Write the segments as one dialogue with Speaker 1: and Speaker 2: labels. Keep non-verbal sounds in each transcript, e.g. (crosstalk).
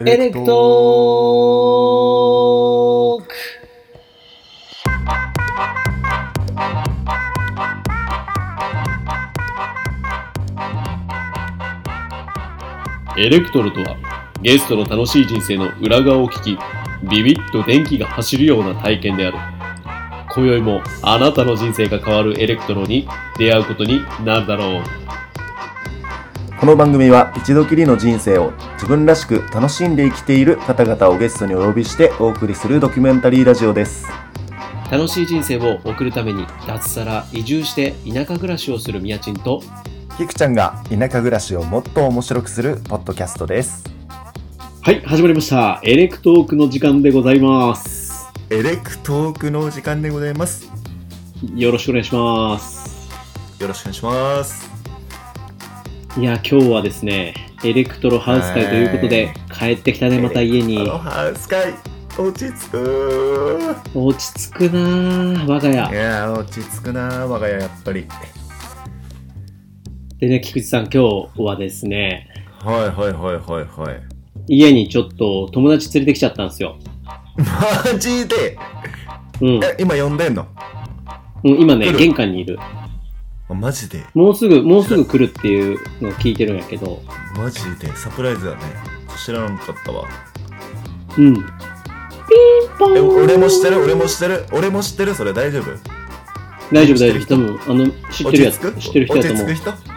Speaker 1: エレクトーク
Speaker 2: エレクトロとはゲストの楽しい人生の裏側を聞きビビッと電気が走るような体験である今宵もあなたの人生が変わるエレクトロに出会うことになるだろう
Speaker 3: この番組は一度きりの人生を自分らしく楽しんで生きている方々をゲストにお呼びしてお送りするドキュメンタリーラジオです。
Speaker 2: 楽しい人生を送るために脱サラ移住して田舎暮らしをするみやちんと
Speaker 3: キクちゃんが田舎暮らしをもっと面白くするポッドキャストです。
Speaker 2: はい始まりましたエレクトークの時間でございます
Speaker 3: エレクトークの時間でございます。
Speaker 2: よろしくお願いします
Speaker 3: よろしくお願いします。
Speaker 2: いや今日はですねエレクトロハウス会ということで帰ってきたねまた家に
Speaker 3: ハウス会、落ち着く。
Speaker 2: 落ち着くなあ我が家
Speaker 3: いやー、落ち着くな、我が家やっぱり。
Speaker 2: でね、菊池さん、今日はですね、
Speaker 3: はいはいはいはいはい。
Speaker 2: 家にちょっと友達連れてきちゃったんですよ。
Speaker 3: マジで
Speaker 2: うん。
Speaker 3: え、今呼んでんの
Speaker 2: うん今ね、
Speaker 3: 来る
Speaker 2: 玄関にいる。
Speaker 3: あマジで
Speaker 2: もうすぐ、もうすぐ来るっていうのを聞いてるんやけど、
Speaker 3: マジでサプライズだね。知らなかったわ。
Speaker 2: うん。ピンポ
Speaker 3: え
Speaker 2: ーン
Speaker 3: 俺も知ってる俺も知ってる俺も知ってるそれ大丈夫
Speaker 2: 大丈夫、
Speaker 3: 知っ
Speaker 2: 大
Speaker 3: て
Speaker 2: 丈
Speaker 3: る
Speaker 2: 夫。
Speaker 3: 人
Speaker 2: 多分、あの、知って
Speaker 3: 落
Speaker 2: る
Speaker 3: ち
Speaker 2: や
Speaker 3: 着く
Speaker 2: つ、知ってる人やと思う
Speaker 3: 落ち。着く人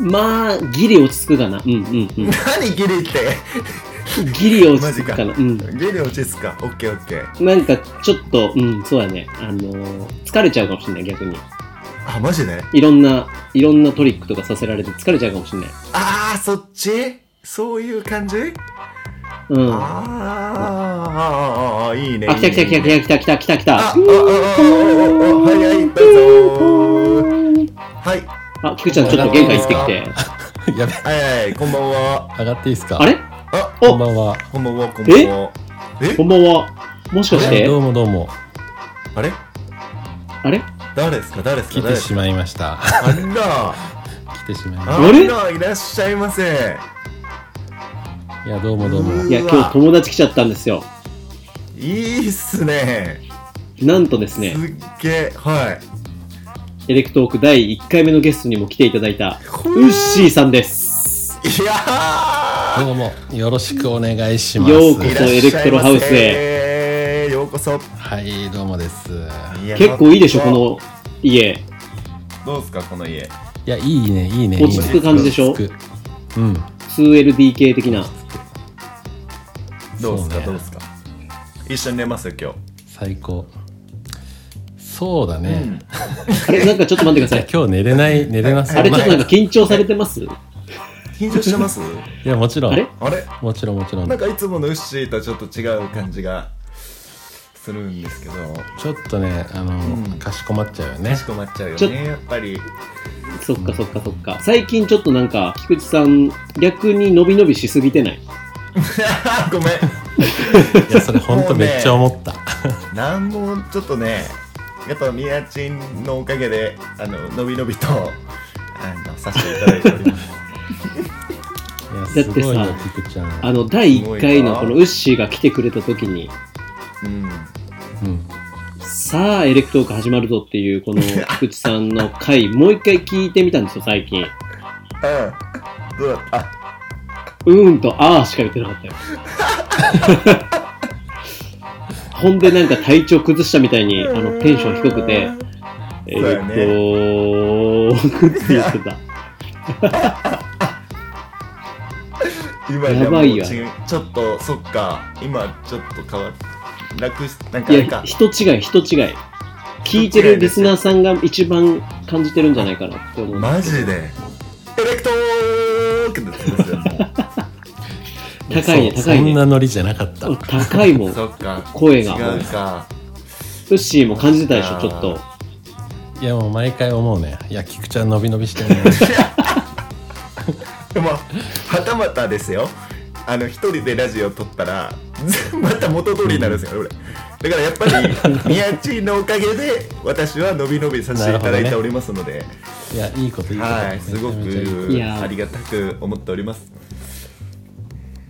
Speaker 2: まあ、ギリ落ち着くかな。うんうんうん。
Speaker 3: (laughs) 何ギリって
Speaker 2: ギリ落ち着くかな。うん。
Speaker 3: ギリ落ち着くかオッケーオッケー
Speaker 2: なんか、ちょっと、うん、そうやね。あのー疲れちゃうかもしれない、逆に。
Speaker 3: あマジで
Speaker 2: いろんな、いろんなトリックとかさせられて疲れちゃうかもしれない。
Speaker 3: ああそっちそういう感じ、
Speaker 2: うん。
Speaker 3: あーあーあーあーいいね
Speaker 2: あ、来た来た来た来た来た来た来た
Speaker 3: ああああああああはいはいどうぞはい
Speaker 2: あ、菊ちゃんちょっと玄関行ってきて。
Speaker 4: やべ、
Speaker 3: はいはいこんばんは
Speaker 4: 上がっていいですか
Speaker 2: あれ
Speaker 3: あ
Speaker 4: こん
Speaker 2: お、
Speaker 4: ばんは。
Speaker 3: こんばんはこんばんはえ
Speaker 2: こんばんは。もしかし
Speaker 4: いや
Speaker 2: て
Speaker 4: どうもどうも。
Speaker 3: あれ
Speaker 2: あれ
Speaker 3: 誰ですか誰ですか
Speaker 4: 来
Speaker 3: 誰
Speaker 4: て
Speaker 3: です
Speaker 4: し
Speaker 3: か
Speaker 4: まいました。
Speaker 3: あら
Speaker 4: 来てしまいまし
Speaker 3: あ
Speaker 2: あれ
Speaker 3: らいらっしゃいませ
Speaker 4: た。いや、どうもどう
Speaker 3: う
Speaker 4: も。
Speaker 3: ー
Speaker 2: いや、
Speaker 3: わ
Speaker 2: 今日友達来ちゃったんですよ。
Speaker 3: いいっすね。
Speaker 2: なんとです
Speaker 3: す
Speaker 2: ね、
Speaker 3: っげえ。はい。
Speaker 2: エレクトーク第1回目のゲストにも来ていただいた、ウッシーさんです。
Speaker 3: いやー
Speaker 4: どうも、よろしくお願いします。
Speaker 2: ようこそ
Speaker 3: いらっしゃいませ
Speaker 2: エレクトロハウス
Speaker 3: ようこそ。
Speaker 4: はい、どうもです。
Speaker 3: いや
Speaker 2: 結構いいでしょ、こ。の家。
Speaker 3: どうですか、この家。
Speaker 4: いや、いいね、いいね。
Speaker 2: 落ち着く感じでしょ
Speaker 4: いいね落ち着くうん。
Speaker 2: 2LDK 的な。
Speaker 3: どうですか、
Speaker 4: そうね
Speaker 3: どうですか。一緒に寝ます今
Speaker 4: 最高。そうだ
Speaker 3: 日。
Speaker 4: ね。
Speaker 2: あれ、なんかちょっと待ってく
Speaker 4: い
Speaker 2: だ
Speaker 4: や
Speaker 2: さい。
Speaker 4: 今日寝れない、寝れなさ
Speaker 2: あれ、ちょっとなんか
Speaker 4: い。
Speaker 2: 緊張されてます
Speaker 3: 緊張してます
Speaker 4: いや、もちろ
Speaker 2: あれ
Speaker 4: ん。
Speaker 3: あれ
Speaker 4: もちろん、もちろん。
Speaker 3: な
Speaker 4: ち
Speaker 3: んかいつものウッシーとちょっと違う感じがするんですけど。
Speaker 4: ょっとね、あ
Speaker 3: う
Speaker 4: の、
Speaker 3: ん
Speaker 4: かしこまっちゃうよ
Speaker 3: か
Speaker 2: (laughs)
Speaker 4: ね
Speaker 3: し。こまっちゃうよ
Speaker 2: ちょ
Speaker 3: ね、やっぱり。
Speaker 2: そっかそっかそっか。最近ちょっとなんか、菊池さん、逆に伸び伸びしすぎてない
Speaker 3: ごめん。
Speaker 4: いや、それほんとめっちゃ思った。
Speaker 3: なんもちょっとねやっぱみやちんのおかげであの伸び伸びとあのさせていただいております
Speaker 4: い
Speaker 2: (laughs)
Speaker 4: や、すごい
Speaker 2: だっ
Speaker 4: よ
Speaker 2: て、
Speaker 4: 菊ちゃん。
Speaker 2: あの、第1回の
Speaker 3: すごいな
Speaker 2: このウッシーが来てくれた時に、
Speaker 3: うん
Speaker 4: うん。
Speaker 2: さあ、エレクトーク始まるぞってい
Speaker 3: (laughs)
Speaker 2: う、この菊池さんの回、もう一回聞いてみたんですよ、最近。
Speaker 3: うんどうだった
Speaker 2: うーんと、あーしか言ってなかっ
Speaker 3: (laughs)
Speaker 2: たよ。ほんで、なんか体調崩したみたいに、あの、テンション低くて、エ
Speaker 3: そう
Speaker 2: レ
Speaker 3: だ
Speaker 2: ク
Speaker 3: ね
Speaker 2: トークって言ってた。
Speaker 3: 今じゃ
Speaker 2: やばいよ
Speaker 3: もう違うちょっとそっか今ちょっと変わっ楽しなんかあれ
Speaker 2: いや、
Speaker 3: か
Speaker 2: 人違い、人違い。聞いてるリスナーさんが一番感じてるんじゃないかなって思う。
Speaker 3: マジでエレクトークって言ってます
Speaker 2: (laughs)
Speaker 3: よも
Speaker 2: 高いね、
Speaker 4: そう
Speaker 2: 高い
Speaker 4: そん
Speaker 2: ね。
Speaker 4: なノリじゃなかった。
Speaker 2: 高い
Speaker 3: (laughs)
Speaker 2: もん。
Speaker 3: う
Speaker 2: ウ
Speaker 3: そっか
Speaker 2: 声が
Speaker 3: 違うか
Speaker 2: ッシーも感じてたでしょ、ちょっと。
Speaker 4: いやもう毎回思うね。いや、菊ちゃん伸び伸びしてる
Speaker 2: (laughs)
Speaker 4: ね。
Speaker 3: でもはたまたですよあの一人でラジオ撮ったら (laughs) 全また元通りになるんですよ、俺だからやっぱ
Speaker 2: (laughs)
Speaker 3: り宮地のおかげで私は伸び伸びさせていただいておりますので、
Speaker 4: いや、いいこといいこと。
Speaker 3: はいすご
Speaker 4: めちゃめちゃいい
Speaker 2: い
Speaker 3: く
Speaker 2: やー
Speaker 3: ありがたく思っております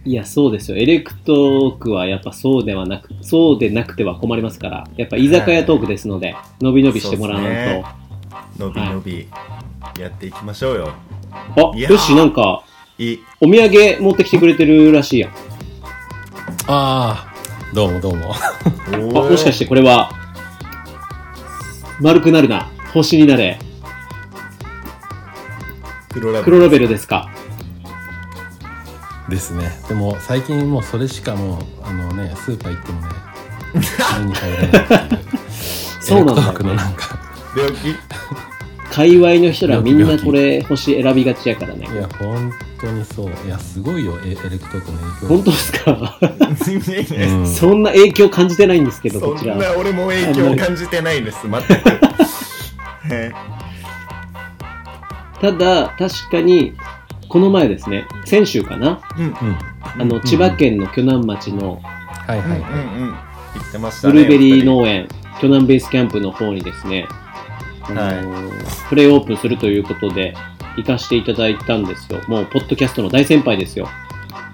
Speaker 2: いや、そうですよ。エレクトークはやっぱそうではなく、そうでなくては困りますから、やっぱ居酒屋トークですので、のびのびしてもらわない
Speaker 3: 伸び伸びやっていきましょうよ
Speaker 2: と。あ、
Speaker 3: いやー
Speaker 2: よし、なんか、
Speaker 3: いい
Speaker 2: お土産持ってきてくれてるらしいやん。
Speaker 4: ああ、どうもどうも。 (laughs)
Speaker 2: あ、もしかしてこれは、丸くなるな、星になれ、
Speaker 3: 黒ラベ
Speaker 2: 黒
Speaker 3: ル
Speaker 2: ラベルですか。
Speaker 4: ですね。でも最近もうそれしかもう、あのね、スーパー行って
Speaker 2: (laughs)
Speaker 4: もね、目に入らないっていう。
Speaker 2: そうなんだよね
Speaker 4: エレクトークのなんか、
Speaker 3: 病気 (laughs)
Speaker 2: 界隈の人らみんなこれ星選びがちやからね
Speaker 4: い。や、本当にそう。いや、すごいよ、エエレクトークの影響。
Speaker 2: 本当ですか (laughs)
Speaker 4: うん
Speaker 2: そんな影響感じてないんですけど、こ
Speaker 3: そ
Speaker 2: ち
Speaker 3: ん
Speaker 2: ら。
Speaker 3: な俺も影響を感じてないんです全くえ
Speaker 2: ただ、確かに、この前ですね、先週かな、
Speaker 4: うん。
Speaker 2: (laughs) あの、千葉県の鋸南町の
Speaker 4: はい
Speaker 3: うん
Speaker 4: は
Speaker 3: う
Speaker 4: い
Speaker 3: ん
Speaker 4: はい。
Speaker 3: うん言ってました
Speaker 2: ブ
Speaker 3: ね
Speaker 2: ルーベリー農園、鋸南ベースキャンプの方にですね、あのプレイオープンするということで、行かしていただいたんですよ。もう、ポッドキャストの大先輩ですよ。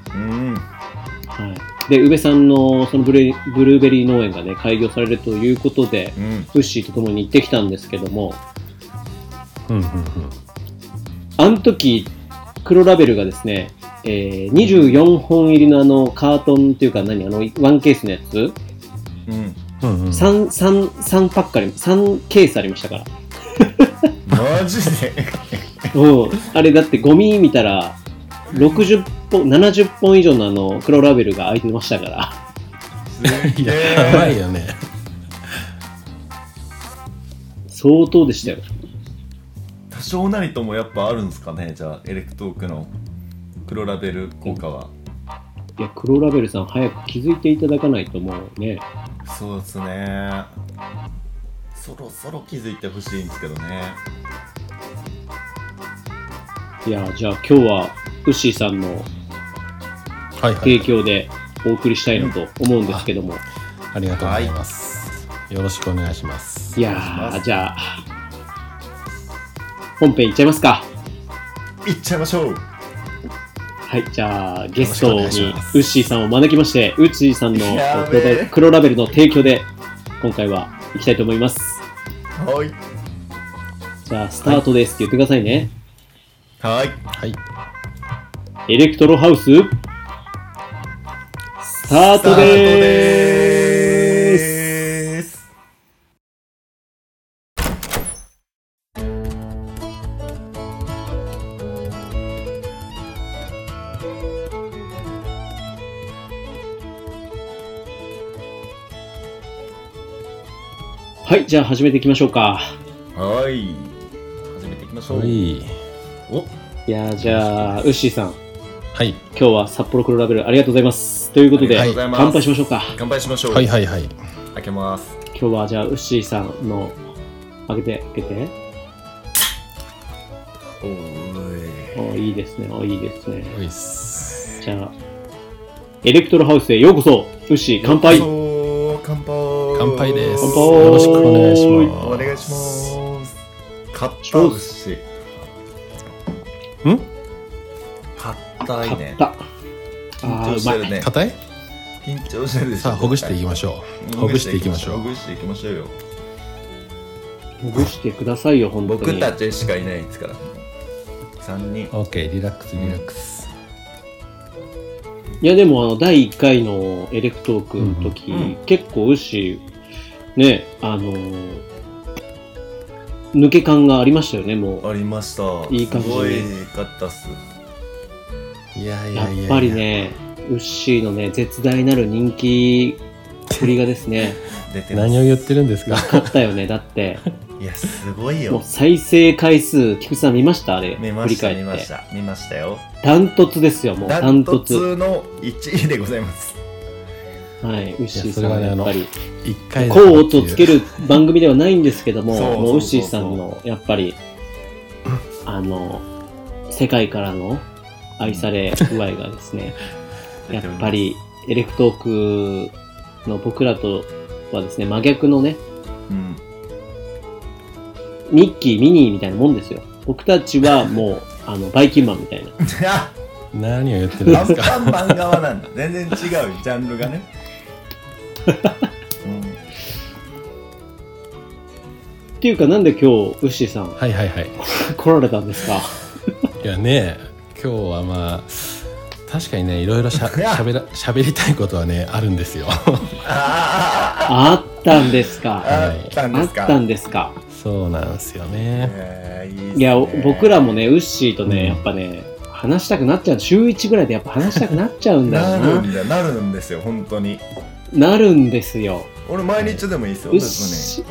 Speaker 3: お二人うん
Speaker 2: はい。で、宇部さんの、そのブルーブルーベリー農園がね、開業されるということで、
Speaker 3: うん
Speaker 2: ウッシーと共に行ってきたんですけども、
Speaker 4: うんうん
Speaker 2: あの時、黒ラベルがですね、えー24本入りのあの、カートンっていうか何、あの、ワンケースのやつ、
Speaker 3: うん
Speaker 4: うん。うんうん。
Speaker 2: 3、三三パックあり、3ケースありましたから。
Speaker 3: マジ
Speaker 4: (laughs)
Speaker 3: で
Speaker 2: うん。 (laughs) あれだってゴミ見たら、60本、70本以上のあの、黒ラベルが空いてましたから。
Speaker 3: す
Speaker 4: い
Speaker 3: げ
Speaker 4: や、
Speaker 3: え
Speaker 4: やばいよね。
Speaker 2: 相当でしたよ。
Speaker 3: 多少なりともやっぱあるんですかねじゃあエレクトークの黒ラベル効果は、
Speaker 2: いや、黒ラベルさん早く気づいていただかないともうね、
Speaker 3: そうですねそろそろ気づいてほしいんですけどね
Speaker 2: いや、じゃあ今日は、ウッシーさんの
Speaker 4: はいは
Speaker 2: 提
Speaker 4: い。
Speaker 2: 供でお送りしたいなと思うんですけども。
Speaker 4: ありがとうございます。よろしくお願いします。
Speaker 2: いや
Speaker 3: お願いしま
Speaker 2: ー、
Speaker 3: す
Speaker 2: じゃあ、本編いっちゃいますか。
Speaker 3: いっちゃいましょう
Speaker 2: はい、じゃあ、ゲスト
Speaker 4: よろしくお願
Speaker 2: に
Speaker 4: いします
Speaker 2: ウッシーさんを招きまして、ウッシーさんの
Speaker 3: やべえ
Speaker 2: 黒黒ラベルの提供で、今回は行きたいと思います。
Speaker 3: はい
Speaker 2: じゃあ、スタートですって言ってくださいね。
Speaker 3: はい
Speaker 4: はい。
Speaker 2: エレクトロハウス、スタートでーす
Speaker 3: でーす
Speaker 2: はい、じゃあ始めていきましょうか。
Speaker 3: はい始めていきましょう
Speaker 4: おい
Speaker 3: お
Speaker 2: いやーじゃあ、ウッシーさん、
Speaker 4: はい。
Speaker 2: 今日は札幌黒ラベルありがとうございます。ということで、
Speaker 3: ありがとうございます
Speaker 2: 乾杯しましょうか。
Speaker 3: 乾杯しましょう、
Speaker 4: はいはいはい。
Speaker 3: 開けます
Speaker 2: 今日はじゃあウッシーさんの開けて開けて
Speaker 3: おーい
Speaker 2: おいいですねおいいですね
Speaker 4: おいっす。
Speaker 2: じゃあエレクトロハウスへようこそウッシー乾杯
Speaker 3: そう乾杯
Speaker 4: 乾杯です。
Speaker 2: 乾杯
Speaker 4: よろしくお願いします。
Speaker 3: お願いしますカッタウシ
Speaker 4: ん
Speaker 3: 硬い
Speaker 2: 買
Speaker 3: ね
Speaker 2: ったあ
Speaker 3: 緊
Speaker 2: あ
Speaker 3: 張
Speaker 2: う
Speaker 3: して
Speaker 2: ま
Speaker 3: る
Speaker 2: い
Speaker 3: ね
Speaker 4: 硬い
Speaker 3: 緊張してるでしょ
Speaker 4: さあ、ほぐしていきましょう。ほぐしていきましょ
Speaker 3: ほ
Speaker 4: う。
Speaker 3: ぐしていきましょうよ
Speaker 2: ほぐしてくださいよ本当
Speaker 3: 僕
Speaker 2: に
Speaker 3: たちしかいないですから3人
Speaker 4: オッケー、リラックス、リラックス。
Speaker 2: いやでもあの第1回のエレクトークの時、
Speaker 3: うん
Speaker 2: 結構ウッシーねあのー抜け感がありましたよねもう
Speaker 3: ありました
Speaker 2: いい感じ
Speaker 3: すごいったっす
Speaker 4: いやい
Speaker 2: や
Speaker 4: や
Speaker 2: っ
Speaker 4: いや。
Speaker 2: ぱり。ねウッシーのね絶大なる人気ぶりがですね
Speaker 3: (laughs) 出てます
Speaker 4: 何を言ってるんですか
Speaker 2: 勝ったよねだって
Speaker 3: いやすごい
Speaker 2: もう
Speaker 3: よ
Speaker 2: 再生回数、菊池さん見ましたあれ。
Speaker 3: 見ました
Speaker 2: 振り
Speaker 3: 見
Speaker 2: 返
Speaker 3: ま
Speaker 2: って
Speaker 3: し。た見ましたよ
Speaker 2: ダントツですよ、もう。ダ
Speaker 3: ダ
Speaker 2: ン
Speaker 3: ン
Speaker 2: ト
Speaker 3: ト
Speaker 2: ツ。
Speaker 3: ツの1位でございます
Speaker 2: はい。ウッシー
Speaker 4: そ
Speaker 2: さ
Speaker 4: れ
Speaker 2: ん
Speaker 4: は
Speaker 2: は
Speaker 4: ね
Speaker 2: やっぱり、
Speaker 4: 一回だ
Speaker 2: こ
Speaker 4: けっていう
Speaker 2: う音をつける番組ではないんですけども、
Speaker 3: そうそうそうそう
Speaker 2: もうウッシーさんの、やっぱり、あの、世界からの愛され具合がですね、やっぱり、エレクトークの僕らとはですね、真逆のね、
Speaker 3: うん (laughs)
Speaker 2: ミッキー、ミニーみたいなもんですよ。僕たちはもう、あの、バイキンマンみたいな。
Speaker 3: あ
Speaker 4: 何を言ってるんで
Speaker 3: ア
Speaker 4: す
Speaker 3: ン
Speaker 4: か
Speaker 3: パンマン側なんだ全然違うジャンル
Speaker 2: (laughs)
Speaker 3: がね、うん
Speaker 2: っていうかなんで今日ウッシーさん
Speaker 4: はいはいはい
Speaker 2: 来られたんですか
Speaker 4: いやね今日はまあ確かにねいろいろしゃしゃべらしゃべりたいことはねあるんですよ
Speaker 3: あ
Speaker 2: あったんです
Speaker 3: ー
Speaker 2: か
Speaker 3: あーあったん
Speaker 2: あ
Speaker 3: で
Speaker 2: っ
Speaker 3: すか
Speaker 2: たんですか
Speaker 4: そうなんですよね
Speaker 3: えーいいっすね
Speaker 2: いや僕らもねウッシーとね、
Speaker 4: うん
Speaker 2: やっぱね話したくなっちゃう週1ぐらいでやっぱ話したくなっちゃうんだ
Speaker 3: な
Speaker 2: よ
Speaker 3: る
Speaker 2: なん
Speaker 3: だよなるんですよ本当に
Speaker 2: なるんですよ
Speaker 3: 俺毎日でもいいですよ
Speaker 2: ウッ
Speaker 3: 別
Speaker 2: シー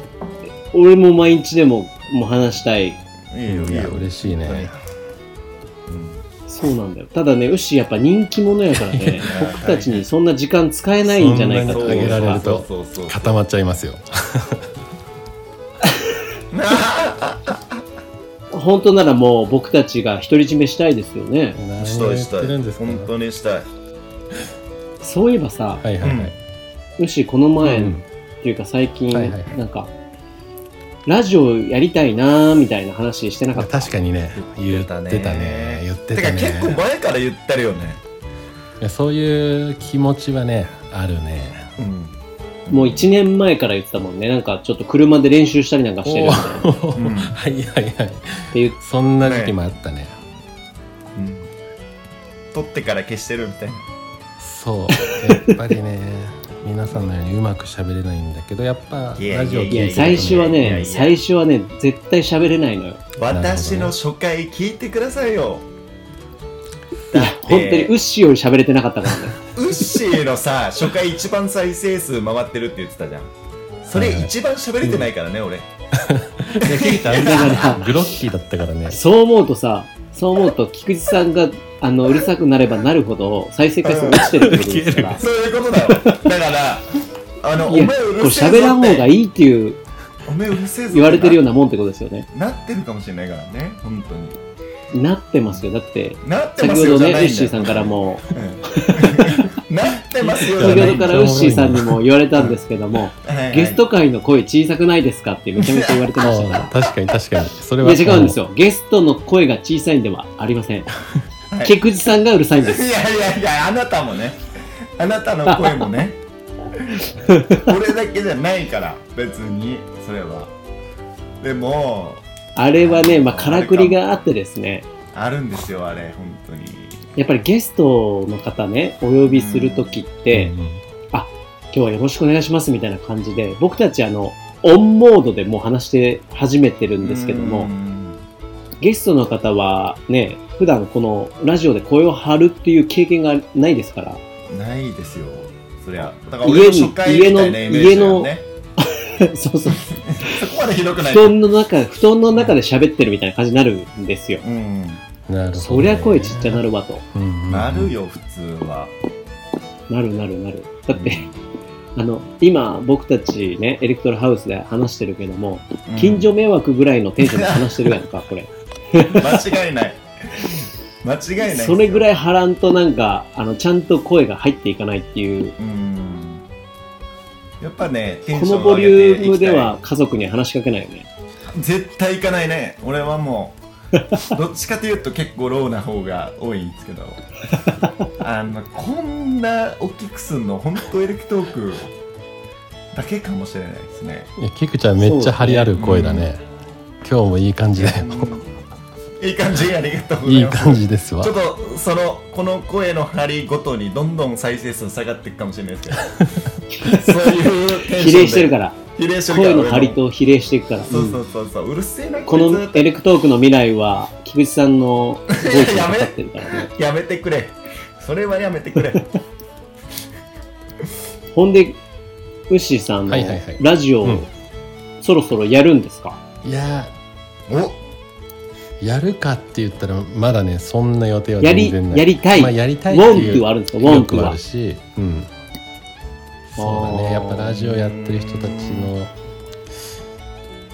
Speaker 2: 俺も毎日でももう話したい
Speaker 3: にいいよい
Speaker 4: い
Speaker 3: い
Speaker 4: や
Speaker 3: よ
Speaker 4: 嬉しいね
Speaker 2: そうなんだよただねウッシーやっぱ人気者やからね僕たちにそんな時間使え
Speaker 4: 大変
Speaker 2: ないんじゃないかと
Speaker 4: そんなにあ
Speaker 2: 思う
Speaker 4: げられると
Speaker 3: そうそうそうそう
Speaker 4: 固まっちゃいますよ
Speaker 2: 本当ならもう僕たちが独り占めしたいですよね
Speaker 4: 何
Speaker 3: した
Speaker 4: を
Speaker 3: い
Speaker 4: 言
Speaker 3: し
Speaker 4: ったてるん
Speaker 3: い
Speaker 4: ですか
Speaker 3: 本当にしたい
Speaker 2: そういえばさ
Speaker 4: はいはいはい、
Speaker 2: ウッシーこの前、
Speaker 4: うん
Speaker 2: っていうか最近、
Speaker 4: はいはいはい
Speaker 2: なんかラジオやりたいなーみたいな話してなかった
Speaker 4: 確かにね
Speaker 3: 言
Speaker 4: 言
Speaker 3: っ
Speaker 4: って
Speaker 3: たね
Speaker 4: たね言って
Speaker 3: て
Speaker 4: た
Speaker 3: か
Speaker 4: ね
Speaker 3: 結構前から言ってるよね
Speaker 4: いやそういう気持ちはねあるね
Speaker 3: うん
Speaker 2: もう1年前から言ってたもんねなんかちょっと車で練習したりなんかしてるみたいなっ
Speaker 4: おー
Speaker 3: うん
Speaker 4: (laughs) はいはいはい
Speaker 2: ていう
Speaker 4: そんな時期もあったね
Speaker 3: うん取ってから消してるみたいな
Speaker 4: そうやっぱりね (laughs) 皆さんのようにうまく喋れないんだけどやっぱ
Speaker 3: いや
Speaker 4: ラジオ
Speaker 3: い
Speaker 2: い
Speaker 4: 聞い
Speaker 2: や
Speaker 4: て
Speaker 2: 最初は
Speaker 3: やいやい
Speaker 2: ね
Speaker 3: や
Speaker 2: 最初はね絶対喋れないのよ
Speaker 3: 私の初回聞いてくださいよ
Speaker 2: いや本当にウッシーより喋れてなかったからね
Speaker 3: (laughs) ウッシーの
Speaker 2: (laughs)
Speaker 3: さ初回一番再生数回ってるって言ってたじゃんそれ一番喋れてないからね、俺
Speaker 4: 聞いたあれだねグロッキーだったからね
Speaker 2: そう思うとさそう思うと菊池さんがあのうるさくなればなるほど再生回数落ちてるってことですから
Speaker 3: そういうことだよだからあのお
Speaker 2: いや
Speaker 3: 前う
Speaker 2: こう
Speaker 3: るせえぞっ
Speaker 2: 喋
Speaker 3: て
Speaker 2: らん方がいいっていう
Speaker 3: お前うるせえぞって
Speaker 2: 言われてるようなもんってことですよね
Speaker 3: なってるかもしれないからね本当に
Speaker 2: なってますよだって
Speaker 3: なって
Speaker 2: 先
Speaker 3: ま
Speaker 2: ほ
Speaker 3: すよ
Speaker 2: ど
Speaker 3: じ
Speaker 2: ね
Speaker 3: ゃ
Speaker 2: ウ
Speaker 3: な
Speaker 2: ッ
Speaker 3: いんだ
Speaker 2: シー
Speaker 3: よ
Speaker 2: さんからも
Speaker 3: うんなってますよじゃ
Speaker 2: 先
Speaker 3: ない
Speaker 2: ほど
Speaker 3: ん
Speaker 2: か
Speaker 3: だ
Speaker 2: らウッシーさんにも言われたんですけ
Speaker 3: (laughs)
Speaker 2: ども、
Speaker 3: はいはい
Speaker 2: ゲスト界の声小さくないですかってめちゃめちゃ言われてましたか
Speaker 4: ああ確かに確かにそれ
Speaker 2: ら。
Speaker 4: はい
Speaker 2: や違うんですよ。ゲストの声が小さいんではありません。
Speaker 3: はい
Speaker 2: 菊池さんがうるさいん
Speaker 3: い
Speaker 2: です。
Speaker 3: やいやいやあなたもねあなたの声もね
Speaker 2: (laughs)
Speaker 3: 俺だけじゃないから別にそれはでも
Speaker 2: あれはね、まあ、からくりがあってですね、
Speaker 3: あるんですよあれ本当に
Speaker 2: やっぱりゲストの方ね、お呼びするときって、
Speaker 4: うんうん
Speaker 2: 今日はよろしくお願いしますみたいな感じで、僕たちあの、オンモードでもう話して始めてるんですけど
Speaker 3: う
Speaker 2: も、
Speaker 3: ん
Speaker 2: ゲストの方はね、普段このラジオで声を張るっていう経験がないですから、
Speaker 3: (laughs) ないですよそりゃだから俺の
Speaker 2: 家に
Speaker 3: 初回みたいなイメージだよね
Speaker 2: そうそう
Speaker 3: そこまでひどくない
Speaker 2: 布団の中、布団の中で喋ってるみたいな感じになるんですよ。
Speaker 3: うん
Speaker 4: なるほどね
Speaker 2: そりゃ声ちっちゃなるわと。
Speaker 4: うんうんうん
Speaker 3: なるよ普通
Speaker 2: (laughs)
Speaker 3: は
Speaker 2: なるなるなる。だって、あの、今僕たちね、エレクトロハウスで話してるけども、
Speaker 3: うん
Speaker 2: 近所迷惑ぐらいのテンションで話してるやんか、
Speaker 3: (laughs)
Speaker 2: これ。
Speaker 3: 間違いない間違いないですよ
Speaker 2: それぐらい波乱となんか、あの、ちゃんと声が入っていかないっていう、
Speaker 3: うんやっぱねテン
Speaker 2: こ
Speaker 3: ショ
Speaker 2: の
Speaker 3: ンを
Speaker 2: ボリュ
Speaker 3: 上げて
Speaker 2: ー
Speaker 3: い
Speaker 2: ム
Speaker 3: きた
Speaker 2: で
Speaker 3: い
Speaker 2: は家族には話しかけないよね。
Speaker 3: 絶対行かないね俺はも
Speaker 2: (laughs)
Speaker 3: うどっちかというと結構ローな方が多いんですけ
Speaker 2: (laughs)
Speaker 3: どあのこんな大きくすんの本当エレクトークだけかもしれないですね
Speaker 4: いやキクちゃんめっちゃ張りある声だね今日もいい感じだよ
Speaker 3: いい感じありがとうござ
Speaker 4: い
Speaker 3: い
Speaker 4: い
Speaker 3: ます
Speaker 4: 感じですわ
Speaker 3: ちょっとそのこの声の張りごとにどんどん再生数下がっていくかもしれないですけ
Speaker 2: (laughs)
Speaker 3: どそういうテンションで
Speaker 2: 比例してるから、
Speaker 3: 比例してるから
Speaker 2: 声の張
Speaker 3: 俺
Speaker 2: り
Speaker 3: も
Speaker 2: と比例していくから。
Speaker 3: そうそうそうそううるせえな
Speaker 2: こ
Speaker 3: こ
Speaker 2: の
Speaker 3: いつ
Speaker 2: エレクトークの未来は、菊池さんのボイス
Speaker 3: (laughs)
Speaker 2: にかかってるからね。
Speaker 3: やめてくれそれはやめてく
Speaker 2: (laughs)
Speaker 3: れ
Speaker 2: ほんで、ウッシーさんの
Speaker 4: はいはいはい
Speaker 2: ラジオ
Speaker 4: うん
Speaker 2: そろそろやるんですか、
Speaker 4: いや
Speaker 3: お
Speaker 4: やるかって言ったらまだねそんな予定は
Speaker 2: やり
Speaker 4: 全然ない
Speaker 2: やりたい
Speaker 4: まあ、やりたい
Speaker 2: ウ
Speaker 4: って
Speaker 2: ォ
Speaker 4: い
Speaker 2: ンク
Speaker 4: う
Speaker 2: はあるんですかウォン
Speaker 4: 力
Speaker 2: ク
Speaker 4: もあ
Speaker 2: は
Speaker 4: る。し、うん、そうだ
Speaker 2: あー
Speaker 4: ねやっぱラジオやってる人たちの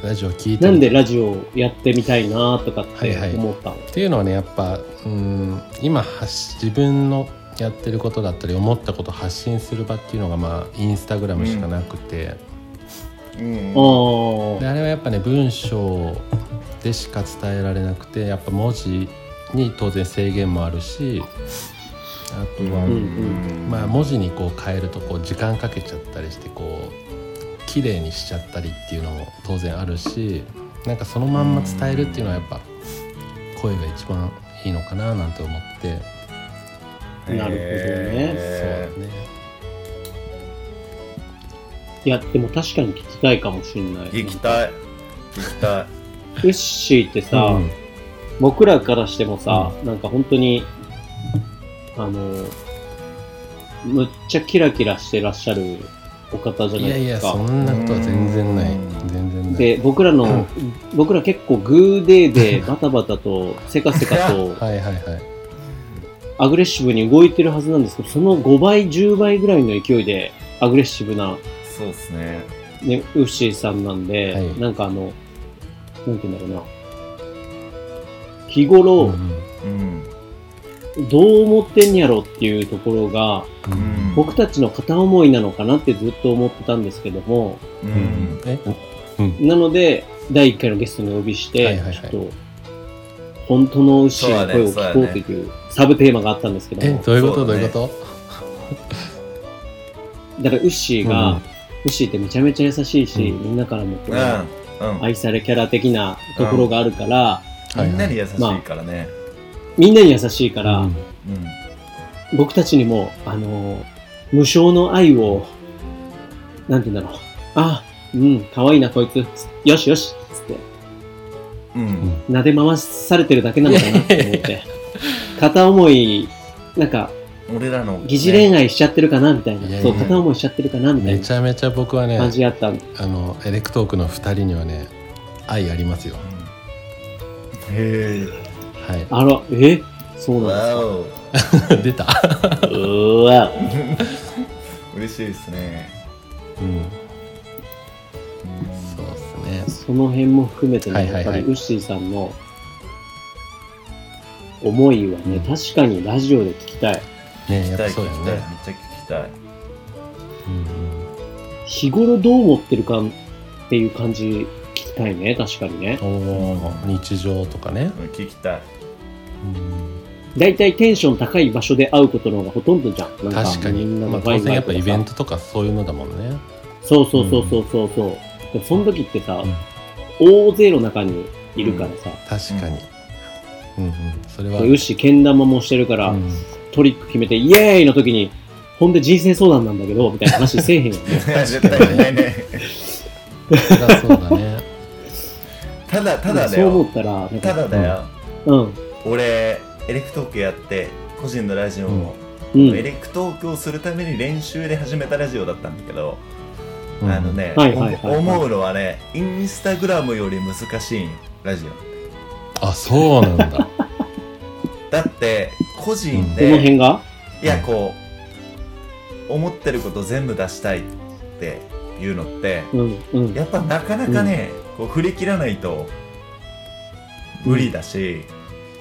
Speaker 4: ラジオ聞いて
Speaker 2: な
Speaker 4: る
Speaker 2: んでラジオをやってみたいなとかっ
Speaker 4: はいは
Speaker 2: て
Speaker 4: い
Speaker 2: 思ったの、
Speaker 4: っていうのはねやっぱうん今発自分のやってることだったり思ったことを発信する場っていうのがまあインスタグラムしかなくて、
Speaker 3: うん
Speaker 4: であれはやっぱね文章でしか伝えられなくてやっぱ文字に当然制限もあるしあとは、
Speaker 2: うん
Speaker 4: まあ、文字にこう変えるとこう時間かけちゃったりしてこう綺麗にしちゃったりっていうのも当然あるしなんかそのまんま伝えるっていうのはやっぱ声が一番いいのかななんて思って
Speaker 2: なるほどね
Speaker 3: え
Speaker 4: そうだね
Speaker 2: いや、でも確かに聞きたいかもしれない。
Speaker 3: 行きたい行きたい
Speaker 2: ウッシーってさ、
Speaker 4: うん
Speaker 2: 僕らからしてもさ、なんか本当に、あの、むっちゃキラキラしてらっしゃるお方じゃないい
Speaker 4: やい
Speaker 2: で
Speaker 4: や
Speaker 2: すか。
Speaker 4: そんなことは全然ない全然ない
Speaker 2: で、僕らの、僕ら結構グーデーでバタバタとせかせか
Speaker 4: (laughs)
Speaker 2: と
Speaker 4: はいはいはい
Speaker 2: アグレッシブに動いてるはずなんですけど、その5倍、10倍ぐらいの勢いでアグレッシブな、
Speaker 3: そうですね
Speaker 2: ね、ウッシーさんなんで、
Speaker 4: はい
Speaker 2: なんかあの、なんて言うんだろうな。日頃、
Speaker 4: うん
Speaker 3: うん
Speaker 2: どう思ってんやろっていうところが、
Speaker 4: うん
Speaker 3: うん
Speaker 2: 僕たちの片思いなのかなってずっと思ってたんですけども、
Speaker 3: う
Speaker 4: うん
Speaker 3: ん
Speaker 4: え
Speaker 2: なので、第1回のゲストにお呼びして、
Speaker 4: はいはいはい
Speaker 2: ちょっと、本当の牛の声を
Speaker 3: そうだね
Speaker 2: 聞こうっていうサブテーマがあったんですけど
Speaker 4: え
Speaker 2: も、
Speaker 4: どういうこと
Speaker 3: そう
Speaker 4: ど
Speaker 3: だ
Speaker 4: うい
Speaker 3: ね
Speaker 4: うこと
Speaker 2: だからウッシー
Speaker 4: うん
Speaker 2: が、ウッシーってめちゃめちゃ優しいし、
Speaker 4: うん
Speaker 2: みんなからもこ
Speaker 3: う
Speaker 2: う
Speaker 3: う
Speaker 2: ん
Speaker 3: ん
Speaker 2: 愛されキャラ的なところがあるから、
Speaker 4: はい
Speaker 3: みんなに優しいからね
Speaker 2: みんなに優しいから、
Speaker 4: うん
Speaker 3: うん
Speaker 2: 僕たちにも、あのー無償の愛を、なんて言うんだろう。あ、うん、可愛いな、こいつ。よしよし。つって、
Speaker 3: うん
Speaker 2: 撫で回されてるだけなのかなって思って。片思い、なんか、
Speaker 3: 俺らの
Speaker 2: 疑似恋愛しちゃってるかな、みたいな。
Speaker 4: いやいや
Speaker 2: そう、片思いしちゃってるかな、みたい
Speaker 4: め
Speaker 2: な
Speaker 4: ちゃめちゃ僕はね
Speaker 2: 感じやったんで。
Speaker 4: あのエレクトークの2人にはね愛ありますよ
Speaker 3: うんへ
Speaker 4: はい
Speaker 2: あら、えそう
Speaker 3: え
Speaker 2: なん
Speaker 3: わお
Speaker 4: (laughs) 出た、
Speaker 2: ですか。うーわ。
Speaker 3: 嬉しいですね
Speaker 4: うん、
Speaker 3: うん
Speaker 4: そうですね
Speaker 2: その辺も含めて
Speaker 4: は
Speaker 2: ね、
Speaker 4: いは
Speaker 2: やっ
Speaker 4: い
Speaker 2: ぱ
Speaker 4: はい
Speaker 2: りウッシーさんの思いはね、
Speaker 4: うん
Speaker 2: 確かにラジオで聞きたい。
Speaker 4: ね
Speaker 3: 聞
Speaker 4: や
Speaker 3: き
Speaker 4: ったぱ
Speaker 3: い
Speaker 4: そうだ
Speaker 3: 聞
Speaker 4: よ
Speaker 3: きたいめっ
Speaker 4: ね、
Speaker 3: ちゃ聞きたい
Speaker 4: うん
Speaker 2: 日頃どう思ってるかっていう感じ聞きたいね確かにね
Speaker 4: うん、おー日常とかね、
Speaker 3: うん聞きたい
Speaker 4: うん、
Speaker 2: だいたいテンション高い場所で会うことの方がほとんどじゃんなん
Speaker 4: 確かに、
Speaker 2: みんな
Speaker 4: まあ、
Speaker 2: の
Speaker 4: 当然やっぱイベン
Speaker 2: ト
Speaker 4: トとかそういうのだもんね
Speaker 2: そうそうそうそうそうそうでもその時ってさ、
Speaker 4: うん
Speaker 2: 大勢の中にいるからさ、
Speaker 4: 確かに、うんうん、それは
Speaker 2: うしけん玉もしてるから、
Speaker 4: うん
Speaker 2: トリック決めてイエーイの時にほんで人生相談なんだけどみたいな話せえへんよね
Speaker 3: 絶対ないね
Speaker 4: そりゃそうだ
Speaker 3: (laughs)
Speaker 4: ね
Speaker 3: ただ (laughs) ただだ
Speaker 2: そう思
Speaker 3: よ
Speaker 2: ったらなんか
Speaker 3: ただだよ
Speaker 2: うん
Speaker 3: 俺エレクトークやって個人のラジオも
Speaker 2: うん
Speaker 3: エレクトークをするために練習で始めたラジオだったんだけど
Speaker 4: うん
Speaker 3: あのね
Speaker 2: はいはいはいはい
Speaker 3: 思うのはねインスタグラムより難しいんよラジオ
Speaker 4: あそう
Speaker 3: (laughs)
Speaker 4: なんだ
Speaker 3: だって個人
Speaker 2: この
Speaker 3: で
Speaker 2: 辺が
Speaker 3: いやこう思ってること全部出したいっていうのって
Speaker 2: うんうん
Speaker 3: やっぱなかなかね、こう振り切らないと無理だし、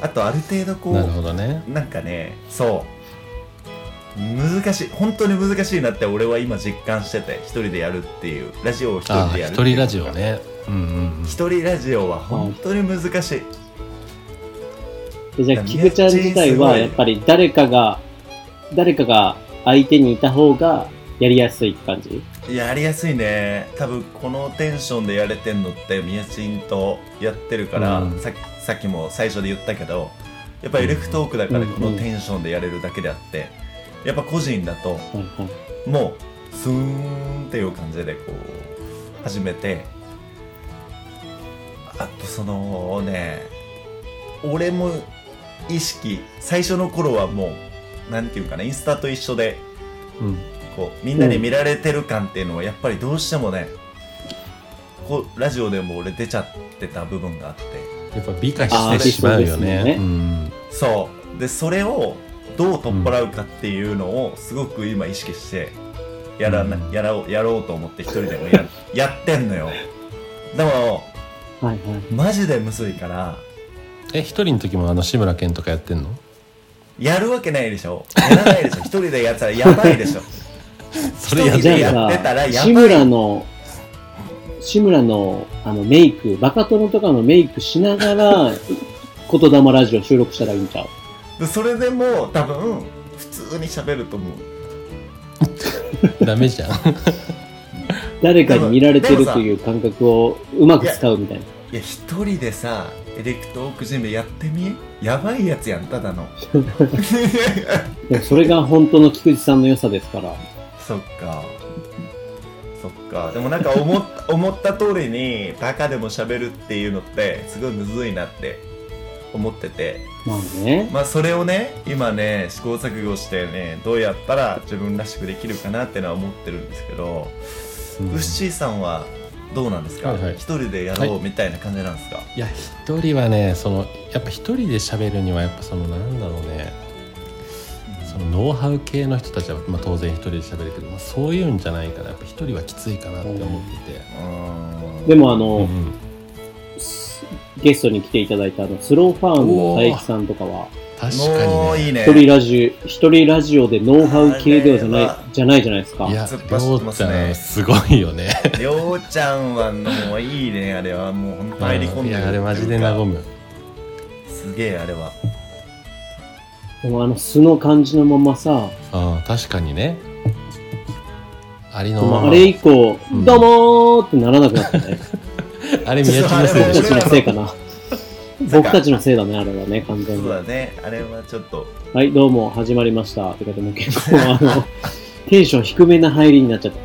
Speaker 3: あとある程度こう
Speaker 4: なるほどね
Speaker 3: なんかねそう難しい本当に難しいなって俺は今実感してて一人でやるっていうラジオを一人
Speaker 4: あ
Speaker 3: でやるって
Speaker 4: 一
Speaker 3: いう
Speaker 4: 人ラジオねうんうん
Speaker 3: 一人ラジオは本当に難しい
Speaker 2: でじゃあ、キクちゃん自体は、
Speaker 3: いや
Speaker 2: やっぱり誰かが、誰かが相手にいた方がやりやすいって感じ
Speaker 3: やりやすいね多分このテンションでやれてんのって宮んとやってるから、
Speaker 4: うん
Speaker 3: ささっきも最初で言ったけどやっぱエレクトークだからこのテンションでやれるだけであって、やっぱ個人だと
Speaker 2: はいはい。
Speaker 3: もうスーンっていう感じでこう始めてあとそのね俺も意識最初の頃はもうなんていうかなインスタと一緒で
Speaker 4: うん
Speaker 3: こうみんなに見られてる感っていうのはやっぱりどうしてもねこうラジオでも俺出ちゃってた部分があって
Speaker 4: やっぱ美化してしまうよ
Speaker 2: あー
Speaker 4: ね
Speaker 2: で
Speaker 4: うん
Speaker 3: そうでそれをどう取っ払うかっていうのをすごく今意識してやらな、
Speaker 4: うん
Speaker 3: やろうやろうと思って一人でも
Speaker 4: (laughs)
Speaker 3: ややってんのよでも
Speaker 2: はいはい。
Speaker 3: マジでむずいから
Speaker 4: え一人の時もあの志村けんとかやってんの
Speaker 3: やるわけないでしょやらないでし
Speaker 4: (laughs)
Speaker 3: ょ一人でやったらやばいでしょ
Speaker 4: それやっ
Speaker 3: 一人
Speaker 2: じ
Speaker 3: で
Speaker 2: ゃ
Speaker 3: やってたら
Speaker 2: あ
Speaker 3: や
Speaker 2: さ、
Speaker 3: ばい
Speaker 2: 志村の、
Speaker 3: (laughs)
Speaker 2: 志村のあのメイク、バカ殿とかのメイクしながら、言霊ラジオ収録したらいいんちゃう
Speaker 3: でそれでも多分普通に喋ると思う
Speaker 4: ダ
Speaker 3: (laughs)
Speaker 4: メじゃん
Speaker 2: 誰かに見られてるという感覚をうまく使うみたいない
Speaker 3: や一人でさエレクトークジムやってみやばいやつやんた
Speaker 4: (laughs)
Speaker 3: だの (laughs)
Speaker 2: でもそれが本当の菊池さんの良さですから
Speaker 3: そっかそっかでもなんか思っ (laughs) 思った通りにバカでも喋るっていうのってすごいむずいなって思ってて
Speaker 2: まあね
Speaker 3: まあそれをね今ね試行錯誤してねどうやったら自分らしくできるかなってのは思ってるんですけど、ウッシーさんはどうなんですか、
Speaker 4: はいはい
Speaker 3: 一人でやろうみたいな感じなんですか、
Speaker 4: いや一人はねそのやっぱ一人で喋るにはやっぱそのなんだろうねそのノウハウ系の人たちは、まあ、当然一人で喋るけど、まあ、そういうんじゃないからやっぱ一人はきついかなって思ってて、
Speaker 3: うーん
Speaker 2: でもあの、
Speaker 4: うんうん
Speaker 2: ゲストに来ていただいたあのスローファームの佐伯さんとかは
Speaker 4: 確か
Speaker 3: もう
Speaker 4: にね
Speaker 3: いいね
Speaker 2: 一
Speaker 3: (laughs)
Speaker 2: 人ラジオ一人ラジオでノウハウ系ではじゃな
Speaker 3: あれ
Speaker 2: い
Speaker 3: は
Speaker 2: じゃないじゃないですか
Speaker 4: いや
Speaker 3: 突っ
Speaker 4: り
Speaker 3: 走
Speaker 4: ょ
Speaker 3: って
Speaker 4: う
Speaker 3: ま
Speaker 4: ち
Speaker 3: すね
Speaker 4: ゃんすごいよね
Speaker 3: りょうちゃんはもういいねあれはもう本当入り込ん
Speaker 4: い
Speaker 3: でる
Speaker 4: やあれマジで和む
Speaker 3: すげえあれは
Speaker 2: でもあの素の感じのままさ、
Speaker 4: あ確かにねありの
Speaker 2: ま
Speaker 4: ま
Speaker 2: あ
Speaker 4: ま
Speaker 2: あれ以降、
Speaker 4: うん
Speaker 2: どうもーってならなくなったね
Speaker 4: あれ宮地のせいで
Speaker 2: 僕
Speaker 4: しょ
Speaker 2: たちのせいかな
Speaker 3: そうか
Speaker 2: 僕たちのせいだねあれはね完全
Speaker 3: そう
Speaker 2: に
Speaker 3: だねあれはちょっと
Speaker 2: はいどうも始まりましたということでもう結構あのテンション低めな入りになっちゃった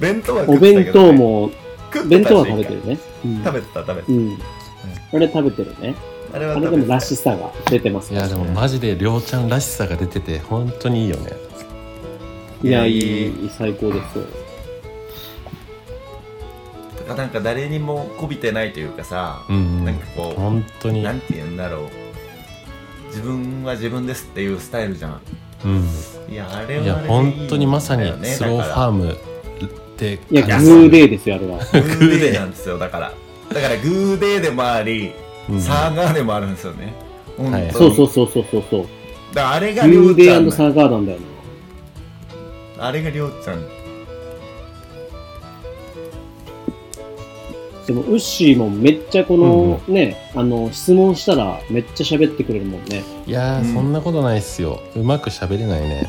Speaker 3: 弁当は食
Speaker 2: お
Speaker 3: ってた
Speaker 2: 弁
Speaker 3: けど、
Speaker 2: 当
Speaker 3: ね、
Speaker 2: も
Speaker 3: 食って
Speaker 2: (laughs) 弁
Speaker 3: たし
Speaker 2: 当は食べてるねうん
Speaker 3: 食べてた食べて
Speaker 2: うんあれ食べてるね
Speaker 3: たあれは
Speaker 2: あ
Speaker 3: 食
Speaker 2: れ
Speaker 3: べ
Speaker 2: で
Speaker 3: て
Speaker 2: も
Speaker 3: た
Speaker 2: らしさが出てます
Speaker 4: (laughs) いやでもマジでりょうちゃんらしさが出てて本当にいいよね
Speaker 2: いやい
Speaker 3: いや
Speaker 2: い最高ですよ
Speaker 3: なんか誰にもこびてないというかさ、
Speaker 4: うん、う
Speaker 3: なん
Speaker 4: ん
Speaker 3: か、こ
Speaker 4: 本当
Speaker 3: う
Speaker 4: に
Speaker 3: なんて言うんだろう自分は自分ですっていうスタイルじゃん
Speaker 4: うん
Speaker 3: いやあれ
Speaker 4: い
Speaker 3: は
Speaker 4: や
Speaker 3: あれでいい
Speaker 4: 本当にまさにスローファー
Speaker 3: ム
Speaker 4: ムって
Speaker 2: いや
Speaker 4: 感じ
Speaker 2: グーデーですよあれは
Speaker 3: グーデーなんですよだからだからグーデーでもあり、
Speaker 4: うん
Speaker 3: サーガーでもあるんですよね本当に、
Speaker 4: はい
Speaker 2: そうそうそうそうそうそう
Speaker 3: だからあれがりょ
Speaker 2: グー
Speaker 3: うち
Speaker 2: デ
Speaker 3: ゃん
Speaker 2: ー
Speaker 3: な
Speaker 2: サーガーダンだよね
Speaker 3: あれがりょうちゃん
Speaker 2: でも、ウッシーもめっちゃこの、ね、あの、質問したらめっちゃ喋ってくれるもんね。
Speaker 4: いやー、
Speaker 3: うん
Speaker 4: そんなことないっすようまく喋れないね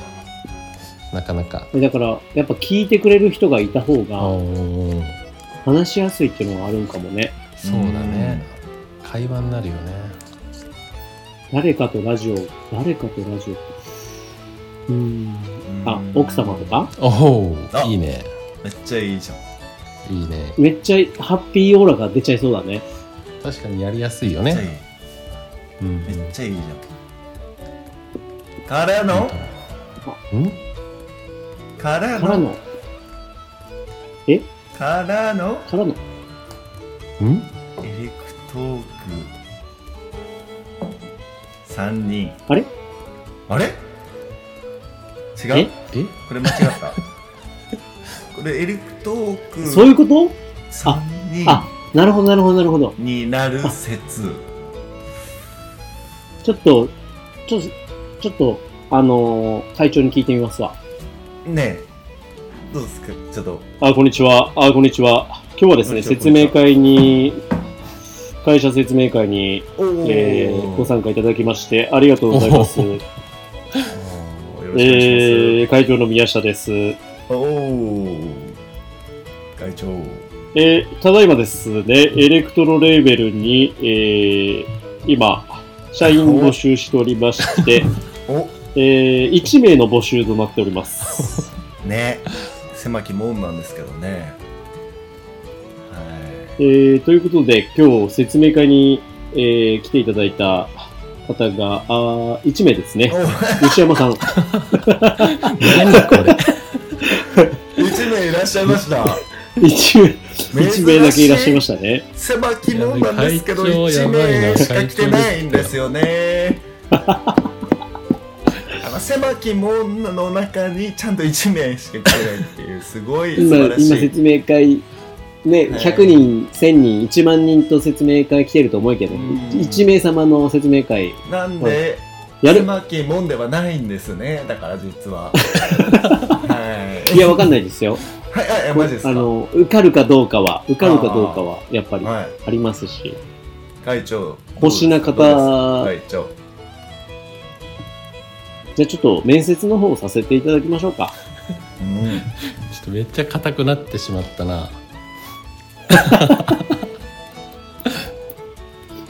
Speaker 4: なかなか
Speaker 2: だから、やっぱ聞いてくれる人がいた方が、
Speaker 4: おー
Speaker 2: 話しやすいっていうのがあるんかもね。
Speaker 4: そうだね会話になるよね
Speaker 2: 誰かとラジオ、誰かとラジオ。うーん。あ、奥様とか
Speaker 4: おお
Speaker 3: あ
Speaker 4: いいね
Speaker 3: めっちゃいいじゃん
Speaker 4: いいね
Speaker 2: めっちゃハッピーオーラが出ちゃいそうだね。
Speaker 4: 確かにやりやすいよ
Speaker 3: めっちゃい
Speaker 4: ね、
Speaker 3: い
Speaker 4: うん、
Speaker 3: めっちゃいいじゃん。からの
Speaker 4: うん
Speaker 3: から
Speaker 2: から
Speaker 3: の
Speaker 2: の、
Speaker 3: からの
Speaker 2: からの、
Speaker 4: うん
Speaker 3: エレクトーク三人。
Speaker 2: あれ
Speaker 3: あれ違う
Speaker 2: え
Speaker 4: え
Speaker 3: これ間違
Speaker 2: (laughs)
Speaker 3: った。これエレクトー
Speaker 2: そうい
Speaker 3: ク
Speaker 2: うこと
Speaker 3: 三
Speaker 2: あ
Speaker 3: 人、
Speaker 2: なるほど、なるほど、なるほど。
Speaker 3: になる説。
Speaker 2: ちょっと、ちょっと、ちょっと、あのー会長に聞いてみますわ。
Speaker 3: ねえ、どうですかちょっと。
Speaker 2: あ、こんにちは。あ、こんにちは。今日はで
Speaker 3: こ
Speaker 2: すね、
Speaker 3: んにち
Speaker 2: 説
Speaker 3: は
Speaker 2: 明会に、会社説明会に、
Speaker 3: おー
Speaker 2: えーご参加いただきまして、ありがとうございます。え
Speaker 3: おーよろしくお願いし
Speaker 2: ー会長の宮下です。え
Speaker 3: ます。おー会長。
Speaker 2: ーただいまですね、エレクトロレーベルに、えー今、社員募集しておりまして、
Speaker 3: (laughs) お
Speaker 2: え1名の募集となっております。
Speaker 3: ね狭き門なんですけどねは
Speaker 2: えーということで、今日説明会に、えー来ていただいた方が、あ1名で
Speaker 3: (laughs)
Speaker 2: すね。
Speaker 3: い
Speaker 2: 牛山さん。
Speaker 4: 何だこれ
Speaker 3: お一名いらっしゃいました
Speaker 2: 一名、
Speaker 3: 珍しい
Speaker 2: (laughs) 一名だけいらっしゃいましたね。
Speaker 3: 狭き門なんですけど
Speaker 4: いや会長
Speaker 3: 一
Speaker 4: やばいな
Speaker 3: 名しか来てないんですよね (laughs) あの狭き門の中にちゃんと一名しか来てないっていうすごい素
Speaker 2: 今、
Speaker 3: 晴ら
Speaker 2: 今
Speaker 3: しい
Speaker 2: 説明会、ね、
Speaker 3: はい
Speaker 2: 100人、1000人、1万人と説明会来てると思うけど、
Speaker 3: うん
Speaker 2: 1名様の説明会、
Speaker 3: なんで
Speaker 2: やる
Speaker 3: 狭き門ではないんですねだから実
Speaker 2: (laughs)
Speaker 3: ははい
Speaker 2: いや、わかんないですよ。
Speaker 3: はいはいはいマジですか
Speaker 2: あの、受かるかどうかは、受かるかどうかは、やっぱり
Speaker 3: はい
Speaker 2: ありますし。
Speaker 3: 会長
Speaker 2: 星中
Speaker 3: どうです
Speaker 2: 方
Speaker 3: 会長
Speaker 2: じゃあちょっと面接の方をさせていただきましょうか。
Speaker 3: うん
Speaker 4: ちょっとめっちゃ硬くなってしまったな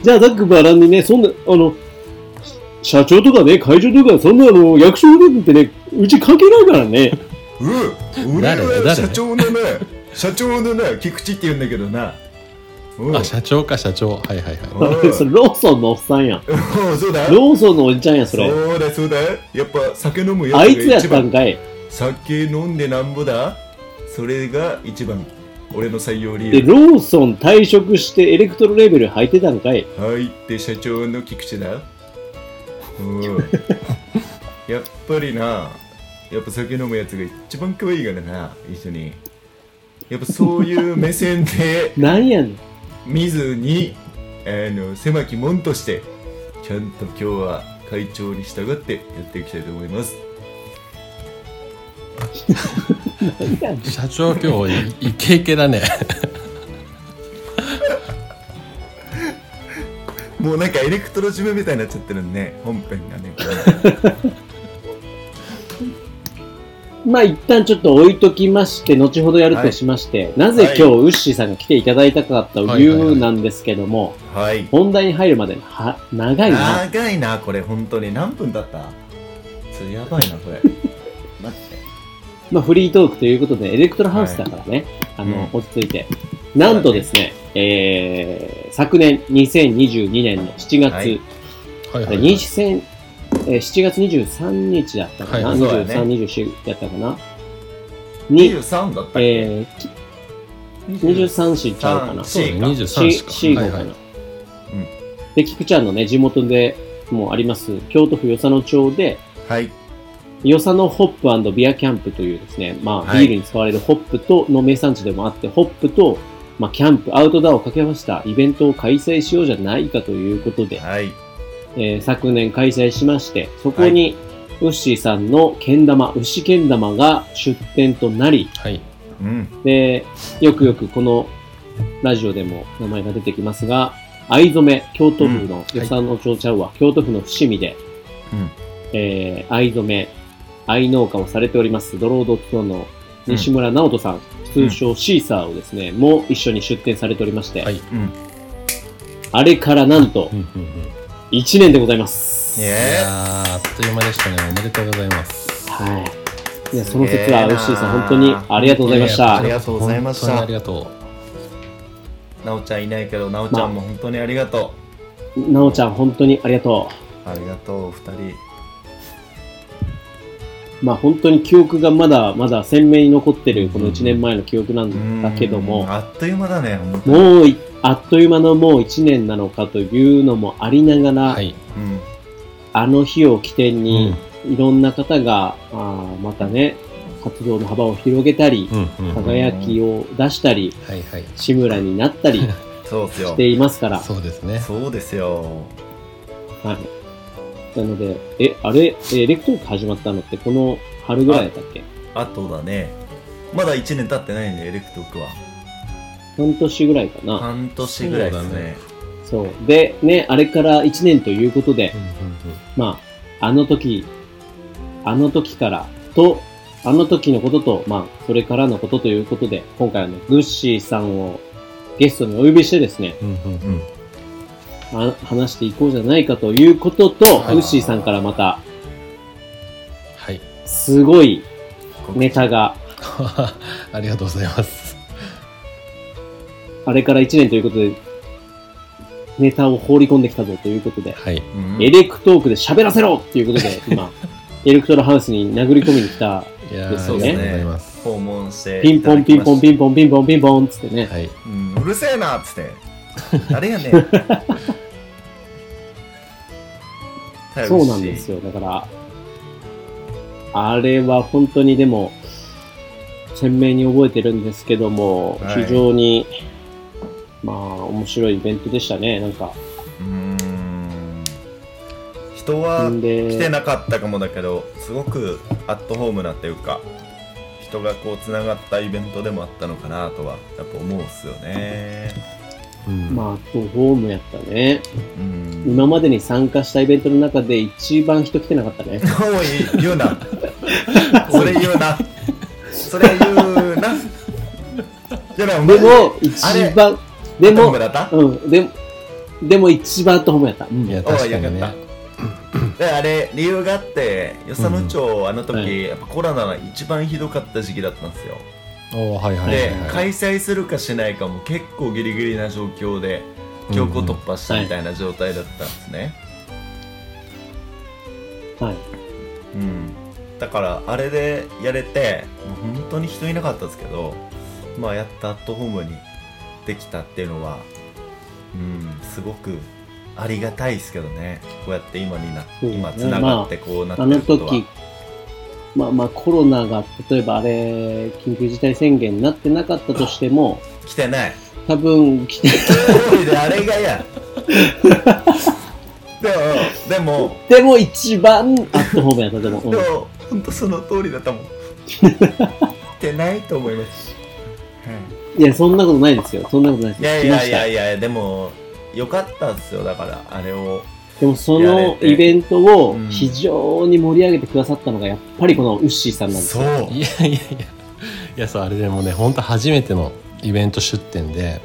Speaker 2: じゃあ、ざっくばらんにね、そんな、あの、社長とかね、会長とか、そんなあの、役所なんてね、うち関係ないからね。
Speaker 3: うん、俺
Speaker 4: 誰
Speaker 3: は
Speaker 4: 誰
Speaker 3: 社長のね、社長のね、菊池って言うんだけどな。 (laughs) うん、
Speaker 4: あ社長か社長はいはいはい
Speaker 3: おい
Speaker 2: (laughs) それローソンのおっさんやん。
Speaker 3: うんそうだ。
Speaker 2: ローソンのおじちゃんや、それ。
Speaker 3: そうだそうだ。やっぱ酒飲むやつ
Speaker 2: あいつ
Speaker 3: が
Speaker 2: やっ
Speaker 3: 一
Speaker 2: たん
Speaker 3: 番。
Speaker 2: かい。
Speaker 3: 酒飲んでなんぼだ。それが一番。俺の採用理
Speaker 2: で、
Speaker 3: 由。
Speaker 2: ローソン退職してエレクトロレーベル入ってたんかい。
Speaker 3: はい、で社長の菊池だ。うん。
Speaker 2: (laughs)
Speaker 3: やっぱりな、やっぱ酒飲むやつが一番可愛いからな、一緒に。やっぱそういう目線で。 (laughs)
Speaker 2: なんやねん。
Speaker 3: 見ずにあの狭き門としてちゃんと今日は会長に従ってやっていきたいと思います
Speaker 4: 社長今日
Speaker 3: (laughs)
Speaker 4: いイケイケだね
Speaker 3: もうなんかエレクトロジムみたいになっちゃってるんでね本編がねこ
Speaker 2: まあ、一旦ちょっと置いときまして、後ほどやるとしまして、なぜ今日、ウッシーさんが来ていただいたかと
Speaker 4: はい
Speaker 2: い
Speaker 4: はいは
Speaker 2: う
Speaker 4: い
Speaker 2: なんですけども、
Speaker 3: れはい
Speaker 2: 本題に入るまで、は、長いな。
Speaker 3: 長いなこれ本当に何分だったそれやばいなこれ待って
Speaker 2: まあ、フリートークということで、エレクトロハウスだからね、あの、落ち着いて。なんとですね、えー、昨年2022年の7月、
Speaker 3: はい
Speaker 4: はいはい、はい、
Speaker 2: 2000えー7月23日だったかな、
Speaker 4: はい
Speaker 3: そうだね
Speaker 2: 23、24だったかなに、
Speaker 3: 23だったっけ、
Speaker 2: えー、き23市ちゃうかな。
Speaker 3: 23
Speaker 4: そうだね
Speaker 3: か
Speaker 4: 23し
Speaker 2: C-
Speaker 4: か
Speaker 2: C5 か
Speaker 4: は
Speaker 2: な。
Speaker 4: いはい、
Speaker 3: うん
Speaker 2: で、菊ちゃんのね、地元でもうあります、京都府与謝野町で、
Speaker 3: はい
Speaker 2: 与謝野ホップビアキャンプというですね、まあ、
Speaker 3: はい
Speaker 2: ビールに使われるホップとの名産地でもあって、ホップと、まあ、キャンプ、アウトドアを掛け合わせたイベントを開催しようじゃないかということで、
Speaker 3: はい
Speaker 2: えー昨年開催しまして、そこに、ウッシーさんのけん玉、牛けん玉が出店となり、
Speaker 4: はい、
Speaker 3: うん
Speaker 2: で、よくよくこのラジオでも名前が出てきますが、藍染め、京都府の
Speaker 4: うん
Speaker 2: 与謝野町ちゃうわ、京都府の伏見で、
Speaker 3: うん
Speaker 2: えー、藍染め、藍農家をされております、ドロードットの西村直人さん、通称シーサーをですね、もう一緒に出店されておりまして、
Speaker 4: はい
Speaker 3: うん
Speaker 2: あれからなんと
Speaker 4: うんうんうん、い
Speaker 2: 1年でございます。
Speaker 3: え
Speaker 4: やーあっという間でしたねおめでとうございます
Speaker 2: はい。いや、その説は、
Speaker 3: すげえな
Speaker 2: ウッシーさん、本当にありがとうございまし
Speaker 4: やや
Speaker 2: た
Speaker 3: あり。がとうございました
Speaker 4: 本当にありがと
Speaker 3: ー、なおちゃんいないけどなおちゃんも本当にありがと
Speaker 2: なおちゃん、本当にありがと
Speaker 3: う、ありがとうお二人
Speaker 2: う。まあ、本当に記憶がまだまだ鮮明に残ってる、この1年前の記憶なんだけど
Speaker 3: うん
Speaker 2: も、
Speaker 3: あっという間だね本当に
Speaker 2: もうい、あっという間のもう1年なのかというのもありながら、
Speaker 4: うはい、
Speaker 3: うん
Speaker 2: あの日を起点
Speaker 4: う
Speaker 2: に、いろんな方が、あーまたね、活動の幅を広げたり、
Speaker 4: うんうんは
Speaker 2: 輝きを出したり、
Speaker 4: いはい
Speaker 2: 志村になったりし
Speaker 3: そうっすよ
Speaker 2: ていますから、
Speaker 4: そうですね
Speaker 3: そうですよ。
Speaker 2: はい。なので、え、あれ、エレクトーク始まったのって、この春ぐらいだったっけ
Speaker 3: あとだね。まだ1年経ってないんで、エレクトークは。
Speaker 2: 半年ぐらいかな。
Speaker 3: 半年ぐらいです
Speaker 4: そうだ
Speaker 3: ね
Speaker 4: ね。
Speaker 2: そう。で、ね、あれから1年ということで
Speaker 4: う、んうんうん
Speaker 2: まあ、あの時、あの時からと、あの時のことと、まあ、それからのことということで、今回はね、グッシーさんをゲストにお呼びしてですね、
Speaker 4: うんうんうん
Speaker 2: あ話していこうじゃないかということと、
Speaker 4: はい
Speaker 2: グッシーさんからまた、
Speaker 4: はい (laughs)
Speaker 2: すごいネタが、
Speaker 4: ありがとうございます
Speaker 2: あれから1年ということで、ネタを放り込んできたぞということで、
Speaker 4: はい
Speaker 3: うん
Speaker 2: エレクトークで喋らせろっていうことで、今、エレクトロハウスに殴り込みに来た、
Speaker 4: いやー
Speaker 2: ですよ
Speaker 4: あ
Speaker 2: ね
Speaker 4: りがとうございます
Speaker 3: 訪問して
Speaker 2: ピンポンピンポンピ
Speaker 3: ン
Speaker 2: ンポンピンポンピンポンっつってね、
Speaker 4: はい
Speaker 3: うん、うるせえなっつ
Speaker 2: (laughs)
Speaker 3: って。誰やねん。
Speaker 2: そうなんです
Speaker 3: よ。
Speaker 2: よ。だから、あれは本当にでも、鮮明に覚えてるんですけども、
Speaker 3: はい
Speaker 2: 非常に、まあ、面白いイベントでしたね。なんか、
Speaker 3: うーん。人は
Speaker 2: ん
Speaker 3: 来て
Speaker 2: で、
Speaker 3: なかったかもだけど、すごくアットホームなっていうか、人がこうつながったイベントでもあったのかなとは、やっぱ思うっすよね。
Speaker 4: うん
Speaker 2: まあ、アットホームやったね。
Speaker 3: うん
Speaker 2: 今までに参加したイベントの中で一番人来てなかったね。
Speaker 3: おい言う
Speaker 2: (laughs)
Speaker 3: なそれ言うなそれ言うなで
Speaker 2: でも、一番、で
Speaker 3: でも
Speaker 2: も、
Speaker 3: だった
Speaker 2: うん、でも、でも一番アットホームやった。うん
Speaker 4: いや
Speaker 3: お
Speaker 4: 確
Speaker 3: い
Speaker 4: か
Speaker 3: よ
Speaker 4: に
Speaker 3: か
Speaker 4: ね
Speaker 3: っ、であれ理由があって与謝野町あの時、
Speaker 2: うんうん
Speaker 3: やっぱコロナが一番ひどかった時期だったんですよ、
Speaker 4: おーはいはい
Speaker 3: で、
Speaker 4: はいはい
Speaker 3: 開催するかしないかも結構ギリギリな状況で強行突破したみたいな状態だったんですね、
Speaker 2: はい。
Speaker 3: うん、だからあれでやれてもう本当に人いなかったですけどまあやったアットホームにできたっていうのはうんすごくありがたいですけどねこうやって今にな
Speaker 2: そうね
Speaker 3: 今つながってこうなって
Speaker 2: あの
Speaker 3: ることは、
Speaker 2: 時、まあまあコロナが、例えばあれ、緊急事態宣言になってなかったとしても、
Speaker 3: 来てない
Speaker 2: 多分来て、
Speaker 3: おいであれが
Speaker 2: (laughs)
Speaker 3: やでもでも
Speaker 2: でも一番アットホームやっ
Speaker 3: (laughs)
Speaker 2: たと思
Speaker 3: で
Speaker 2: ううん。
Speaker 3: も本当その通りだったもん来てないと思います、はい
Speaker 2: いや、そんなことないですよ。そんなことないです。
Speaker 3: いやい
Speaker 2: 来ま
Speaker 3: や
Speaker 2: し
Speaker 3: い
Speaker 2: た
Speaker 3: やいやでもよかったっすよだからあれを
Speaker 2: でもそ
Speaker 3: やれ
Speaker 2: の
Speaker 3: て
Speaker 2: イベントを
Speaker 3: うん
Speaker 2: 非常に盛り上げてくださったのがやっぱりこのウッシーさんなんですよ。
Speaker 3: う
Speaker 4: いやいやいやいやそうあれでもね本当初めてのイベント出店で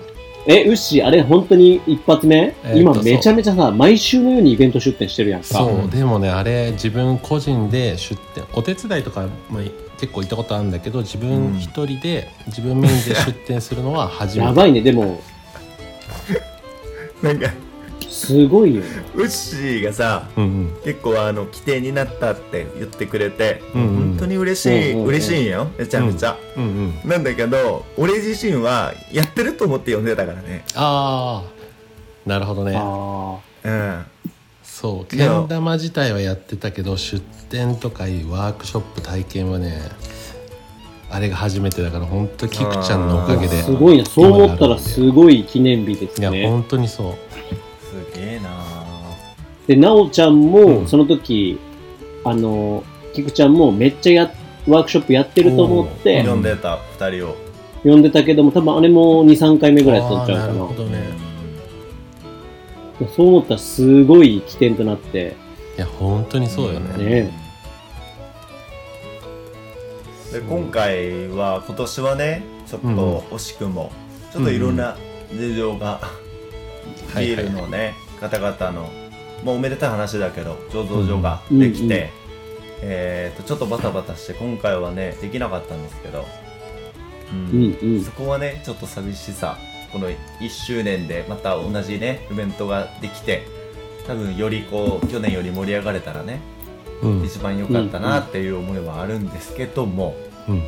Speaker 2: え、ウッシー、あれ本当に一発目、
Speaker 4: えーと
Speaker 2: 今めちゃめちゃさ、毎週のようにイベント出店してるやんか。
Speaker 4: そう、
Speaker 3: うん
Speaker 4: でもねあれ自分個人で出店お手伝いとか、まあ、結構行ったことあるんだけど自
Speaker 3: うん
Speaker 4: 分一人で、自分メインで出店するのは初めて
Speaker 2: やばいね、でも、
Speaker 3: なんか
Speaker 2: すごいよ。
Speaker 3: ウッシーがさ
Speaker 4: うん
Speaker 3: 結構あの規定になったって言ってくれて、
Speaker 4: うんうん
Speaker 3: 本当に嬉しい、
Speaker 2: うんうんうん
Speaker 3: 嬉しいんよめちゃめちゃ、
Speaker 4: うんうんうん
Speaker 3: なんだけど俺自身はやってると思って呼んでたからね
Speaker 4: ああなるほどね
Speaker 2: あ
Speaker 3: うん
Speaker 4: そう
Speaker 3: いや
Speaker 4: けん玉自体はやってたけど出店とかいうワークショップ体験はねあれが初めてだから本当キクちゃんのおか
Speaker 2: あ
Speaker 4: げで。
Speaker 2: すごいな。そう思ったらすごい記念日です
Speaker 4: いや
Speaker 2: ね。
Speaker 4: 本当にそう
Speaker 3: すげえな
Speaker 2: で、なおちゃん
Speaker 4: う
Speaker 2: も、
Speaker 4: ん
Speaker 2: その時、あの、キクちゃんもめっちゃや、ワークショップやってると思っ
Speaker 4: う
Speaker 2: て
Speaker 4: ん、
Speaker 3: 呼んでた2人を
Speaker 2: 呼んでたけども、多分あれも2、3回目ぐらい取っちゃう
Speaker 4: あーな
Speaker 2: か
Speaker 4: る
Speaker 2: な
Speaker 4: ほ。どね
Speaker 2: そう思ったらすごい起点となって、
Speaker 4: いや本当にそうよね、
Speaker 2: ね
Speaker 3: で今回は今年はねちょっと惜しくも、ちょっといろんな事情が、
Speaker 4: はい
Speaker 3: ビールのね方々の、まあ、おめでたい話だけど醸造所ができて、
Speaker 2: うんうんうん
Speaker 3: えー、とちょっとバタバタして今回はねできなかったんですけど、う
Speaker 2: うんうんん
Speaker 3: そ。こはねちょっと寂しさこの1周年でまた同じねイベントができて多分よりこう去年より盛り上がれたらね
Speaker 4: うん
Speaker 3: 一番良かったなっていう思いはあるんですけども、
Speaker 4: うん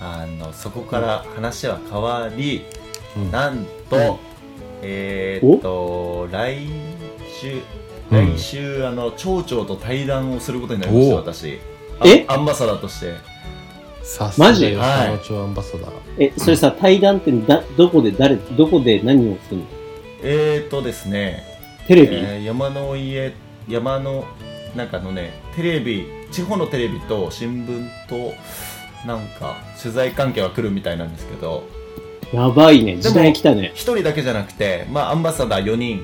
Speaker 3: あのそこから話は変わり、
Speaker 4: うん
Speaker 3: なんと、
Speaker 2: うん
Speaker 3: えー、っと来週
Speaker 4: うん
Speaker 3: 来週、あの町長と対談をすることになりました
Speaker 4: おお
Speaker 3: 私
Speaker 2: え
Speaker 3: あアンバサダーとして
Speaker 4: さすが
Speaker 2: マジ
Speaker 4: 吉
Speaker 3: はい
Speaker 4: 田の町アンバサダー、
Speaker 2: え、それさ、対談ってだどこで誰、どこで何をするの
Speaker 3: えー、っとですね、
Speaker 2: テレビ、
Speaker 3: えー山の家山の中のねテレビ地方のテレビと新聞となんか取材関係は来るみたいなんですけど
Speaker 2: やばいね。
Speaker 3: も
Speaker 2: 時代来たね。
Speaker 3: 1人だけじゃなくて、まあ、アンバサダー4人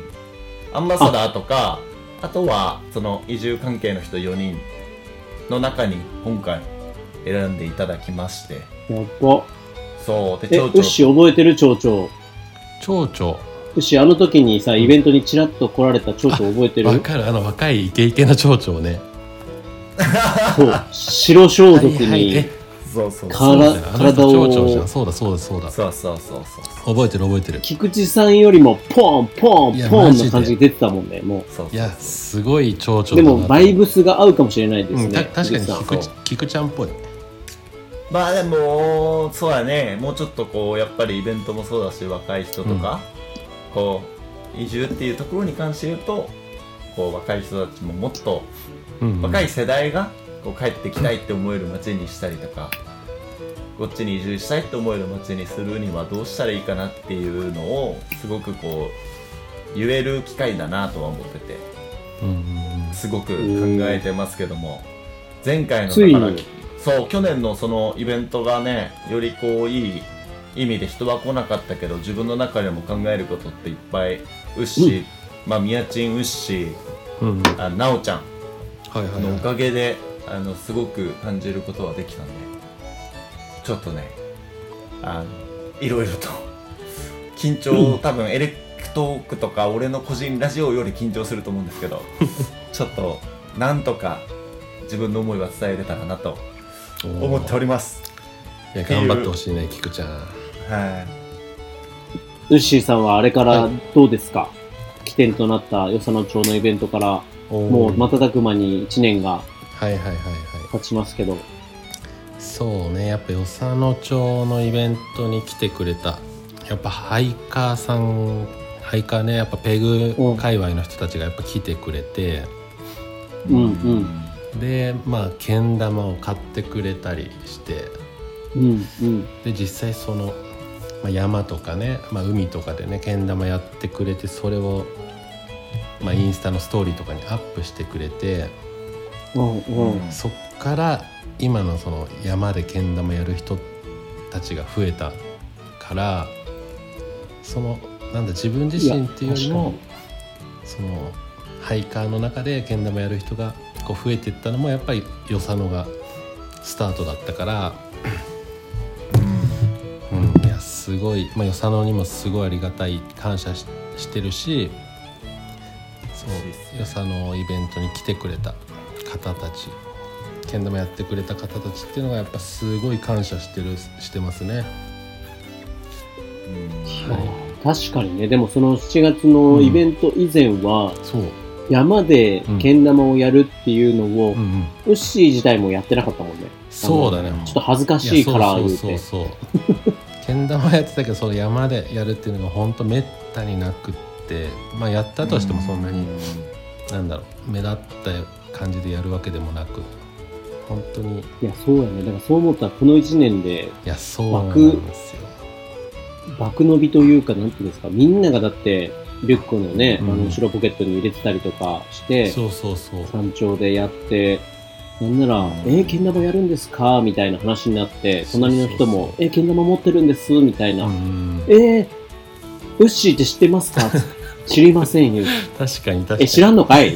Speaker 3: アンバサダーとかあとはその移住関係の人4人の中に今回選んでいただきまして
Speaker 2: やっば。
Speaker 3: そうで
Speaker 2: え、
Speaker 3: 町
Speaker 2: ウッシ
Speaker 3: 長
Speaker 2: ー覚えてる町長。
Speaker 4: 町長
Speaker 2: ウッシー、あの時にさ、イベントにちらっと来られた町長覚えて
Speaker 4: わ
Speaker 2: る
Speaker 4: かるあの若いイケイケな町長ね
Speaker 2: そう。白装束
Speaker 4: はいはい
Speaker 2: に
Speaker 4: え
Speaker 3: そうそう
Speaker 2: か
Speaker 4: そう
Speaker 2: ら
Speaker 4: だよあの
Speaker 2: 体
Speaker 4: 人町長じゃ
Speaker 2: を
Speaker 4: ん、そうだそうだそうだ
Speaker 3: そうそうそうそう
Speaker 4: 覚えてる覚えてる
Speaker 2: 菊池さんよりもポンポン
Speaker 4: いや
Speaker 2: ポ
Speaker 4: マ
Speaker 2: ン
Speaker 4: ジで
Speaker 2: な感じで出てたもんね、も
Speaker 3: そうそう
Speaker 4: いやすごい町
Speaker 2: う。
Speaker 4: 長
Speaker 2: で
Speaker 4: だな
Speaker 2: も、バイブスが合うかもしれないです
Speaker 4: うんた
Speaker 2: ね。
Speaker 4: 確かに
Speaker 2: 菊池さん
Speaker 4: 菊池菊ちゃんっぽい
Speaker 3: まあでもそうだねもうちょっとこうやっぱりイベントもそうだし若い人とか、こう移住っていうところに関して言うとこう若い人たちももっと若
Speaker 4: い
Speaker 3: い世代がこう帰ってきたいって思える街にしたりとかこっちに移住したいって思える街にするにはどうしたらいいかなっていうのをすごくこう言える機会だなとは思ってて
Speaker 4: うんうん
Speaker 3: すごく考えてますけども前回の
Speaker 2: つい
Speaker 3: だから
Speaker 2: に、
Speaker 3: そう去年のそのイベントがねよりこういい意味で人は来なかったけど自分の中でも考えることっていっぱいウッシー、まあ、みやちんウッシ
Speaker 4: うん
Speaker 3: ーあなおちゃん
Speaker 4: はいはい
Speaker 3: のお
Speaker 4: は
Speaker 3: かげであのすごく感じることはできたんでちょっとねあのいろいろと緊張多分エレクトークとか俺の個人ラジオより緊張すると思うんです
Speaker 4: (laughs)
Speaker 3: けどちょっとなんとか自分の思いは伝えれたらなと
Speaker 4: いおー
Speaker 3: 思っております。
Speaker 4: いや頑張ってほしいね菊ちゃん
Speaker 3: はい、
Speaker 2: ウッシーさんはあれから
Speaker 4: は
Speaker 2: どうですか、起点となった与謝野町のイベントから、もう
Speaker 4: ま
Speaker 2: 瞬く間に1年が
Speaker 4: はいはいはいはい
Speaker 2: 経ちますけど、
Speaker 4: そうねやっぱ与謝野町のイベントに来てくれたやっぱハイカーさんハイカーねやっぱペグ界隈の人たちがやっぱ来てくれて、
Speaker 2: うんうん
Speaker 4: でまあけん玉を買ってくれたりして
Speaker 2: うんうん
Speaker 4: で実際その、まあ、山とかね、まあ、海とかでねけん玉やってくれてそれを、まあ、インスタのストーリーとかにアップしてくれて
Speaker 2: うんうん
Speaker 3: うん
Speaker 4: そっから今のその山でけん玉やる人たちが増えたからそのなんだ自分自身っていうより
Speaker 2: いや
Speaker 4: も
Speaker 2: 確
Speaker 4: そのハイカーの中でけん玉やる人がこう増えていったのもやっぱり与謝野がスタートだったから、うん、いやすごい、まあ、与謝野にもすごいありがたい感謝ししてるしそう
Speaker 3: 嬉しいっすね
Speaker 4: 与謝野イベントに来てくれた方たちけん玉やってくれた方たちっていうのがやっぱすごい感謝してるしてますね。
Speaker 2: 確かにね、でもその7月のイベント以前は、
Speaker 4: そう、
Speaker 2: 山でけん玉をやるっていうのを、
Speaker 4: うんうん、
Speaker 2: ウッシー自体もやってなかったもんね。
Speaker 4: そうだね
Speaker 2: ちょっと恥ずかしいから言
Speaker 4: や
Speaker 2: うて。
Speaker 4: そうそうそうそうけん玉やってたけどその山でやるっていうのが本当めったになくってまあやったとしてもそんなに、なんだろう目立った感じでやるわけでもなく本当にい
Speaker 2: いや、そうやね。だからそう思ったら、この1年で、
Speaker 4: やそうなんですよ
Speaker 2: 爆伸びというか、なんていうんですか、みんながだって、リュックのね、
Speaker 4: うん
Speaker 2: あの、後ろポケットに入れてたりとかして、
Speaker 4: そうそうそう
Speaker 2: 山頂でやって、なんなら、
Speaker 3: うん
Speaker 2: えー、けん玉やるんですかみたいな話になって、
Speaker 4: そうそうそう
Speaker 2: 隣の人も、えー、けん玉持ってるんですみたいな、
Speaker 4: うん
Speaker 2: えー、ウッシーって知ってま
Speaker 4: (laughs)
Speaker 2: すか知りませんよ。
Speaker 4: 確かに確かに
Speaker 2: え、知らんのか
Speaker 4: (laughs)
Speaker 2: い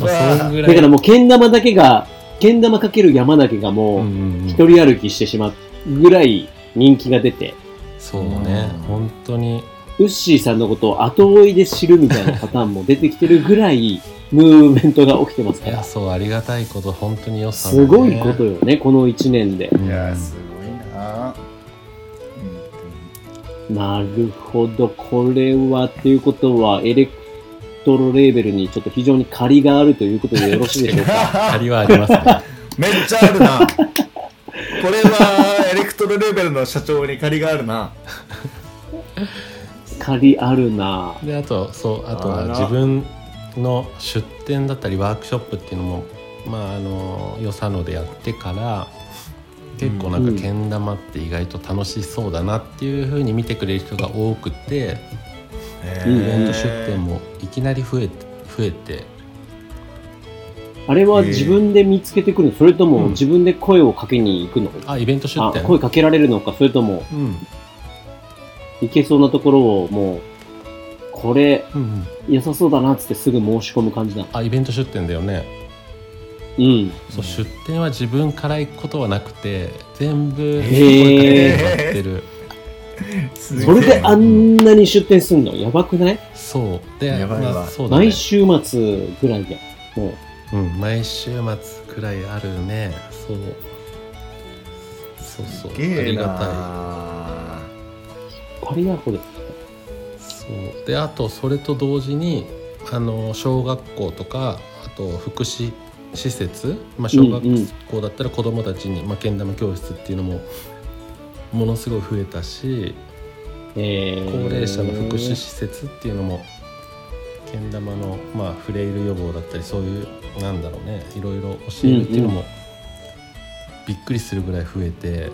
Speaker 4: まあそんぐら
Speaker 2: だ
Speaker 4: い
Speaker 2: からもう、けん玉だけが、けん玉かける山だけが
Speaker 4: うん
Speaker 2: もう、
Speaker 4: うんうん
Speaker 2: 一人歩きしてしまうぐらい人気が出て、
Speaker 4: そうね
Speaker 3: うん
Speaker 4: 本当に
Speaker 2: ウッシーさんのことを後追いで知るみたいなパターンも出てきてるぐらい、ムーブメントが起きてます
Speaker 4: い
Speaker 2: か
Speaker 4: や
Speaker 2: ら。
Speaker 4: そうありがたいこと本当によさ、ね、
Speaker 2: すごいことよね、この1年で。
Speaker 4: うん
Speaker 3: いやーすごいなー本当に
Speaker 2: なるほど、これは、っていうことは、エレクトロレーベルにちょっと非常に借りがあるということでよろしいで
Speaker 4: (laughs)
Speaker 2: しょうか。
Speaker 4: 借りはありますね
Speaker 3: めっちゃあるなこれはエレクトロレベルの社長に借りがあるな
Speaker 2: 借りあるなぁ
Speaker 4: であとそうあと
Speaker 3: あ
Speaker 4: は
Speaker 3: ら
Speaker 4: 自分の出店だったりワークショップっていうのもまああのよさのでやってから結構なん
Speaker 2: うん
Speaker 4: かけん玉って意外と楽しそうだなっていうふうに見てくれる人が多くて
Speaker 2: う
Speaker 4: イ
Speaker 2: ん
Speaker 4: ベント出店もいきなり増えて増えて
Speaker 2: あれは自分で見つけてくるのそれとも
Speaker 4: うん
Speaker 2: 自分で声をかけに行くの、
Speaker 4: あイベント出
Speaker 2: あ、
Speaker 4: 店
Speaker 2: 声かけられるのか、それとも、
Speaker 4: うん
Speaker 2: 行けそうなところをもう、これ、
Speaker 4: うんうん
Speaker 2: 良さそうだなっつってすぐ申し込む感じなの。
Speaker 4: あイベント出店だよね
Speaker 2: うん。
Speaker 4: そう出店は自分から行くことはなくて全部
Speaker 2: へ
Speaker 3: ー
Speaker 4: 声かけてもらってる
Speaker 3: そ
Speaker 2: それであんなに出店すんのやばくない
Speaker 4: そうで
Speaker 3: やばいわ
Speaker 4: まあそうだね
Speaker 2: 毎週末ぐらいや。も
Speaker 4: うん、毎週末くらいあるねそうそうそうありが
Speaker 3: が
Speaker 2: う、パリアホです。
Speaker 4: たいそうであとそれと同時にあの小学校とかあと福祉施設、まあ、小学
Speaker 2: うんうん
Speaker 4: 校だったら子どもたちに、まあ、けん玉教室っていうのもものすごい増えたし
Speaker 2: えー
Speaker 4: 高齢者の福祉施設っていうのもけん玉の、まあ、フレイル予防だったりそういうなんだろうねいろいろ教えるっていうのも、びっくりするぐらい増えて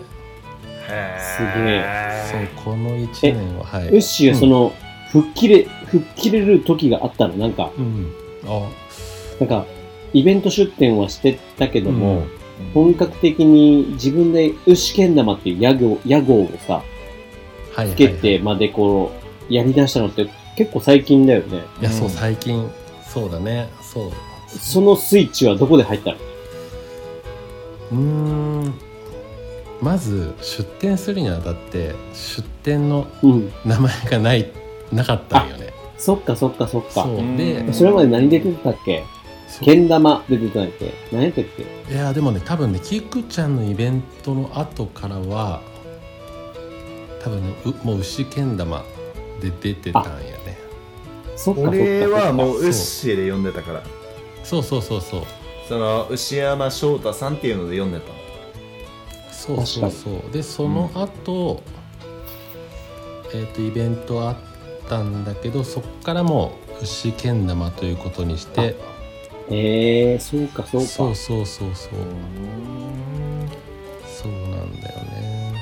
Speaker 2: すげえ。
Speaker 4: そうこの1年ははい
Speaker 2: ウッシーがそ、の、吹っ切れ、吹っ切れる時があったのなんか、
Speaker 4: うんうんあ
Speaker 2: なんか、イベント出店はしてたけど
Speaker 4: う
Speaker 2: も、
Speaker 4: ん
Speaker 2: 本格的に自分で牛けん玉っていう屋号屋号をさ、
Speaker 4: はい
Speaker 2: つけてまでこう、やり出したのって結構最近だよね。
Speaker 4: いやそ
Speaker 3: う
Speaker 4: う
Speaker 3: ん
Speaker 4: 最近そうだねそう
Speaker 2: そのスイッチはどこで入ったの
Speaker 4: うーんまず出店するにあたって出店の
Speaker 2: うん。
Speaker 4: 名前がないなかったんよね
Speaker 2: そっかそっかそっ
Speaker 4: そ
Speaker 2: か。
Speaker 4: う
Speaker 3: うん
Speaker 4: で
Speaker 2: それまで何出てたっけ
Speaker 4: そう
Speaker 2: けん玉で出てたんやっけ何やったっけ
Speaker 4: いやでもね多分ねキクちゃんのイベントの後からは多分ねうもう牛けん玉で出てたんやね
Speaker 2: そっかそっかそっか。
Speaker 3: 俺はもう
Speaker 4: そう
Speaker 3: ウッシーで呼んでたから
Speaker 4: そうそうそうそう
Speaker 3: その牛山翔太さんっていうので呼んでた
Speaker 4: そうそうそうでその後、えっ、とイベントあったんだけどそっからもう牛けん玉ということにして
Speaker 2: ええー、そうかそうか。
Speaker 4: そうそうそうそうそうなんだよね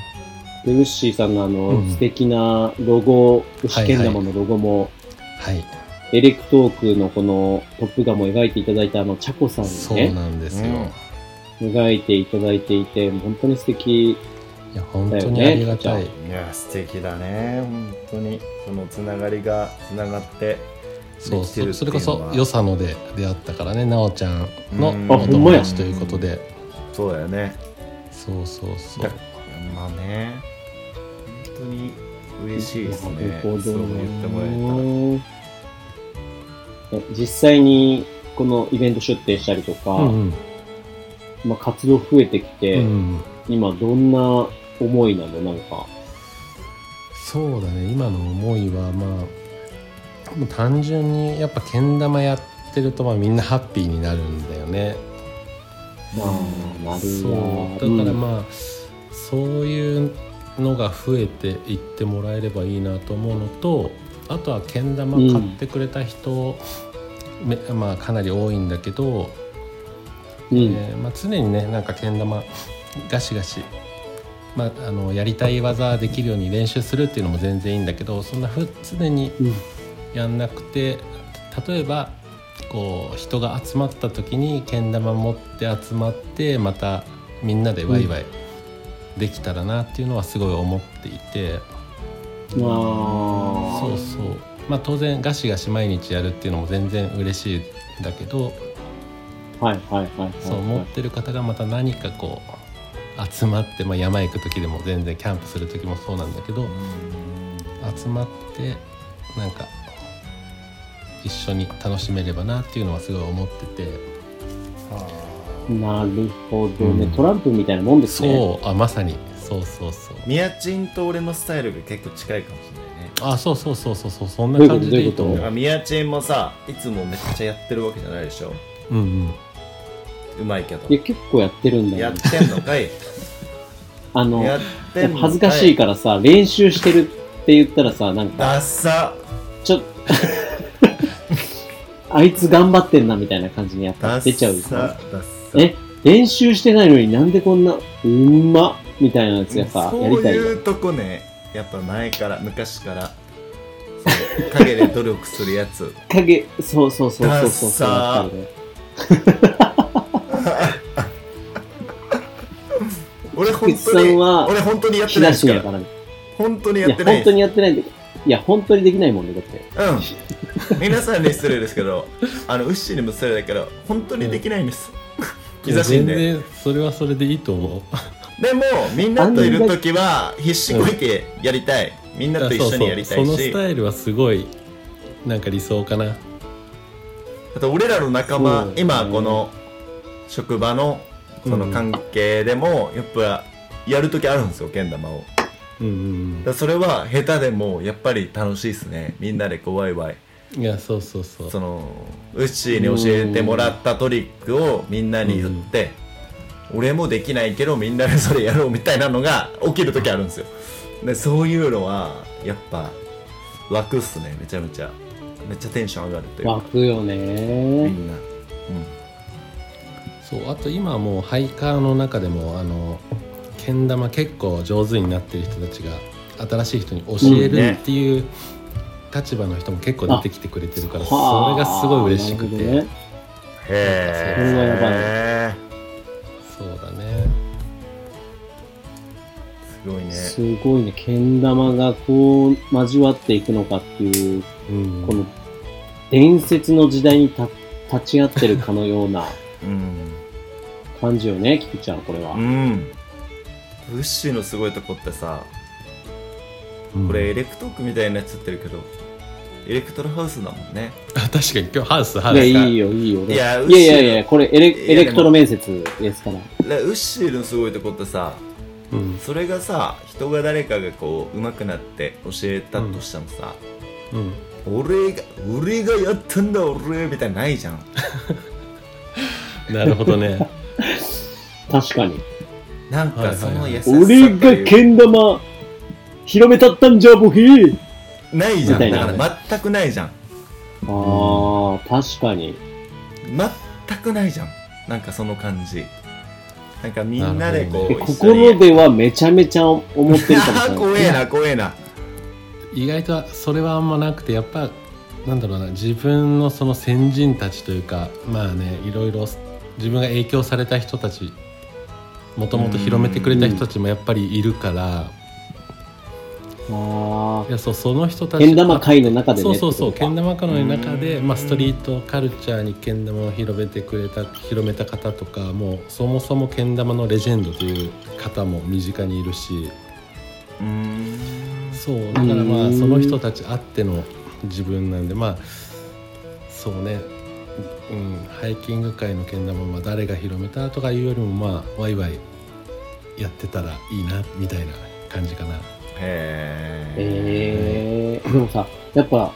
Speaker 2: で、ウッシーさんのあの、
Speaker 4: うん
Speaker 2: 素敵なロゴ、牛けん玉のロゴも、
Speaker 4: はい
Speaker 2: エレクトークのこのトップガンも描いていただいたあの、チャコさん
Speaker 4: そう
Speaker 2: にね、
Speaker 4: なんですよ、
Speaker 3: うん
Speaker 2: 描いていただいていて、本当に素敵。
Speaker 4: いや本当にありがたい、
Speaker 3: いや素敵だね本当にそのつながりがつながって
Speaker 4: そう
Speaker 3: できてるっていうの
Speaker 4: そ
Speaker 3: は
Speaker 4: それこそよさので出会ったからねなおちゃんの
Speaker 3: うん
Speaker 2: あ
Speaker 4: お
Speaker 2: ほんま
Speaker 4: 友
Speaker 2: や
Speaker 4: 達ということで
Speaker 3: そうだよね
Speaker 4: そうそうそう
Speaker 3: だまあね本当に嬉しいですね
Speaker 2: なるほ
Speaker 3: そ
Speaker 2: ど
Speaker 3: う言ってもらえ
Speaker 2: ねえ実際に、このイベント出店したりとか、
Speaker 4: うん
Speaker 2: まあ、活動増えてき
Speaker 4: う
Speaker 2: て、
Speaker 4: ん、うん
Speaker 2: 今どんな思いなのなんか。
Speaker 4: そうだね今の思いはまあもう単純にやっぱけん玉やってるとまあみんなハッピーになるんだよね。
Speaker 2: まあ、なる
Speaker 4: そう
Speaker 2: よ
Speaker 4: だからまあ、そういうのが増えていってもらえればいいなと思うのとあとはけん玉買ってくれた人、めまあ、かなり多いんだけど、
Speaker 2: うん。うん
Speaker 4: えーまあ、常にねなんかけん玉ガシガシ、まあ、あのやりたい技できるように練習するっていうのも全然いいんだけどそんなふ常に
Speaker 2: うん
Speaker 4: やんなくて例えばこう人が集まった時にけん玉持って集まってまたみんなでワイワイできたらなっていうのはすごい思っていて、
Speaker 2: まあ、
Speaker 4: そうそうまあ当然ガシガシ毎日やるっていうのも全然嬉しいんだけど
Speaker 2: はいはいはいはい、はい。
Speaker 4: そう持ってる方がまた何かこう集まって、まあ、山行く時でも全然キャンプする時もそうなんだけど集まってなんか一緒に楽しめればなっていうのはすごい思ってて、
Speaker 2: なるほどね、
Speaker 4: うん
Speaker 2: トランプみたいなもんですね。
Speaker 4: そうあまさにそうそうそう
Speaker 3: た宮賃と俺のスタイルが結構近いかもしれないね
Speaker 4: あそうそうそうそうそうそんな感じでいいと思う
Speaker 2: どういう
Speaker 3: だから宮賃もさいつもめっちゃやってるわけじゃないでしょ
Speaker 4: うんうん
Speaker 3: うまいけど
Speaker 2: いや、結構やってるんだ
Speaker 3: や
Speaker 2: よ、
Speaker 3: っ
Speaker 2: ね。
Speaker 3: てんのかい
Speaker 2: あの、
Speaker 3: やってんのかい
Speaker 2: 恥ずかしいからさ、練習してるって言ったらさ、なんか、
Speaker 3: ダッサ
Speaker 2: ちょっあいつ頑張ってんなみたいな感じにやっぱ
Speaker 3: ダッサ
Speaker 2: 出ちゃうよね
Speaker 3: ダッサ
Speaker 2: え、練習してないのになんでこんな、うんまみたいなやつがさ、
Speaker 3: そう
Speaker 2: やりたいよ。
Speaker 3: いうとこねやっぱ前から昔からそう陰で努力するやつ
Speaker 2: (laughs) 影、そうそうそうそうそうそう。
Speaker 3: ダ
Speaker 2: や
Speaker 3: ッサー
Speaker 2: っぱりね
Speaker 3: 俺本
Speaker 2: 菊池
Speaker 3: 当
Speaker 2: さん
Speaker 3: に
Speaker 2: は
Speaker 3: 俺本当にやって
Speaker 2: 木
Speaker 3: ないで
Speaker 2: 梨
Speaker 3: すか
Speaker 2: や
Speaker 3: ら
Speaker 2: からね。
Speaker 3: 本当に
Speaker 2: い
Speaker 3: や
Speaker 2: や、
Speaker 3: ってないで
Speaker 2: 本当
Speaker 3: す
Speaker 2: にやってないんだけど。いや、本当にできないもんね、だって。
Speaker 3: うん皆さんに失礼ですけどあのウッシーにも失礼だけど本当にできないんです、
Speaker 4: いや
Speaker 3: 久しい
Speaker 4: 全
Speaker 3: んで
Speaker 4: 然それはそれでいいと思う
Speaker 3: でもみんなといる時は必死こいてやりたい、みんなと一緒にやりたい
Speaker 4: あそうそうその
Speaker 3: し
Speaker 4: スタイルはすごいなんか理想かな
Speaker 3: あと俺らの仲
Speaker 2: そ
Speaker 3: 間
Speaker 2: う
Speaker 3: 今この職場のその関係でもやっぱやる時あるんですよけん玉を
Speaker 4: うんうん
Speaker 3: だからそれは下手でもやっぱり楽しいですねみんなでこうワイワイ
Speaker 4: うんいやそうそうそう
Speaker 3: そのウッシーに教えてもらったトリックをみんなに言って、俺もできないけどみんなでそれやろうみたいなのが起きる時あるんですよでそういうのはやっぱ楽っすねめちゃめちゃめっちゃテンション上がるという
Speaker 2: 湧
Speaker 3: か
Speaker 2: くよ
Speaker 3: み
Speaker 2: ね。
Speaker 3: んな、
Speaker 4: そうあと今はもうハイカーの中でもあのけん玉結構上手になってる人たちが新しい人に教え
Speaker 3: うんね
Speaker 4: るっていう立場の人も結構出てきてくれてるから、
Speaker 2: はあ
Speaker 4: それがすごい嬉しくて、
Speaker 2: なるほどね
Speaker 3: へ
Speaker 2: それはやばい
Speaker 3: え
Speaker 4: そうだ
Speaker 3: ごいね
Speaker 2: すごいね、けん玉がこう交わっていくのかっていう、
Speaker 4: うん
Speaker 2: この伝説の時代にた立ち会ってるかのよ
Speaker 3: (laughs)
Speaker 2: うな
Speaker 3: うん
Speaker 2: 感じよね、菊ちゃん、これは。
Speaker 3: うんウッシーのすごいとこってさこれエレクトークみたいになっちゃってるけどエレクトロハウスだもんね
Speaker 4: あ確かに今日ハウスハウ
Speaker 2: いや、
Speaker 4: ス
Speaker 2: いいよ、いいよ。
Speaker 3: いや
Speaker 2: いやいやいや、これエ
Speaker 3: い
Speaker 2: レ
Speaker 3: やでも
Speaker 2: エレクトロ面接ですから。
Speaker 3: だウッシーのすごいとこってさ
Speaker 4: うん
Speaker 3: それがさ人が誰かがこう上手くなって教えたとしてもさ、
Speaker 4: うん
Speaker 3: 俺が俺がやったんだ俺みたいなのないじゃん
Speaker 4: なるほどね
Speaker 2: 確かに。
Speaker 3: なん
Speaker 4: はい
Speaker 3: か
Speaker 4: はい
Speaker 3: その優しさと
Speaker 2: 俺
Speaker 3: いう
Speaker 2: がけん玉、広めたったんじゃ、ボケー
Speaker 3: ないじゃん
Speaker 2: みたい
Speaker 3: だ
Speaker 2: な
Speaker 3: から全くないじゃん
Speaker 2: ああ、確かに。
Speaker 3: 全くないじゃんなんかその感じなんかみんなでこ
Speaker 4: な
Speaker 3: う、
Speaker 2: で
Speaker 4: る
Speaker 3: 一緒に
Speaker 2: 心ではめちゃめちゃ思ってるかも
Speaker 3: あ
Speaker 2: しれ
Speaker 3: ー
Speaker 2: ない。
Speaker 3: 怖えな怖えな
Speaker 4: 意外とそれはあんまなくてやっぱなんだろうな自分のその先人たちというかまあねいろいろ自分が影響された人たちもともと広めてくれた人たちもやっぱりいるから
Speaker 2: あ
Speaker 4: いやそうその人た
Speaker 2: あ。
Speaker 4: ち
Speaker 2: けん玉会の中でね。
Speaker 4: そうそうそう
Speaker 2: ってこ
Speaker 4: けん
Speaker 2: とか
Speaker 4: 玉カの中で、
Speaker 3: うん
Speaker 4: まあ、ストリートカルチャーにけん玉を広めてくれた広めた方とかもうそもそもけん玉のレジェンドという方も身近にいるし
Speaker 3: うーん
Speaker 4: そうだからま
Speaker 2: う
Speaker 4: あ
Speaker 2: ん
Speaker 4: その人たちあっての自分なんでまあそうね、うん、ハイキング界のけん玉は誰が広めたとかいうよりもまあワイワイやってたらいいなみたいな感じかな。
Speaker 3: へえ
Speaker 2: ええでもさ、やっぱ、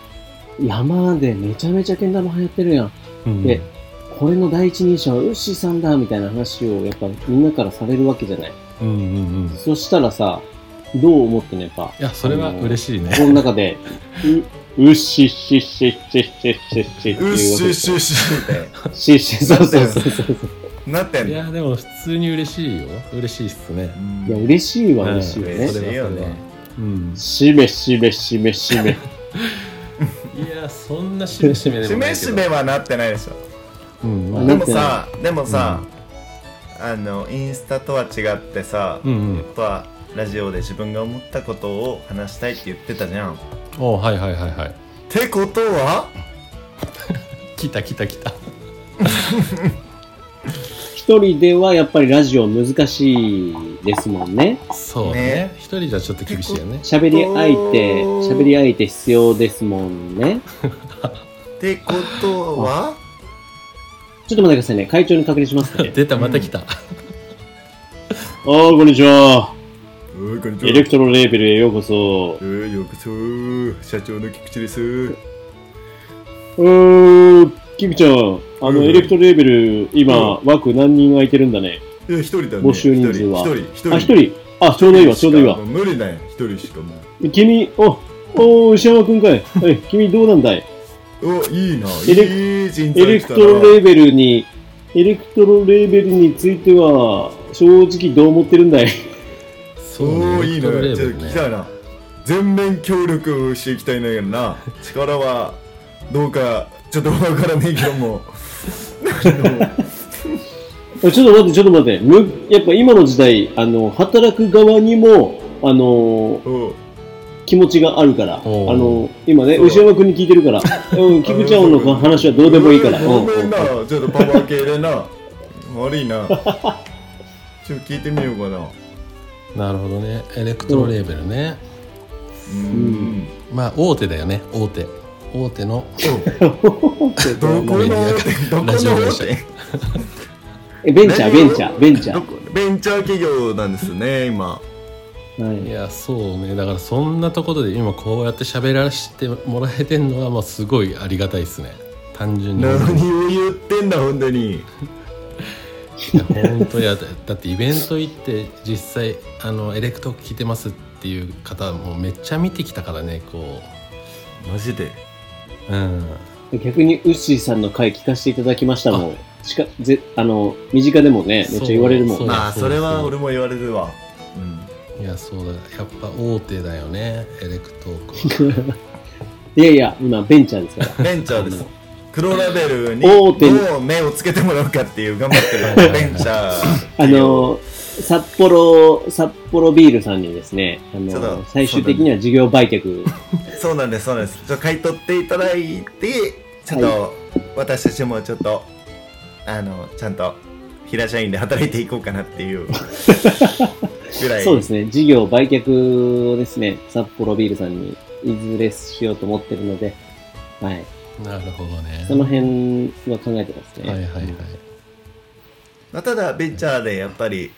Speaker 2: 山でめちゃめちゃけん玉流行ってるやん。
Speaker 4: うん
Speaker 2: でこれの第一人者はウッシーさんだみたいな話をやっぱみんなからされるわけじゃない。
Speaker 4: うんうんうん、い
Speaker 2: そしたらさ、どう思ってね、やっぱ。
Speaker 4: やそれは嬉しいね。
Speaker 2: この中で、う、うっしっしっしっしっしっしっしっって
Speaker 3: うっ
Speaker 2: いうわ
Speaker 3: し
Speaker 2: け
Speaker 3: ゅ
Speaker 2: で
Speaker 3: っ
Speaker 2: す
Speaker 3: しゅっしゅって
Speaker 2: よ。しっし、そうそうそうそう。
Speaker 3: なってん
Speaker 4: い
Speaker 3: の
Speaker 4: やでも普通に嬉しいよ嬉しいっすね
Speaker 2: いや、嬉しいわ、
Speaker 4: うん
Speaker 2: 嬉しいよね
Speaker 3: 嬉。しいよね
Speaker 4: うん
Speaker 2: しめしめしめしめ。
Speaker 4: いやそんなしめしめで
Speaker 3: し
Speaker 4: も
Speaker 2: (laughs)
Speaker 4: ない
Speaker 3: め
Speaker 4: け
Speaker 3: し
Speaker 4: ど
Speaker 3: めはなってないでしょ
Speaker 4: うんまあ
Speaker 2: な
Speaker 3: で
Speaker 2: っ
Speaker 3: も
Speaker 2: てな
Speaker 3: さでもさ、あのインスタとは違ってさ、
Speaker 4: うんう
Speaker 3: や
Speaker 4: ん
Speaker 3: っぱラジオで自分が思ったことを話したいって言ってたじゃん。っ
Speaker 4: おはいはいはいはい
Speaker 3: てことは
Speaker 4: 来た来た来た
Speaker 2: 一人ではやっぱりラジオ難しいですもんね。
Speaker 4: そ
Speaker 3: ね
Speaker 4: うね一人じゃちょっと厳しいよね
Speaker 2: 喋り相手、喋り相手必要ですもんね。
Speaker 3: ってことは
Speaker 2: ちょっと待ってくださいね。会長に確認します (laughs) ね。
Speaker 4: 出たまた来た、
Speaker 2: ああ、こんにちは。
Speaker 3: おーこんに
Speaker 2: エレクトロレーベルへようこそ。
Speaker 3: ーようこそ社長の菊池です。
Speaker 2: うーん、キムちゃん、あの、
Speaker 3: うん
Speaker 2: エレクトロレーベル、今、枠何人空いてるんだね。
Speaker 3: いや、一人だね。
Speaker 2: 募集人数は
Speaker 3: 一人、一人。
Speaker 2: あ、一人。あ、ちょうどいいわ、ちょうどいいわ
Speaker 3: も。無理だよ、一人しかも
Speaker 2: 君、お、おー、牛山くんかい。はい、君どうなんだ (laughs) い
Speaker 3: う。お、いいな。
Speaker 2: エレ
Speaker 3: いい人
Speaker 2: エ
Speaker 3: 材
Speaker 2: レ
Speaker 3: 来
Speaker 2: クト
Speaker 3: た
Speaker 2: ロ
Speaker 3: な。
Speaker 2: レーベルに、エレクトロレーベルについては、正直どう思ってるんだい
Speaker 4: そ
Speaker 3: おー、いい
Speaker 4: レ
Speaker 3: な。
Speaker 4: ベ
Speaker 3: ちょっ
Speaker 4: ル
Speaker 3: と
Speaker 4: ね
Speaker 3: 来たな。全面協力をしていきたいんだけどな。力はどうか、ちょっとわからねえけども。
Speaker 2: ちょっと待って、ちょっと待って。むやっぱ今の時代、あの、働く側にも、あの、
Speaker 3: おう
Speaker 2: 気持ちがあるから、あ
Speaker 4: おう
Speaker 2: の、今ね、
Speaker 3: そう
Speaker 2: 牛山くんに聞いてるから、うん、菊ちゃんの話はどうでもいいから。
Speaker 3: ご
Speaker 2: うん
Speaker 3: めんな、ちょっとパワー系でな。 (laughs) 悪いな。ちょっと聞いてみようかな。
Speaker 4: なるほどねエレクトロレーベルね、
Speaker 3: うん。
Speaker 4: まあ大手だよね大手大手の
Speaker 3: どこのどこ
Speaker 4: ラジオ
Speaker 3: の
Speaker 4: 会社
Speaker 2: えベンチャー、ベンチャー、ベンチャ
Speaker 3: どこベンチャー企業なんです (laughs) ね、今。
Speaker 2: ー。
Speaker 4: い
Speaker 2: はい
Speaker 4: やそうねだからそんなところで今こうやって喋らせてもらえてんのはもうすごいありがたいですね単純に
Speaker 3: 何を言ってんだ、本当に。
Speaker 4: いや本当やだだってイベント行って実際あのエレクトーク聞いてますっていう方もめっちゃ見てきたからねこ
Speaker 3: マジで。
Speaker 4: ううん
Speaker 2: 逆にウッシーさんの回聞かせていただきましたもん。しかぜあの身近でもね、めっちゃ言われるもん
Speaker 4: そう
Speaker 2: ね。
Speaker 3: まあ、
Speaker 4: そうそ
Speaker 3: そうれは俺も言われるわ。うん。 (laughs)
Speaker 4: いやそうだやっぱ大手だよねエレクトーク
Speaker 2: (laughs)
Speaker 4: は
Speaker 2: いやいや、今、ベンチャーですから。
Speaker 3: ベンチャーです。黒ラベルに
Speaker 2: 大手に
Speaker 3: (laughs) どう目をつけてもらうかっていう頑張ってるベンチャー。
Speaker 2: あの、札幌、札幌ビールさんにですね、あ
Speaker 3: そうだ
Speaker 2: の、最終的には事業売却、
Speaker 3: そうなんです、そうなんです。ちょっと買い取っていただいて、ちょっと私たちもちょっと、あの、ちゃんと平社員で働いていこうかなっていうぐらい。
Speaker 2: (laughs) そうですね、事業売却をですね、札幌ビールさんにいずれしようと思ってるので、はい。
Speaker 4: なるほどね
Speaker 2: その辺は考えてますね。
Speaker 4: はいはいはい
Speaker 3: まあ、ただ、ベンチャーでやっぱり、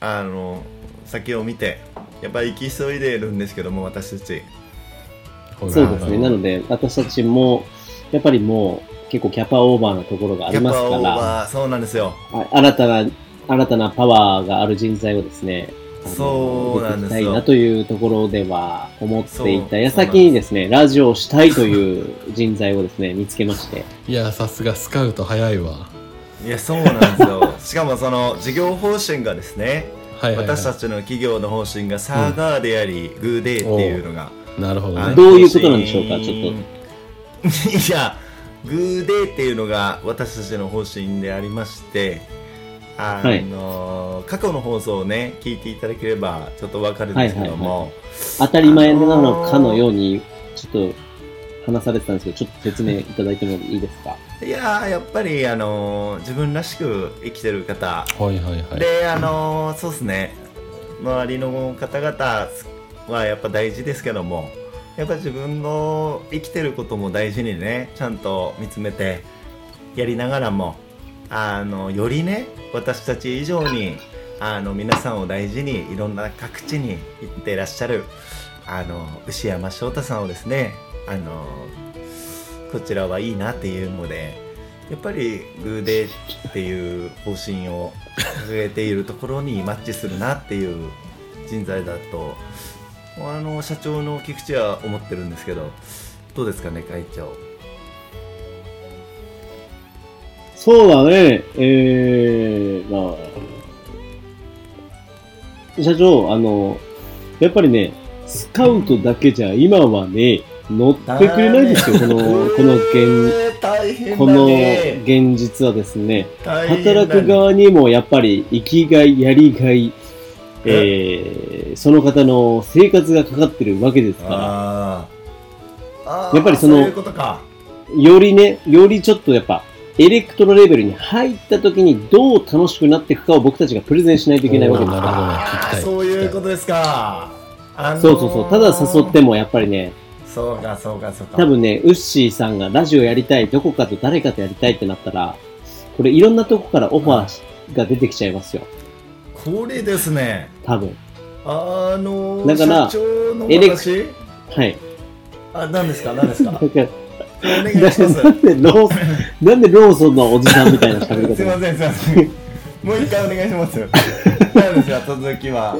Speaker 3: あの、先を見て、やっぱり行き急いでるんですけども、私たち。
Speaker 4: ほら
Speaker 2: そうですね。
Speaker 4: ほ
Speaker 2: な
Speaker 4: ら
Speaker 2: ので、私たちも、やっぱりもう、結構キャパオーバーなところがあ
Speaker 3: キ
Speaker 2: り
Speaker 3: ャ
Speaker 2: ます
Speaker 3: パ
Speaker 2: か
Speaker 3: オー
Speaker 2: ら、
Speaker 3: バー、そうなんですよ。
Speaker 2: はい新たな、新たなパワーがある人材をですね、あの
Speaker 3: そうなんですよ
Speaker 2: 入れていきたいなというところでは思ってい
Speaker 3: そ
Speaker 2: た
Speaker 3: う
Speaker 2: 矢先にですね、ラジオをしたいという人材をですね、見つけまして、
Speaker 4: いやさすがスカウト早いわ
Speaker 3: いや、そうなんですよ。しかもその、事業方針がですね、
Speaker 4: はいはい、は
Speaker 3: 私た
Speaker 4: い、
Speaker 3: ちの企業の方針がサーガーであり、グーデーっていうのが、
Speaker 4: なるほど
Speaker 3: あの
Speaker 4: ね
Speaker 2: どういうことなんでしょうかちょ
Speaker 3: っと (laughs) いやグーデーっていうのが私たちの方針でありましてあの、過去の放送をね聞いていただければちょっとわかるんですけども、
Speaker 2: 当たり前なのかのように、ちょっと話されてたんですけど、ちょっと説明いただいてもいいですか
Speaker 3: いやーやっぱりあの自分らしく生きてる方
Speaker 4: はいはいはい
Speaker 3: であのーそうですね周りの方々はやっぱ大事ですけどもやっぱ自分の生きてることも大事にねちゃんと見つめてやりながらもあのよりね私たち以上にあの皆さんを大事にいろんな各地に行ってらっしゃるあの牛山翔太さんをですねあのこちらはいいなっていうのでやっぱりグーデーっていう方針を掲げているところにマッチするなっていう人材だとあの社長の菊池は思ってるんですけどどうですかね会長
Speaker 2: そうだね、えー、まあ、社長、あの、やっぱりね、スカウトだけじゃ今はね、乗ってくれないです (laughs) よ、この、この現、
Speaker 3: えー大変
Speaker 2: こ
Speaker 3: だ
Speaker 2: の
Speaker 3: ね
Speaker 2: 現実はですね、
Speaker 3: 大変だね
Speaker 2: 働く側にもやっぱり生きがい、やりがい、えー、その方の生活がかかってるわけですから、
Speaker 3: あーあー
Speaker 2: やっぱりその
Speaker 3: そういうことか
Speaker 2: よりね、よりちょっとやっぱ、エレクトロレベルに入った時にどう楽しくなっていくかを僕たちがプレゼンしないといけないわけです
Speaker 4: なる
Speaker 2: か
Speaker 4: ほどね
Speaker 3: あー
Speaker 4: 聞きたい
Speaker 3: そういうことですかあの
Speaker 2: ら。
Speaker 3: ー
Speaker 2: そうそうそう。ただ誘ってもやっぱりね、
Speaker 3: そうかそうかそうか
Speaker 2: 多分ね、ウッシーさんがラジオやりたい、どこかと誰かとやりたいってなったら、これいろんなとこからオファーが出てきちゃいますよ。
Speaker 3: これですね
Speaker 2: 多分。
Speaker 3: あのー、
Speaker 2: だから
Speaker 3: 社長の
Speaker 2: エレク
Speaker 3: 私
Speaker 2: はい。
Speaker 3: あ何ですか何ですか
Speaker 2: だから
Speaker 3: お願いします
Speaker 2: なんでロー、なんでローソンのおじさんみたい
Speaker 3: (laughs)
Speaker 2: な
Speaker 3: す
Speaker 2: 喋
Speaker 3: い
Speaker 2: り
Speaker 3: ま
Speaker 2: 方
Speaker 3: せんすいませんもう一回お願いします何ですか続きは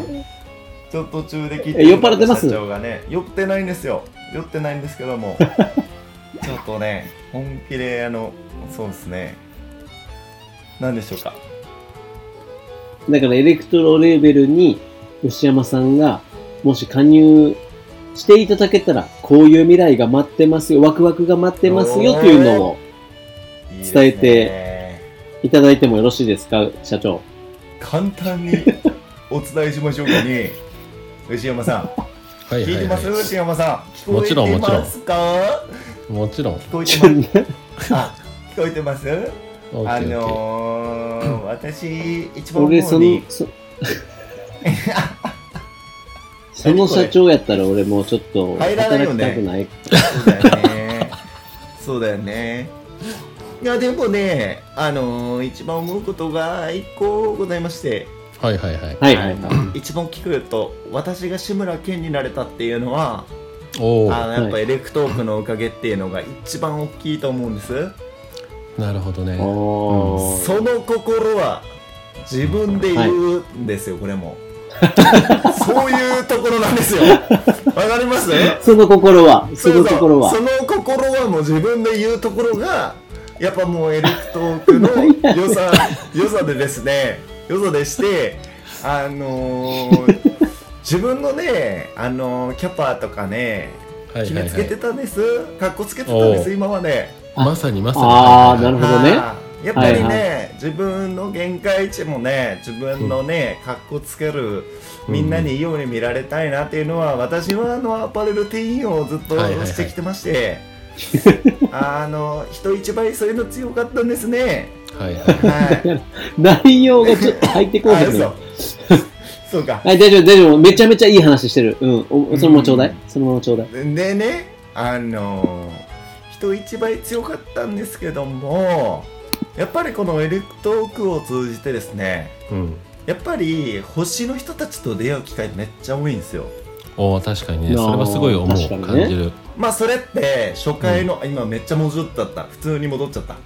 Speaker 3: ちょっと途中で聞いて
Speaker 2: え酔っ払ってます
Speaker 3: 社長がね酔ってないんですよ酔ってないんですけども (laughs) ちょっとね本気であのそうですね何でしょうか
Speaker 2: だからエレクトロレーベルに牛山さんがもし加入していただけたら、こういう未来が待ってますよ、ワクワクが待ってますよというのを
Speaker 3: いいです
Speaker 2: 伝
Speaker 3: ね
Speaker 2: えいただいてもよろしいですか、社長。
Speaker 3: 簡単に (laughs) お伝えしましょうかね牛山さん
Speaker 4: はい
Speaker 3: 聞い
Speaker 4: は
Speaker 3: て
Speaker 4: い
Speaker 3: ます
Speaker 4: は
Speaker 3: 牛山さん聞
Speaker 4: もちろ
Speaker 3: こ
Speaker 4: ん
Speaker 3: えて
Speaker 4: もちろん
Speaker 3: ますか
Speaker 4: いもちろん
Speaker 3: 聞こえて
Speaker 2: ちょ
Speaker 3: ます
Speaker 2: っとね
Speaker 3: あ聞こえてます
Speaker 4: オ
Speaker 3: あ
Speaker 4: ッケーオッ
Speaker 3: のー、私、一番思う
Speaker 2: 俺、その
Speaker 3: に、、 (laughs)
Speaker 2: そその社長やったら俺もうちょっと
Speaker 3: 入らないよ
Speaker 2: 働き
Speaker 3: ね
Speaker 2: たくない。
Speaker 3: そうだよね。そうだよね。いや、でもね、あのー、一番思うことが一個ございまして、
Speaker 4: ケーはいはいはい
Speaker 2: はいはいはい。
Speaker 3: 一番聞くと、私が志村けんになれたっていうのは、
Speaker 4: おお
Speaker 3: あのやっぱ
Speaker 2: は
Speaker 3: エレクトークのおかげっていうのが一番大きいと思うんです。
Speaker 4: なるほどね
Speaker 2: おー
Speaker 3: その心は自分で言うんですよ、これ
Speaker 4: (laughs)
Speaker 3: も。そういうところなんですよ。わかり
Speaker 4: (laughs)
Speaker 3: ます
Speaker 2: その心は、そ
Speaker 3: そう
Speaker 2: の
Speaker 3: そう
Speaker 2: 心は。
Speaker 3: その心はもう自分で言うところがやっぱもうエレクトーク
Speaker 4: (laughs)
Speaker 3: の良さ良さでですね良さでしてあの
Speaker 4: (laughs)
Speaker 3: ー自分のねあのーキャパとかね
Speaker 4: はい
Speaker 3: 決
Speaker 4: は
Speaker 3: め
Speaker 4: い
Speaker 3: つ
Speaker 4: は
Speaker 3: けて
Speaker 4: い
Speaker 3: たんですかっこつけてたんで
Speaker 4: お
Speaker 3: す
Speaker 4: う
Speaker 3: 今まで
Speaker 4: まさにまさに
Speaker 2: あ
Speaker 4: はいは
Speaker 2: ー
Speaker 4: い
Speaker 2: なるほどね
Speaker 3: あーやっぱりね、
Speaker 2: はい
Speaker 3: 自分の限界値もね自分のね、かっこつけるみんなにいいように見られたいなっていうのは、私はあのアパレル店員をずっと
Speaker 4: はいはいはい
Speaker 3: してきてまして、
Speaker 2: (laughs)
Speaker 3: あの人一倍そういうの強かったんですね。
Speaker 4: はいはい
Speaker 3: はい、
Speaker 2: 内容がちょっと入ってこな
Speaker 3: あ
Speaker 2: いけ
Speaker 3: そ
Speaker 2: ど
Speaker 3: う。 (laughs) そうか
Speaker 2: はい、大丈夫、大丈夫。めちゃめちゃいい話してる。うん。おそのままちょうだ
Speaker 3: う
Speaker 2: い
Speaker 3: ん。
Speaker 2: そのままちょうだい。
Speaker 3: でねあの人一倍強かったんですけどもやっぱりこのエレクトークを通じてですね
Speaker 4: うん
Speaker 3: やっぱり星の人たちと出会う機会めっちゃ多いんですよ
Speaker 4: おー確かにねそれはすごい思う、
Speaker 2: あー確かに
Speaker 4: 感
Speaker 2: ね
Speaker 4: じる
Speaker 3: まあそれって初回の、今めっちゃ戻っちゃった普通に戻っちゃった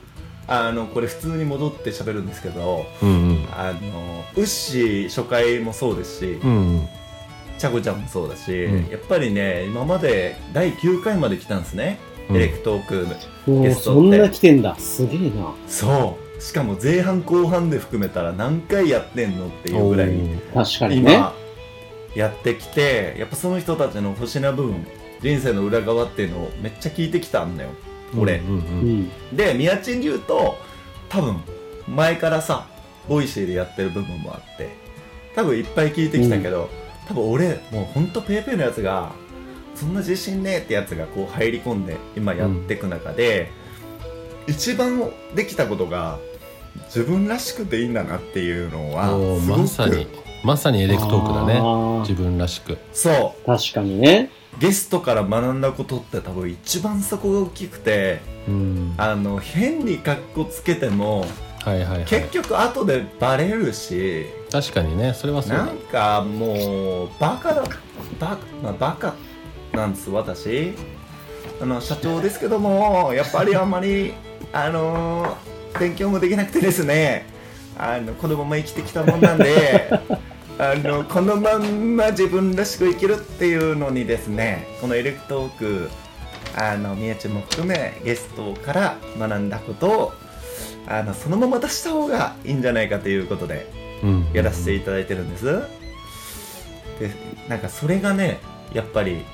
Speaker 3: あのこれ普通に戻って喋るんですけど
Speaker 4: うん
Speaker 3: あのウッシー初回もそうですし、
Speaker 4: うんうんうん
Speaker 3: ちゃこちゃんもそうだし、
Speaker 4: うん
Speaker 3: やっぱりね今まで第9回まで来たんですね、
Speaker 4: うん
Speaker 3: エレクトーク
Speaker 2: お
Speaker 3: ゲ
Speaker 2: ー
Speaker 3: スト
Speaker 2: そ
Speaker 3: って
Speaker 2: んな来てんだ。すげえな。
Speaker 3: そうしかも前半後半で含めたら何回やってんのっていう
Speaker 4: お
Speaker 3: ぐらい
Speaker 4: ー
Speaker 2: 確かにね。
Speaker 3: 今やってきてやっぱその人たちの星な部分人生の裏側っていうのをめっちゃ聞いてきたんだよ俺
Speaker 4: うんうん
Speaker 2: う
Speaker 4: うん
Speaker 2: ん。
Speaker 3: で宮地に言うと多分前からさボイシーでやってる部分もあって多分いっぱい聞いてきたけど、多分俺もうほんとペーペーのやつがそんな自信ねえってやつがこう入り込んで今やっていく中で、一番できたことが自分らしくていいんだなっていうのは
Speaker 4: おー
Speaker 3: すごく、
Speaker 4: まさにまさにエレクトークだね
Speaker 2: ね
Speaker 4: 自。分らしく
Speaker 3: そう
Speaker 2: 確かにね。
Speaker 3: ゲストから学んだことって多分一番そこが大きくて
Speaker 4: うん
Speaker 3: あの変に格好つけても
Speaker 4: はいはいはい
Speaker 3: 結局後でバレるし、
Speaker 4: 確かにねそれはそうだ
Speaker 3: なんかもうバカだバ,、まあ、バカなんです私あの社長ですけどもやっぱりあんまり (laughs) あの勉強もできなくてですねあの子供も生きてきたもんなんで (laughs) あのこのまんま自分らしく生きるっていうのにですねこのエレクトークあの宮地も含めゲストから学んだことをあのそのまま出した方がいいんじゃないかということで
Speaker 4: うん
Speaker 3: やらせていただいてるんです。でなんかそれがねやっぱり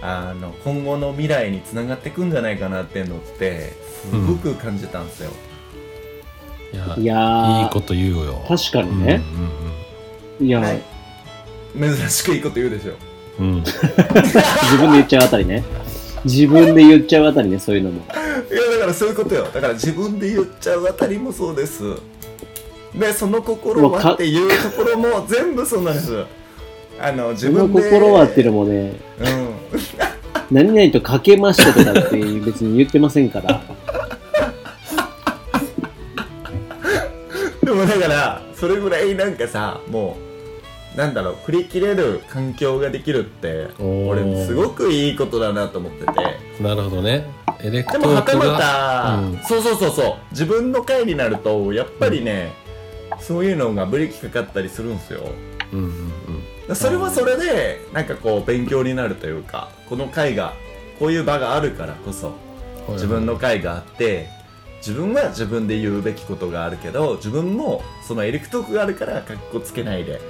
Speaker 3: あの今後の未来につながってくんじゃないかなっていうのってすごく感じたんですよ。
Speaker 4: いや
Speaker 2: いやー。
Speaker 4: いいこと言うよ
Speaker 2: 確かにね。いや、
Speaker 3: はい珍しくいいこと言うでしょ。
Speaker 4: うんうんうんうん
Speaker 2: 自分で言っちゃうあたりね。自分で言っちゃうあたりね、そういうのも。
Speaker 3: いやだからそういうことよ。だから自分で言っちゃうあたりもそうです。でその心
Speaker 2: もうか
Speaker 3: はっていうところも全部そうなんです。あの自
Speaker 2: 自分
Speaker 3: 分
Speaker 2: の
Speaker 3: で
Speaker 2: 心はっていうのもね、
Speaker 3: うん。
Speaker 2: 何々とかけましたとかって別に言ってませんから。
Speaker 3: でもだからそれぐらいなんかさもうなんだろう振り切れる環境ができるって
Speaker 4: おー
Speaker 3: 俺すごくいいことだなと思ってて
Speaker 4: なるほどねエレク
Speaker 3: で
Speaker 4: ト
Speaker 3: もは
Speaker 4: ー
Speaker 3: た
Speaker 4: ク
Speaker 3: ま
Speaker 4: が
Speaker 3: た、
Speaker 4: うん
Speaker 3: そうそうそうそう自分の回になるとやっぱりね、そういうのがブレーキかかったりするんですよ
Speaker 4: うんうんうん
Speaker 3: それはそれでなんかこう勉強になるというかこの回がこういう場があるからこそ自分の回があって自分は自分で言うべきことがあるけど自分もそのエレクトークがあるからかっこつけないで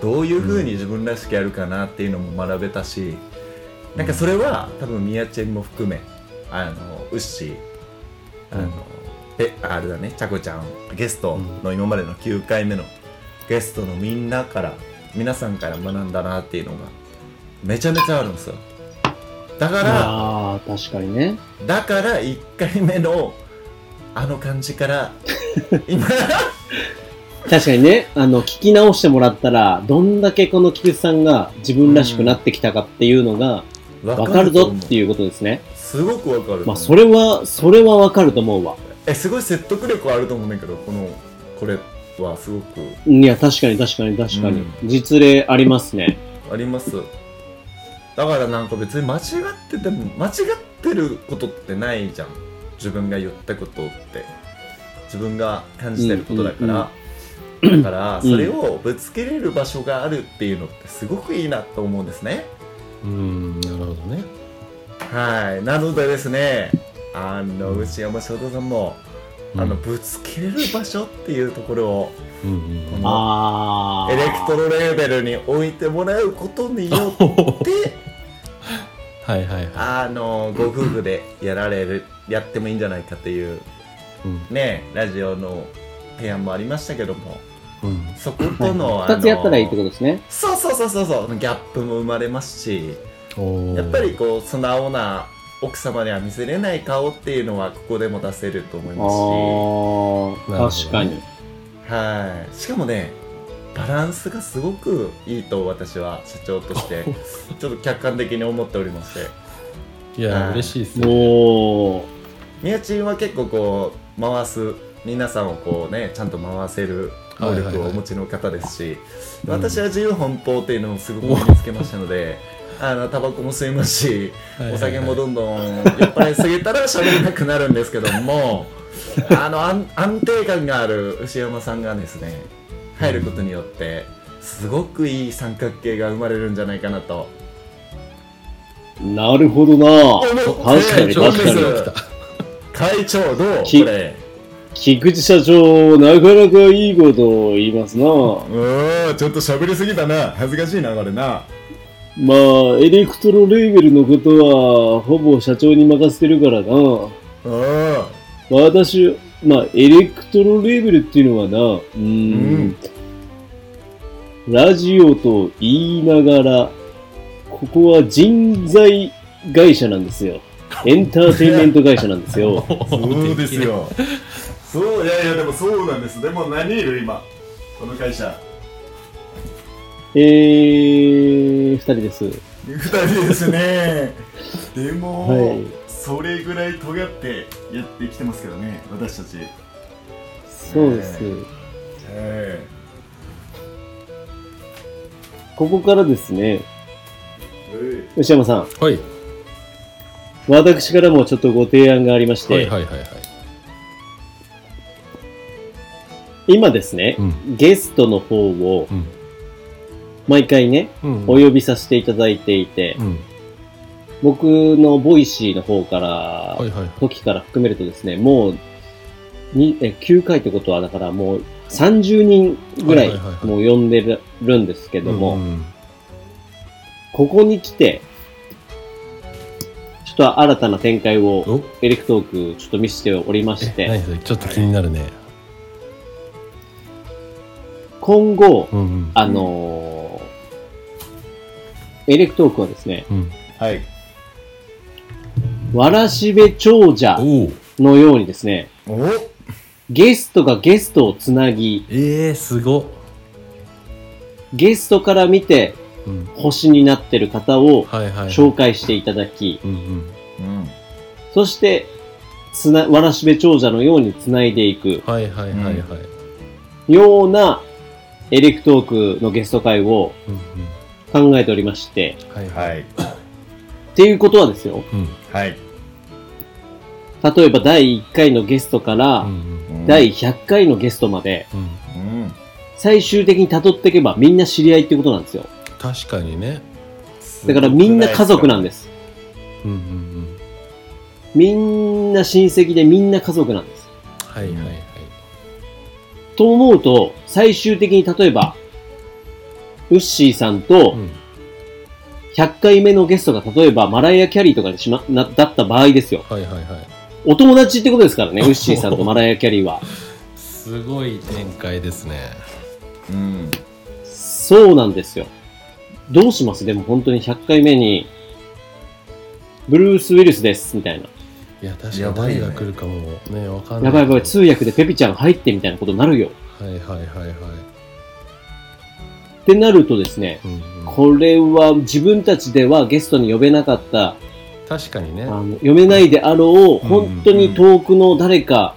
Speaker 3: どういうふうに自分らしくやるかなっていうのも学べたし、なんかそれは多分みやちゃんも含めあのウッシーあの、
Speaker 4: うん
Speaker 3: えあれだねちゃこちゃんゲストの今までの9回目のゲストのみんなから皆さんから学んだなっていうのがめちゃめちゃあるんですよだから、
Speaker 2: ああ、確かにね。
Speaker 3: だから1回目のあの感じ
Speaker 2: (laughs)
Speaker 3: から今
Speaker 2: 確かにね、あの、聞き直してもらったら、どんだけこの菊池さんが自分らしくなってきたかっていうのが、わかるぞって
Speaker 3: う
Speaker 2: いうことですね。
Speaker 3: すごくわかる
Speaker 2: まあ、それは、それはわかると思うわ。
Speaker 3: えすごい説得力あると思うんだけどこのこれはすごく
Speaker 2: いや、確かに確かに確かに。
Speaker 3: うん
Speaker 2: 実例ありますね。
Speaker 3: ありますだからなんか別に間違ってても間違ってることってないじゃん自分が言ったことって自分が感じてることだから、だからそれをぶつけれる場所があるっていうのってすごくいいなと思うんですね、
Speaker 4: うんなるほどね
Speaker 3: はい、なのでですね、あの内山翔太さんも、
Speaker 4: うん
Speaker 3: あのぶつけれる場所っていうところを
Speaker 4: うんうんうん
Speaker 2: ああ。
Speaker 3: エレクトロレーベルに置いてもらうことによって、
Speaker 4: (laughs) はいはいはい
Speaker 3: (laughs) あのご夫婦でやられるやってもいいんじゃないかっていう
Speaker 4: うん
Speaker 3: ねラジオの提案もありましたけども
Speaker 4: うん
Speaker 3: そことの、あ
Speaker 2: 二
Speaker 3: の
Speaker 2: つやったらいいってことですね。
Speaker 3: そうそうそうそうそうギャップも生まれますし
Speaker 4: おー
Speaker 3: やっぱりこう素直な奥様には見せれない顔っていうのはここでも出せると思い
Speaker 2: あ
Speaker 3: ま
Speaker 4: なるほどね
Speaker 2: あ、確かに。
Speaker 3: すしはいしかもねバランスがすごくいいと私は社長として
Speaker 4: (laughs)
Speaker 3: ちょっと客観的に思っておりまして
Speaker 4: いや
Speaker 3: はい
Speaker 4: 嬉しいですね
Speaker 2: おー。
Speaker 3: 宮地は結構こう回す皆さんをこうねちゃんと回せる能
Speaker 4: はいはい
Speaker 3: 力
Speaker 4: は
Speaker 3: を
Speaker 4: い
Speaker 3: お持ちの方ですし、
Speaker 4: うん
Speaker 3: 私は自由奔放っていうのをすごく身につけましたのであのタバコも吸いますしお酒もどんどん酔っ払いすぎたら喋れなくなるんですけど
Speaker 2: (laughs)
Speaker 3: もあの安安定感がある牛山さんがですね入ることによってすごくいい三角形が生まれるんじゃないかなと
Speaker 2: なるほどな
Speaker 3: 思って
Speaker 2: 確かに
Speaker 3: ちょっと
Speaker 2: 確かに
Speaker 3: です会長どう
Speaker 2: き
Speaker 3: これ
Speaker 2: 菊池社長、なかなかいいことを言いますな
Speaker 3: うんちょっと喋りすぎたな恥ずかしいなこれな
Speaker 2: まあ、エレクトロレーベルのことは、ほぼ社長に任せてるからな
Speaker 3: うん
Speaker 2: 私、まあ、エレクトロレーベルっていうのはな、うーん、ラジオと言いながら、ここは人材会社なんで
Speaker 4: (laughs)
Speaker 2: すよ。エンターテインメント会社なんですよ。
Speaker 3: そうですよ。そう、いやいや、でもそうなんです。でも何いる今、この会社。
Speaker 2: えー、二人です。
Speaker 3: 二人です (laughs) ね。でも、
Speaker 2: はい
Speaker 3: それぐらい尖ってやってきてますけどね、私たち。
Speaker 2: そうです。
Speaker 3: え
Speaker 2: ここからですね、
Speaker 3: え
Speaker 2: 牛山さん、
Speaker 4: はい
Speaker 2: 私からもちょっとご提案がありまして、
Speaker 4: はいはいはいはい
Speaker 2: 今ですね、
Speaker 4: うん
Speaker 2: ゲストの方を
Speaker 4: うん
Speaker 2: 毎回ね、
Speaker 4: うん
Speaker 2: お呼びさせていただいていて、
Speaker 4: うん
Speaker 2: 僕のボイシーの方から
Speaker 4: はい、はいはい
Speaker 2: 時から含めるとですね、もうにえ9回ってことは、だからもう30人ぐらい
Speaker 4: はいはいはいはい
Speaker 2: もう呼んでるるんですけども、
Speaker 4: うん
Speaker 2: ここに来て、ちょっと新たな展開を
Speaker 4: お
Speaker 2: エレクトークちょっと見せておりまし
Speaker 4: え
Speaker 2: て、
Speaker 4: 何それちょっと気になるね
Speaker 2: 今後、
Speaker 4: うんうん
Speaker 2: あのーエレクトークはですね、
Speaker 4: うん
Speaker 3: はい。
Speaker 2: わらしべ長者
Speaker 4: おお
Speaker 2: のようにですね、
Speaker 3: お
Speaker 2: ゲストがゲストをつなぎ、
Speaker 4: ええすごっ
Speaker 2: ゲストから見て
Speaker 4: うん
Speaker 2: 星になってる方を
Speaker 4: はいはいはい
Speaker 2: 紹介していただき、
Speaker 4: うんうん
Speaker 3: うん。
Speaker 2: そして、つな、わらしべ長者のようにつないでいく
Speaker 4: はいはいはいはい
Speaker 2: ようなエレクトークのゲスト会を
Speaker 4: うん
Speaker 2: 考えておりまして、
Speaker 4: うんはいはい
Speaker 3: はい。
Speaker 2: っていうことはですよ、
Speaker 4: うん
Speaker 3: はい。
Speaker 2: 例えば第1回のゲストから
Speaker 4: うんうん
Speaker 2: 第100回のゲストまで、
Speaker 4: うん
Speaker 3: うん。
Speaker 2: 最終的に辿っていけばみんな知り合いってことなんですよ。
Speaker 4: 確かにね
Speaker 2: だからみんな家族なん
Speaker 3: で
Speaker 2: です。
Speaker 4: うんうんうん
Speaker 2: みんな親戚でみんな家族なんです。
Speaker 4: はいはいはい
Speaker 2: と思うと、最終的に例えば、ウッシーさんと
Speaker 4: うん
Speaker 2: 100回目のゲストが例えばマライア・キャリーとかにしま、な、だった場合ですよ。
Speaker 4: はいはいはい
Speaker 2: お友達ってことですからね、ウッシーさんとマライア・キャリーは。
Speaker 4: すごい展開ですね
Speaker 3: す。うん。
Speaker 2: そうなんですよ。どうしますでも本当に100回目に、ブルース・ウィルスです、みたいな。
Speaker 4: いや確か
Speaker 3: や
Speaker 4: に
Speaker 3: ばいよ
Speaker 4: 誰
Speaker 3: ね
Speaker 4: が来るかもねわかんない
Speaker 2: やばいやばい、通訳でペピちゃん入ってみたいなことになるよ。
Speaker 4: はいはいはいはい
Speaker 2: ってなるとですね、
Speaker 4: うんうん
Speaker 2: これは自分たちではゲストに呼べなかった、
Speaker 4: 確かにね
Speaker 2: あの読めないであろう、
Speaker 4: うん
Speaker 2: 本当に遠くの誰か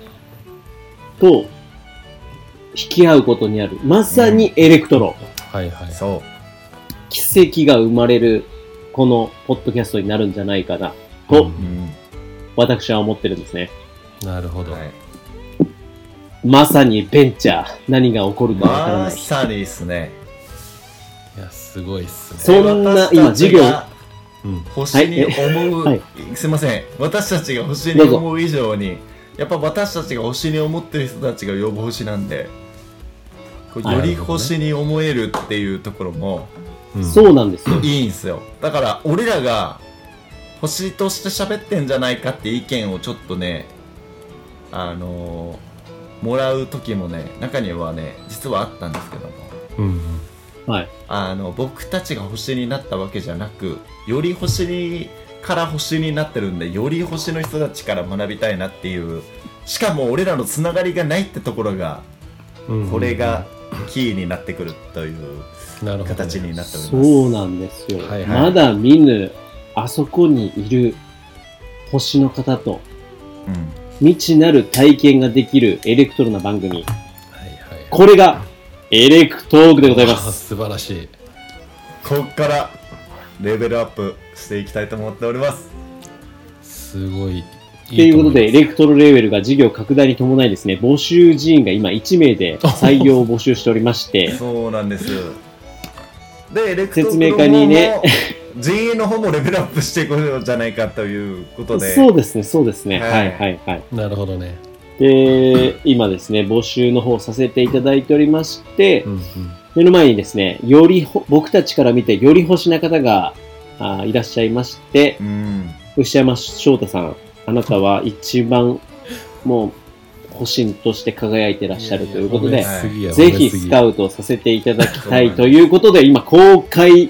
Speaker 2: と引き合うことにある。まさにエレクトロ。
Speaker 4: はいはい
Speaker 3: そ
Speaker 2: 奇跡が生まれる、このポッドキャストになるんじゃないかな、
Speaker 4: う
Speaker 2: と
Speaker 3: う。
Speaker 4: ん
Speaker 3: ん。
Speaker 2: 私は思ってるんですね。
Speaker 4: なるほど、
Speaker 3: はい。
Speaker 2: まさにベンチャー。何が起こるかわから
Speaker 3: ま
Speaker 2: ない。
Speaker 3: さにですね。
Speaker 4: いやすごいっすね
Speaker 2: そんな今授業
Speaker 4: うん
Speaker 3: 星に思う、
Speaker 2: はい
Speaker 3: すいません私たちが星に
Speaker 2: どうぞ
Speaker 3: 思う以上にやっぱ私たちが星に思ってる人たちが呼ぶ星なんでこう
Speaker 2: はい
Speaker 3: より星に思えるっていうところも
Speaker 4: うん
Speaker 2: そうな
Speaker 4: (coughs)
Speaker 2: んですよ。
Speaker 3: いいんすよだから俺らが星として喋ってんじゃないかって意見をちょっとねあのーもらう時もね中にはね実はあったんですけども
Speaker 4: うん
Speaker 2: はい。
Speaker 3: あの僕たちが星になったわけじゃなくより星にから星になってるんでより星の人たちから学びたいなっていうしかも俺らのつながりがないってところが
Speaker 4: うん
Speaker 3: これがキーになってくるという
Speaker 4: なるほど
Speaker 3: 形になっております。
Speaker 2: そうなんですよ。
Speaker 4: はいはい
Speaker 2: まだ見ぬ、あそこにいる星の方と、
Speaker 3: うん
Speaker 2: 未知なる体験ができるエレクトロな番組。
Speaker 4: はいはい
Speaker 2: これが、エレクトークで (laughs) ございま
Speaker 4: あー
Speaker 2: す。
Speaker 4: 素晴らしい
Speaker 3: こっからレベルアップしていきたいと思っております
Speaker 4: すごい
Speaker 2: ということで、エ
Speaker 4: いい
Speaker 2: レクトロレーベルが事業拡大に伴いですね、募集人員が今1名 (laughs) で採用を募集しておりまして、
Speaker 3: そうなんですでエレクト
Speaker 2: 説明会にね
Speaker 3: 陣営の方もレベルアップしていこうじゃないかということで
Speaker 2: そうですね、そうですね。
Speaker 3: はい
Speaker 2: はいはいはい。
Speaker 4: なるほどね
Speaker 2: で、今ですね、募集の方させていただいておりまして
Speaker 4: う、んうん
Speaker 2: 目の前にですね、よりほ、僕たちから見てより星な方があーいらっしゃいまして、
Speaker 3: うん
Speaker 2: 牛山翔太さん、あなたは一番もう星として輝いてらっしゃるということ
Speaker 4: や
Speaker 2: で
Speaker 4: や、褒めすぎや
Speaker 2: ぜひスカ
Speaker 4: う
Speaker 2: ウトさせていただきたいということで、今公開、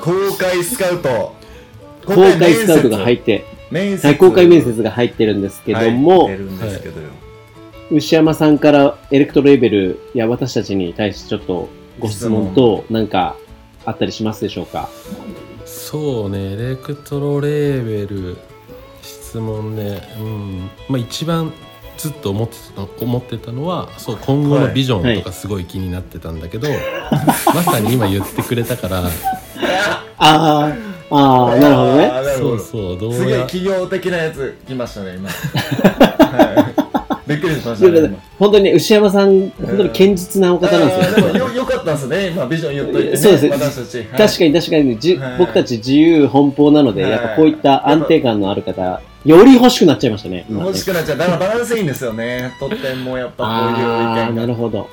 Speaker 3: 公開スカウト
Speaker 2: 公開スカウトが入って、
Speaker 3: 面接
Speaker 2: はい公開面接が入ってるんですけど
Speaker 3: は
Speaker 2: も、
Speaker 3: い出るんですけどよ
Speaker 2: 牛山さんからエレクトロレーベルや私たちに対してちょっとご質問となんかあったりしますでしょうか
Speaker 4: そうねエレクトロレーベル質問ねうんまあ一番ずっと思ってたの思ってたのはそう今後のビジョンとかすごい気になってたんだけど、まさに今言ってくれたから
Speaker 2: ああ、ああ、なるほどね。
Speaker 3: あーなる
Speaker 4: そ
Speaker 3: ほ
Speaker 4: う
Speaker 3: ど
Speaker 4: そうど
Speaker 3: す
Speaker 4: う
Speaker 3: げえ
Speaker 4: や
Speaker 3: 企業的なやつ来ましたね
Speaker 2: (laughs)
Speaker 3: 今はいびっくりしました
Speaker 2: という
Speaker 3: ね
Speaker 2: ことで
Speaker 3: 今
Speaker 2: 本当に牛山さん、本当に堅実なお方なんです
Speaker 3: あー
Speaker 2: よ。
Speaker 3: でもよよかったですね、今、ビジョン言っといて、ね、
Speaker 2: そうですね
Speaker 3: 私たち。はい
Speaker 2: 確かに確かにじゅ
Speaker 3: はい
Speaker 2: 僕たち自由奔放なので、
Speaker 3: はい
Speaker 2: やっぱこういった安定感のある方、より欲しくなっちゃいましたね。今ね
Speaker 3: 欲しくなっちゃう。だからバランスいいんですよね。とってもやっぱこういう
Speaker 2: ああ、
Speaker 3: 意見
Speaker 2: な
Speaker 3: が。
Speaker 2: るほど。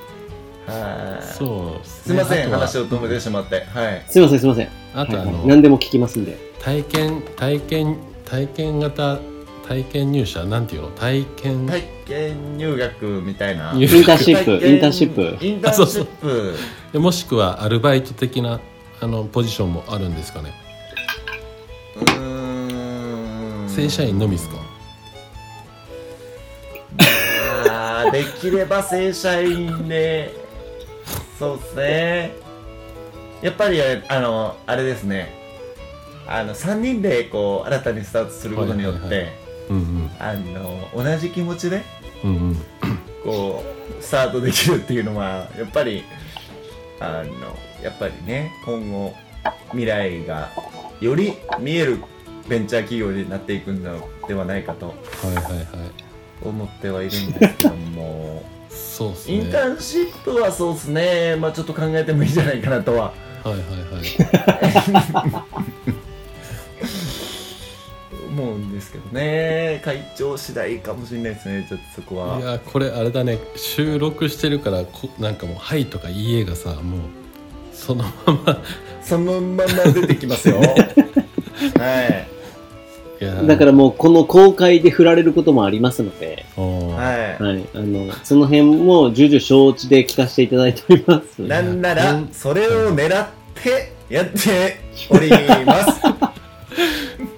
Speaker 3: はい
Speaker 4: そうす
Speaker 3: すいません、話
Speaker 4: を
Speaker 3: を止めてしまって。はい。
Speaker 2: すいません、すいません。
Speaker 4: あとあ
Speaker 2: はいはい
Speaker 4: の、
Speaker 2: 何でも聞きますんで。
Speaker 4: 体験体験体験型体験入社なんていうの体験、
Speaker 3: 体験入学みたいな。
Speaker 4: 入
Speaker 2: イ
Speaker 4: 学
Speaker 2: ンターンシップ、
Speaker 3: 体験
Speaker 2: インターンシップ。
Speaker 3: インターンシップ。
Speaker 4: でもしくはアルバイト的なあのポジションもあるんですかね
Speaker 3: うーん
Speaker 4: 正社員のみですか
Speaker 3: あーできれば正社員でそうですねやっぱりあのあれですねあの3人でこう新たにスタートすることによって、
Speaker 4: はいはいうん
Speaker 3: あの同じ気持ちで
Speaker 4: うんうんうん
Speaker 3: こうスタートできるっていうのはやっぱりあのやっぱりね今後未来がより見えるベンチャー企業になっていくのではないかと
Speaker 4: はいはいはい
Speaker 3: 思ってはいるんですけども。
Speaker 4: そうっすね
Speaker 3: インターンシップはそうです
Speaker 4: (laughs)
Speaker 3: ね、まあちょっと考えてもいいんじゃないかなとは。
Speaker 4: はいはい
Speaker 3: 思うんですけどね、会長次第かもしれないですね、ちょっとそこ
Speaker 4: はいい
Speaker 3: は。
Speaker 4: やこれあれだね収録してるからこなんかもう「はい」とか「いいえ」がさもうそのまま
Speaker 3: そのまま出てきます
Speaker 4: (laughs)
Speaker 3: よ。はい。
Speaker 4: いや
Speaker 2: だからもうこの公開で振られることもありますので、
Speaker 4: おー
Speaker 3: は
Speaker 2: はい、あの、その辺も重々承知で聞かせていただいております。
Speaker 3: い。(laughs)
Speaker 2: は
Speaker 3: なんなら、それを狙ってやっております。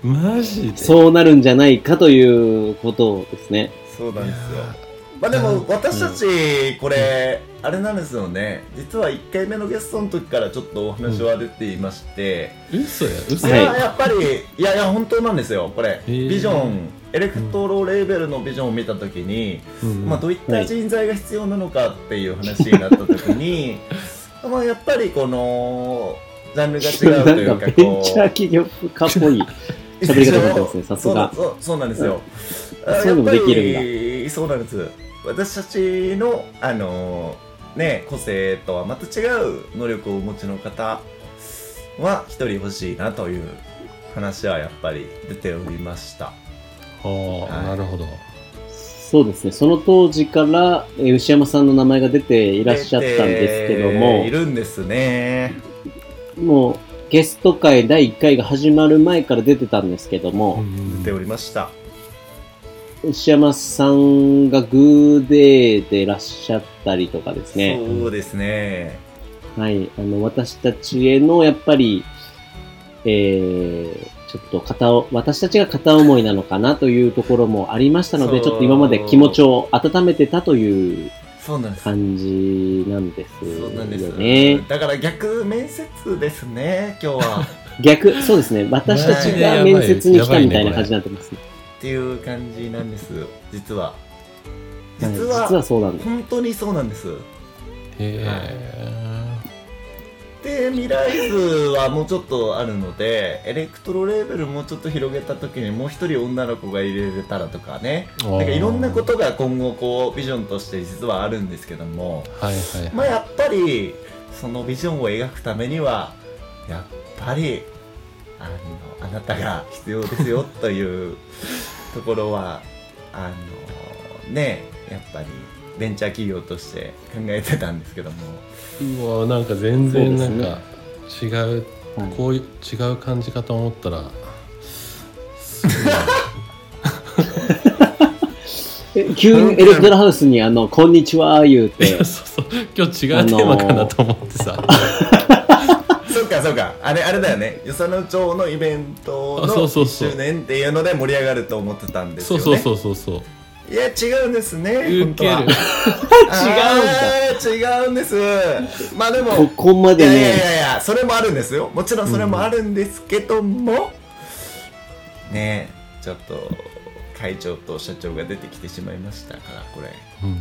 Speaker 4: マジで
Speaker 2: そうなるんじゃないかということをですね。
Speaker 3: そうなんです
Speaker 4: い
Speaker 3: よ
Speaker 4: や。
Speaker 3: まあでも私たちこれ、あれなんですよね実は1回目のゲストの時からちょっとお話は出ていまして、
Speaker 4: 嘘や嘘
Speaker 3: い
Speaker 4: や、
Speaker 2: はい
Speaker 3: ややっぱりいやいや本当なんですよこれ、
Speaker 4: ー
Speaker 3: ビジョンエレクトロレーベルのビジョンを見た時に、
Speaker 4: うん
Speaker 3: まあ、どういった人材が必要なのかっていう話になった時に、まあやっぱりこのジャンルが違うとい
Speaker 2: な
Speaker 3: うん
Speaker 2: か
Speaker 3: か
Speaker 2: ベン
Speaker 3: こ
Speaker 2: チャー
Speaker 3: う
Speaker 2: 企業かっ
Speaker 3: (laughs)
Speaker 2: ぽい。喋り方になってますねさすが
Speaker 3: そうそうそうなんですよ、
Speaker 2: うん
Speaker 3: あ
Speaker 2: そういうのもできるん
Speaker 3: や
Speaker 2: だ
Speaker 3: っぱりそうなんです私たちのあのね個性とはまた違う能力をお持ちの方は一人欲しいなという話はやっぱり出ておりました
Speaker 4: はあ、
Speaker 3: はい
Speaker 4: なるほど
Speaker 2: そうですね。その当時から、えー牛山さんの名前が出てい
Speaker 3: い
Speaker 2: らっしゃったんですけども
Speaker 3: い、るんですね
Speaker 2: もうゲスト会第1回が始まる前から出てたんですけど
Speaker 4: う
Speaker 2: も、
Speaker 4: んうん
Speaker 3: 出ておりました
Speaker 2: 牛山さんがグーデーでいらっしゃったりとかですね。
Speaker 3: そうですね。
Speaker 2: はい。あの、私たちへの、やっぱり、えー、ちょっと片を、私たちが片思いなのかなというところもありましたの
Speaker 3: そ
Speaker 2: で、
Speaker 3: う
Speaker 2: ちょっと今まで気持ちを温めてたという
Speaker 3: そうなんです。
Speaker 2: 感じなんです
Speaker 3: そ
Speaker 2: よ
Speaker 3: うなんです、
Speaker 2: ね。
Speaker 3: だから逆面接ですね、今日は。
Speaker 2: 逆、そうですね。私たちが面接に来たみたいな感じになってますね。
Speaker 3: っていう感じなんです、実は。
Speaker 2: はい
Speaker 3: 実は、
Speaker 2: 実はそうなんです。
Speaker 3: 本当にそうなんです。
Speaker 4: え
Speaker 3: で、未来図はもうちょっとあるので、エレクトロレーベルもうちょっと広げた時にもう一人女の子が入れれたらとかね。
Speaker 4: ー、
Speaker 3: なんかいろんなこととが今後こう、ビジョンとして実はあるんですけども。
Speaker 4: はいはいはい、
Speaker 3: (laughs) まあやっぱりそのビジョンを描くためにはやっぱりあのあなたが必要ですよというところは (laughs) あのねやっぱりベンチャー企業として考えてたんですけども (laughs)
Speaker 4: うわなんか全然
Speaker 2: そ
Speaker 4: な
Speaker 2: うです
Speaker 4: ん
Speaker 2: ね
Speaker 4: か違う
Speaker 2: はい
Speaker 4: こういう違う感じかと思ったら
Speaker 2: え急にエレクトロハウスに、あの、こんにちは、言う
Speaker 4: い
Speaker 2: て
Speaker 4: や。そうそう今日違うテーマかなと思ってさ、
Speaker 3: そうかそうかあれあれだよね与謝野町のイベント
Speaker 4: あそ
Speaker 3: の
Speaker 4: うそう
Speaker 3: 1
Speaker 4: そう
Speaker 3: 周年っていうので盛り上がると思ってたんです
Speaker 4: そ
Speaker 3: よ
Speaker 4: う
Speaker 3: ね
Speaker 4: そうそうそうそう
Speaker 3: いや違うんですね
Speaker 4: ウ
Speaker 3: 本当
Speaker 4: ケ
Speaker 3: は
Speaker 4: る
Speaker 3: (laughs)
Speaker 4: (laughs)
Speaker 3: 違うんだ違うんですまあでも
Speaker 2: ここま
Speaker 3: い
Speaker 2: で
Speaker 3: やいやい
Speaker 2: ね、
Speaker 3: やいやそれもあるんですよもちろんそれもあるんですけども、ねえちょっと会長と社長が出てきてしまいましたからこれ
Speaker 4: うんうん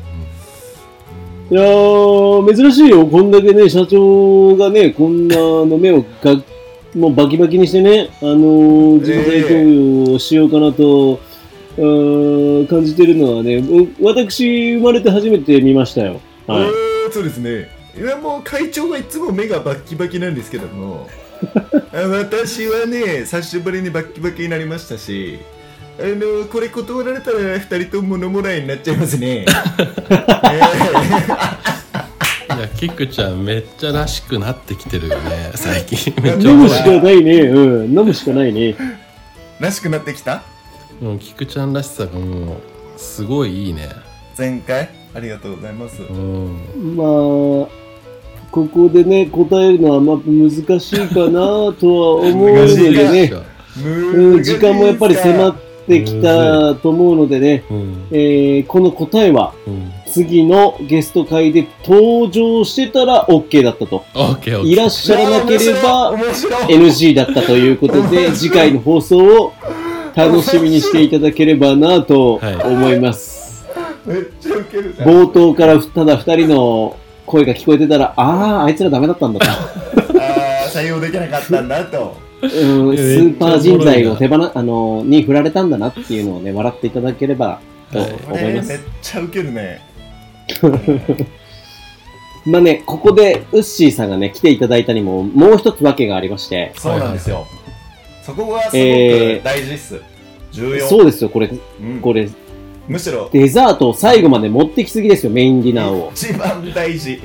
Speaker 2: いやー、珍しいよ。こんだけね、社長がね、こんなあの目をが、もうバキバキにしてね、あのー、人材共有をしようかなと、うーん感じてるのはね、う私、生まれて初めて見ましたよ。は
Speaker 3: え
Speaker 2: い。
Speaker 3: ーそうですねいやもう会長はいつも目がバッキバキなんですけど
Speaker 2: (laughs)
Speaker 3: もあ私はね久しぶりにバッキバキになりましたしあのこれ断られたら2人とも物もらいになっちゃいますね、
Speaker 2: (laughs)
Speaker 3: えー
Speaker 4: いやキクちゃんめっちゃらしくなってきてるよね最近めっちゃ
Speaker 2: 飲む
Speaker 4: 面
Speaker 2: し
Speaker 4: 白
Speaker 2: か
Speaker 4: い
Speaker 2: ないね。うん。飲むしかないね。
Speaker 3: らしくなってきた
Speaker 4: もうキクちゃんらしさがもうすごいいいね
Speaker 3: 前回ありがとうございます
Speaker 4: うん
Speaker 2: まあ、ここでね、答えるのはまあ難しいかなとは思うの
Speaker 3: 難しい
Speaker 2: でね。うん、
Speaker 3: 難しい
Speaker 2: 時間もやっぱり迫ってきたと思うのでね、
Speaker 4: うん
Speaker 2: えーこの答えは
Speaker 4: うん
Speaker 2: 次のゲスト会で登場してたら OK だったと。
Speaker 4: オッケーオッケー
Speaker 2: いらっしゃらなければ
Speaker 3: 面白い面白い
Speaker 2: NG だったということ (laughs) で、次回の放送を楽しみにしていただければなと思います。
Speaker 3: めっちゃウケるじゃん
Speaker 2: 冒頭からただ二人の声が聞こえてたら、ああ、あいつらダメだったんだと。 (laughs)
Speaker 3: あー採用できなかったんだと
Speaker 2: うん、スーパー人材を手放、あの、に振られたんだなっていうのをね、笑っていただければと思いま
Speaker 3: これめっ
Speaker 2: す。
Speaker 3: ちゃウケるね
Speaker 2: まあね、ここでウッシーさんがね、来ていただいたにも、もう一つ訳がありまして、
Speaker 3: そうなんですよそこがすごく
Speaker 2: えー
Speaker 3: 大事っす重要
Speaker 2: そうですよ、これ、
Speaker 3: うん
Speaker 2: これ、
Speaker 3: むしろ
Speaker 2: デザートを最後まで持ってきすぎですよ、メインディナーを。
Speaker 3: 一番大事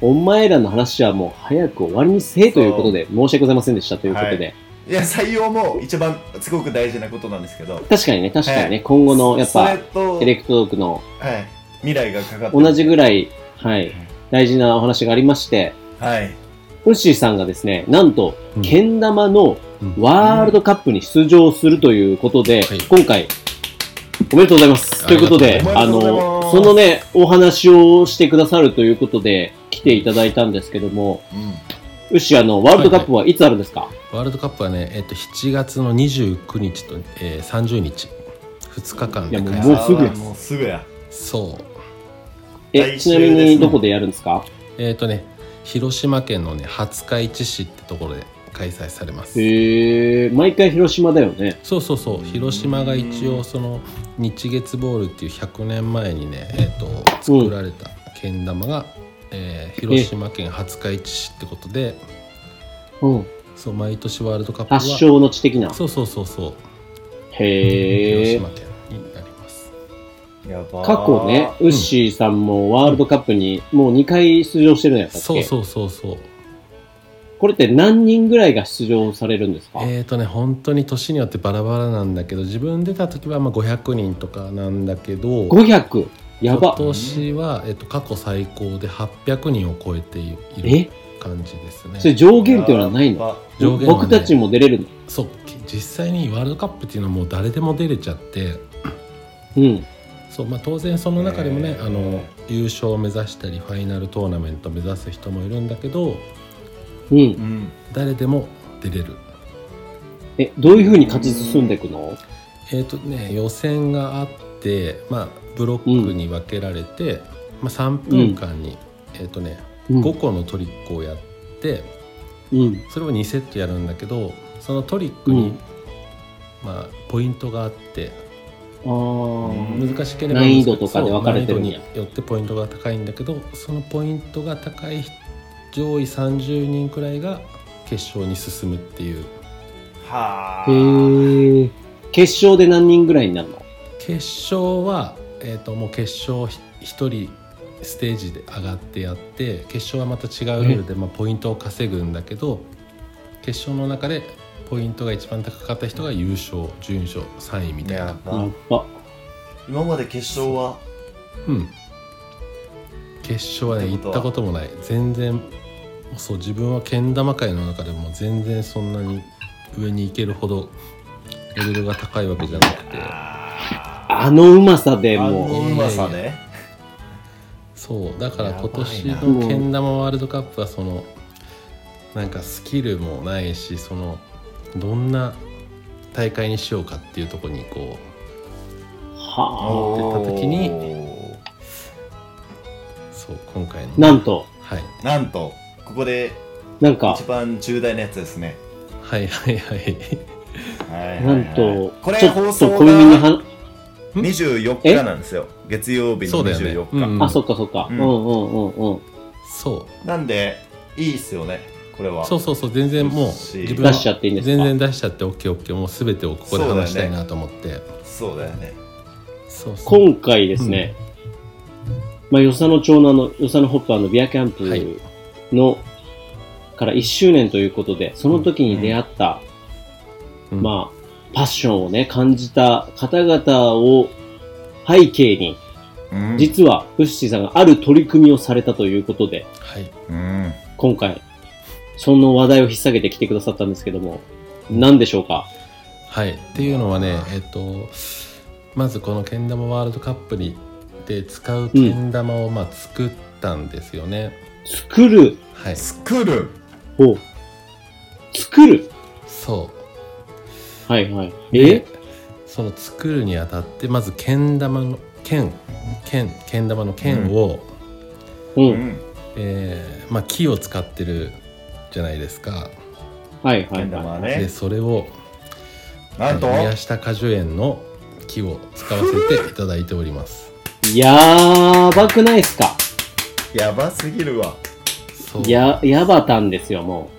Speaker 2: お前らの話はもう早く終わりにせえということで、申し訳ございませんでしたということで。
Speaker 3: いや採用も一番すごく大事なことなんですけど
Speaker 2: 確かにね、確かに
Speaker 3: は
Speaker 2: ね、今後の、やっ
Speaker 3: それ
Speaker 2: ぱ、
Speaker 3: と
Speaker 2: エレクトークの
Speaker 3: はい未来がかかって
Speaker 2: 同じぐらい、はい、大事なお話がありまして、
Speaker 3: はい
Speaker 2: ウッシーさんがですね、なんと、
Speaker 4: うん
Speaker 2: けん玉の
Speaker 4: うん
Speaker 2: ワールドカップに出場するということで、
Speaker 4: はい
Speaker 2: 今回、おめでとうございます。
Speaker 4: あ
Speaker 2: とい
Speaker 4: り
Speaker 2: う
Speaker 4: が
Speaker 2: こ
Speaker 4: う
Speaker 2: ととで、
Speaker 3: ございます
Speaker 2: あ
Speaker 3: おめでとうございま
Speaker 2: の、
Speaker 3: す
Speaker 2: そのね、お話をしてくださるということで、来ていただいたんですけども、
Speaker 3: うん
Speaker 2: ウッシー、あの、ワールドカップはいつあるんですか、
Speaker 4: ワールドカップはね、えっと、7月の29日と、えー、30日2日間で開
Speaker 2: いや
Speaker 4: 催
Speaker 2: もうすぐや
Speaker 3: あーもうすぐや
Speaker 4: そう
Speaker 2: え、
Speaker 3: 来
Speaker 2: ち
Speaker 3: 週
Speaker 2: なみ
Speaker 3: ですね
Speaker 2: にどこでやるんですか
Speaker 4: えっ、とね広島県のね廿日市市ってところで開催されます
Speaker 2: へえー、毎回広島だよね。
Speaker 4: そうそうそう広島が一応その日月ボールっていう100年前にね、えっと作られたけん玉が、えー広島県廿日市市ってことで
Speaker 2: うん。
Speaker 4: そう毎年ワールドカップは
Speaker 2: 発祥の地的な。
Speaker 4: そうそうそうそう、
Speaker 2: へ
Speaker 4: 広
Speaker 2: えー
Speaker 4: 島。県になります
Speaker 3: やばー
Speaker 2: 過去ね、ウッシーさんもワールドカップにもう2回出場してるんやったっけ、
Speaker 4: そうそうそうそう
Speaker 2: これって何人ぐらいが出場されるんですか、
Speaker 4: えーとね本当に年によってバラバラなんだけど自分出た時はまあ500人とかなんだけど
Speaker 2: ?500! やば
Speaker 4: 今年は、えっと、過去最高で800人を超えてい
Speaker 2: え
Speaker 4: る感じですね
Speaker 2: それ上限っていうのはないの
Speaker 3: あ
Speaker 4: 上限はね
Speaker 2: 僕たちも出れるの
Speaker 4: そうき実際にワールドカップっていうのはもう誰でも出れちゃって
Speaker 2: うん。
Speaker 4: そう、まあ、当然その中でもね
Speaker 3: へー
Speaker 4: あの優勝を目指したりファイナルトーナメントを目指す人もいるんだけど
Speaker 2: うん
Speaker 3: う。ん
Speaker 4: 誰でも出れる
Speaker 2: え、どういうふうに勝ち進んでいくの
Speaker 4: えーとね、予選があって、まあ、ブロックに分けられて、まあ、3分間に、えーとね、
Speaker 2: うん
Speaker 4: 5個のトリックをやって
Speaker 2: うん。
Speaker 4: それを2セットやるんだけどそのトリックに、
Speaker 2: うん
Speaker 4: まあ、ポイントがあって
Speaker 2: あー
Speaker 4: 難しければ
Speaker 2: 難易度とかで分かれてるんや
Speaker 4: そう難易度によってポイントが高いんだけどそのポイントが高い上位30人くらいが決勝に進むっていう
Speaker 3: はあ
Speaker 2: へー。決勝で何人ぐらいになるの
Speaker 4: 決勝は、えー、ともう決勝1人ステージで上がってやって決勝はまた違うルールで、まあ、ポイントを稼ぐんだけど決勝の中でポイントが一番高かった人が優勝準優勝3位みたい
Speaker 3: や
Speaker 4: な、
Speaker 3: ば
Speaker 2: やっぱ。
Speaker 3: 今まで決勝は
Speaker 4: うん、決勝はね
Speaker 3: 行
Speaker 4: 行
Speaker 3: っ
Speaker 4: ったた
Speaker 3: こ
Speaker 4: こともない全然そう自分はけん玉界の中でも全然そんなに上に行けるほどレベルが高いわけじゃなくて。
Speaker 2: あのうまさで
Speaker 3: あ
Speaker 2: も
Speaker 3: のうまさね
Speaker 4: そうだから
Speaker 3: やばい
Speaker 4: 今
Speaker 3: な
Speaker 4: 年のけん玉ワールドカップはそのなんかスキルもないしそのどんな大会にしようかっていうところにこ
Speaker 2: う、は
Speaker 4: 思ってた時に
Speaker 3: おー
Speaker 4: うそう今回の
Speaker 2: あ。なんと、
Speaker 4: はい
Speaker 3: なんとここで
Speaker 2: なんか
Speaker 3: 一、番重大なやつですね
Speaker 4: はいはいはい
Speaker 3: はいはいは
Speaker 2: ないんと
Speaker 3: こ、れ
Speaker 2: ちょ
Speaker 3: 放
Speaker 2: っ
Speaker 3: 送
Speaker 2: と
Speaker 3: が
Speaker 2: 小耳には、
Speaker 3: 24日なんですよ月曜日
Speaker 4: そ
Speaker 3: の
Speaker 4: うだよね
Speaker 3: 24日、
Speaker 4: うん
Speaker 2: あ、そっかそっか。
Speaker 3: う
Speaker 2: うんんうんうんうん。
Speaker 4: そ
Speaker 3: なんでいいっすよねこれは
Speaker 4: うそうそうそう全然もう
Speaker 3: し
Speaker 4: 自分
Speaker 2: 出
Speaker 4: は
Speaker 2: しちゃっていいんですか
Speaker 4: 全然出しちゃって OKOK もう全てをここで話したいなと思って
Speaker 3: そうだよね
Speaker 4: そうそう
Speaker 2: 今回ですね、まあ、与謝野町のあの、与謝野ホッパーのビアキャン
Speaker 4: はい
Speaker 2: プの、から1周年ということで、その時に出会った、
Speaker 4: うん
Speaker 2: まあ、パッションをね、感じた方々を背景に、
Speaker 3: うん
Speaker 2: 実は、ブッシーさんがある取り組みをされたということで、
Speaker 4: はい
Speaker 3: うん
Speaker 2: 今回、その話題を引っ提げて来てくださったんですけども、何でしょうか
Speaker 4: はい、っていうのはね、えっとまずこのけん玉ワールドカップにで使うけん玉をまあ作ったんですよね、
Speaker 2: 作る
Speaker 4: はい
Speaker 3: 作る
Speaker 2: を、作る
Speaker 4: そ
Speaker 2: はいはい。
Speaker 4: う
Speaker 2: え
Speaker 4: でその作るにあたってまずけん玉の剣剣けん玉の剣を、
Speaker 2: う。
Speaker 3: うんん
Speaker 4: えーまあ、木を使ってるじゃないですか、
Speaker 2: はいは
Speaker 3: け
Speaker 2: い
Speaker 3: ん玉
Speaker 2: は。
Speaker 3: はい
Speaker 4: で
Speaker 3: ね
Speaker 4: それを
Speaker 3: なんと
Speaker 4: えー宮下果樹園の木を使わせていただいております
Speaker 2: やばくないっすか
Speaker 3: やばすぎるわ
Speaker 4: そう
Speaker 2: や、やばたんですよ、も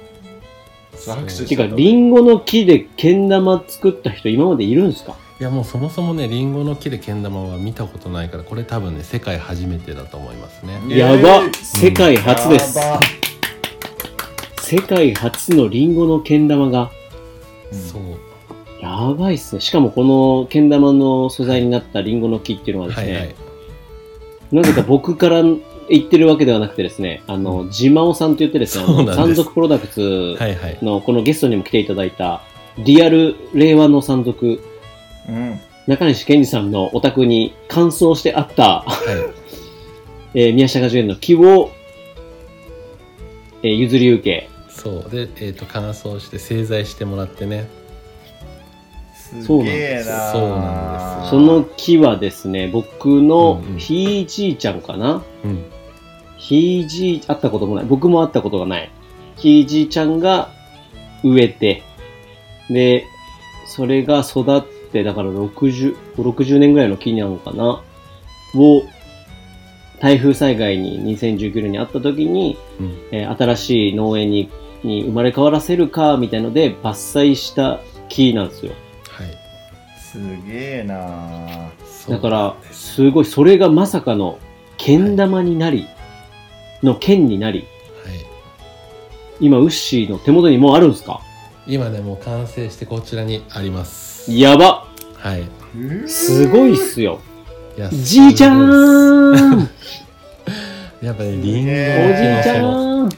Speaker 4: そう
Speaker 3: 拍手
Speaker 2: う。てか、リンゴの木でけん玉作った人今までいるんすか
Speaker 4: いやもうそもそもねリンゴの木でけん玉は見たことないからこれ多分ね世界初めてだと思いますね
Speaker 3: イエ
Speaker 2: や
Speaker 3: ーイ
Speaker 2: ば世界初です
Speaker 3: やば
Speaker 2: 世界初のリンゴのけん玉が、
Speaker 4: そう
Speaker 2: やばいっすね。しかもこのけん玉の素材になったリンゴの木っていうのはです
Speaker 4: はい
Speaker 2: ね、
Speaker 4: はい
Speaker 2: なぜか僕から言ってるわけではなくてですね、あの、ジマオさんと言ってですね、あ
Speaker 4: そうなん
Speaker 2: の
Speaker 4: です
Speaker 2: 山賊プロダクツ
Speaker 4: はいはい
Speaker 2: のこのゲストにも来ていただいた、リアル令和の山賊、
Speaker 3: うん
Speaker 2: 中西健二さんのお宅に乾燥してあった、 (laughs)
Speaker 4: はい
Speaker 2: えー宮下果樹園の木を、えー譲り受け、
Speaker 4: そうでえっ、と乾燥して製材してもらってね
Speaker 3: すげえな
Speaker 4: そうなんです
Speaker 2: その木はですね、僕の
Speaker 4: うんうん
Speaker 2: ひいじいちゃんかな、
Speaker 4: うん
Speaker 2: ひいじい、会ったこともない。僕も会ったことがない。ひいじいちゃんが植えて、で、それが育って、だから60、60年ぐらいの木なのかなを、台風災害に2019年にあった時に、
Speaker 4: うん
Speaker 2: えー新しい農園にに生まれ変わらせるか、みたいので伐採した木なんですよ。
Speaker 4: はい
Speaker 3: すげえな
Speaker 4: そう
Speaker 2: だから、すごい、それがまさかの、剣玉になり、の剣になり、
Speaker 4: はい
Speaker 2: 今、ウッシーの手元にもうあるんですか
Speaker 4: 今ねもう完成してこちらにあります
Speaker 2: やば
Speaker 4: はいい
Speaker 2: すごいっすよ。
Speaker 4: や
Speaker 2: じいちゃーんおじ
Speaker 4: すごいですやっぱねリンゴ
Speaker 3: えー
Speaker 2: いちゃ
Speaker 4: のその
Speaker 2: ーん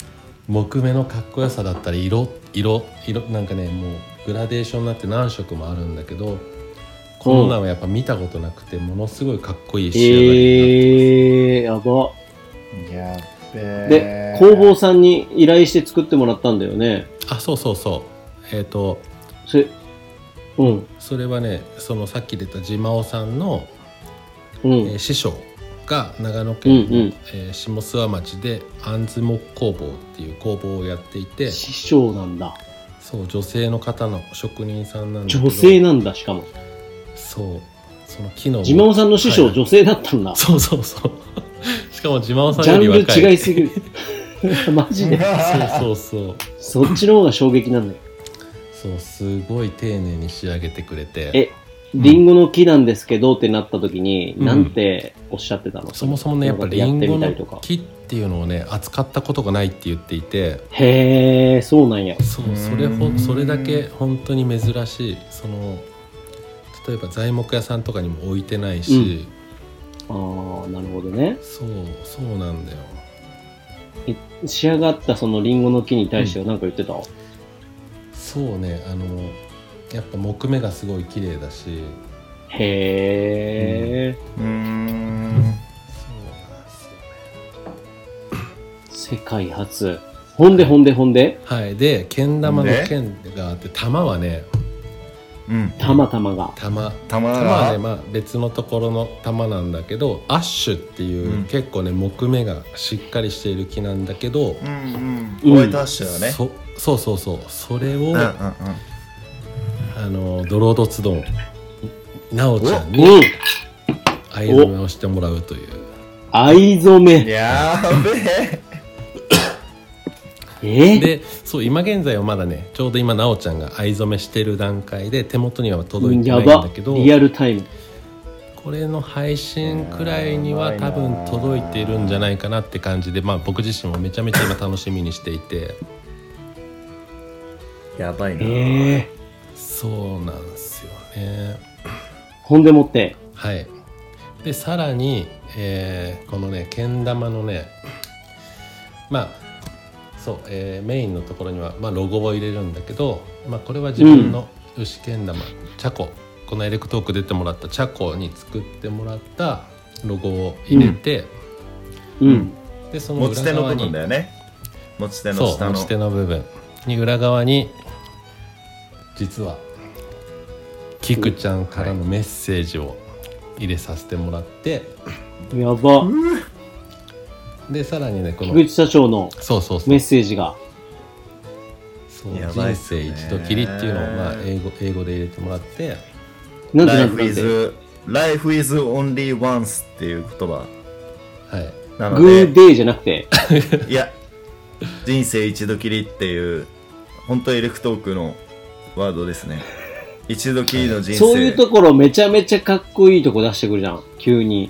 Speaker 4: 木目のかっこよさだったり色色色なんかねもうグラデーションになって何色もあるんだけどこんなんはやっぱ見たことなくてものすごいかっこいい仕上がりになって
Speaker 2: えー、やば。
Speaker 3: やっべー
Speaker 2: で、工房さんに依頼して作ってもらったんだよね。
Speaker 4: あそうそうそうえっ、と
Speaker 2: それ、うん、
Speaker 4: それはねそのさっき出た自オさんの、
Speaker 2: う
Speaker 4: えー
Speaker 2: ん。
Speaker 4: 師匠が長野県の、
Speaker 2: うんうん
Speaker 4: えー下諏訪町であんず木工房っていう工房をやっていて
Speaker 2: 師匠なんだ。
Speaker 4: そう女性の方の職人さんなんだけど
Speaker 2: 女性なんだ、しかも。
Speaker 4: そうその機能
Speaker 2: 自慢さんの師匠、
Speaker 4: はい
Speaker 2: 女性だったんだ。
Speaker 4: そうそうそうしかも自慢さん
Speaker 2: ジャ
Speaker 4: より
Speaker 2: ン
Speaker 4: 若い
Speaker 2: ル違いすぎる。 (laughs) マジで。
Speaker 4: そうそうそう
Speaker 2: そっちの方が衝撃なんだよ。
Speaker 4: そうすごい丁寧に仕上げてくれて
Speaker 2: えリンゴの木なんですけどってなった時に、
Speaker 4: うん
Speaker 2: なんておっしゃってたの
Speaker 4: そもそもねやっぱりリ
Speaker 2: なん
Speaker 4: ン
Speaker 2: かや
Speaker 4: ゴ
Speaker 2: ってみた
Speaker 4: の
Speaker 2: りとか。
Speaker 4: 木っていうのをね扱ったことがないって言っていて
Speaker 2: へえ、そうなんや。
Speaker 4: そうそれ
Speaker 3: うー
Speaker 4: ほ
Speaker 3: ん
Speaker 4: それだけ本当に珍しいその例えば材木屋さんとかにも置いてないし、
Speaker 2: ああ、なるほどね。
Speaker 4: そうそうなんだよ
Speaker 2: 仕上がったそのリンゴの木に対しては何か言ってた、
Speaker 4: そうねあのやっぱ木目がすごい綺麗だし
Speaker 2: へえ、
Speaker 3: (laughs) うーん
Speaker 4: そうなんですよ
Speaker 2: 世界初。ほんでほんでほんで、
Speaker 4: はいでけん玉の
Speaker 3: で
Speaker 4: 剣があって玉はね
Speaker 3: うん
Speaker 2: たまたまが。
Speaker 4: 玉
Speaker 3: たま
Speaker 4: 玉はね、
Speaker 3: ら
Speaker 4: まあ、別のところの玉なんだけどアッシュっていう、
Speaker 3: うん
Speaker 4: 結構ね木目がしっかりしている木なんだけど、
Speaker 3: うんうんホワイトアッシュだね
Speaker 4: そそうそうそうそれを、
Speaker 3: うんうんうん
Speaker 4: あのドロードツドンなおちゃん
Speaker 2: う
Speaker 4: に
Speaker 2: ん
Speaker 4: 藍染めをしてもらうという
Speaker 2: 藍染め。
Speaker 3: やー
Speaker 4: (laughs)
Speaker 3: べ
Speaker 2: え
Speaker 4: でそう今現在はまだねちょうど今なおちゃんが藍染めしてる段階で手元には届いてな
Speaker 2: や
Speaker 4: いんだ
Speaker 2: ば
Speaker 4: けど。
Speaker 2: リアルタイム。
Speaker 4: これの配信くらいには多分届いているんじゃないかなって感じで、まあ、僕自身もめちゃめちゃ今楽しみにしていて
Speaker 3: えやばい
Speaker 2: へえ。
Speaker 4: そうなんですよね
Speaker 2: ほんでもって。
Speaker 4: はいでさらに、えーこのねけん玉のねまあそう、えーメインのところには、まあ、ロゴを入れるんだけど、まあ、これは自分の牛けん玉、チャコこのエレクトーク出てもらったチャコに作ってもらったロゴを入れて、
Speaker 2: うん。
Speaker 4: でその
Speaker 3: 持ち手の
Speaker 4: 裏
Speaker 3: 部
Speaker 4: 側
Speaker 3: 分
Speaker 4: に
Speaker 3: だよね持ち手の
Speaker 4: そう
Speaker 3: 下
Speaker 4: 持
Speaker 3: の
Speaker 4: ち手の部分に裏側に実はキクちゃんからのメッセージを入れさせてもらって
Speaker 2: やば。
Speaker 4: でさらにねこの
Speaker 2: 菊池社長の
Speaker 4: そうそうそ
Speaker 2: メ
Speaker 4: う
Speaker 2: ッセージが。
Speaker 4: そう
Speaker 3: やばい
Speaker 4: 人
Speaker 3: っす
Speaker 4: 生
Speaker 3: ね
Speaker 4: 一度きりっていうのを、まあ、英語英語で入れてもらって
Speaker 2: なんてな
Speaker 3: Life
Speaker 2: んてなんて。
Speaker 3: is Life is only once っていう言葉
Speaker 4: はい
Speaker 3: なの
Speaker 2: グー
Speaker 3: で
Speaker 2: デーじゃなくて。
Speaker 3: いや人生一度きりっていう本当エレクトークのワードですね一度きりの人生
Speaker 2: そういうところめちゃめちゃかっこいいとこ出してくるじゃん。急に。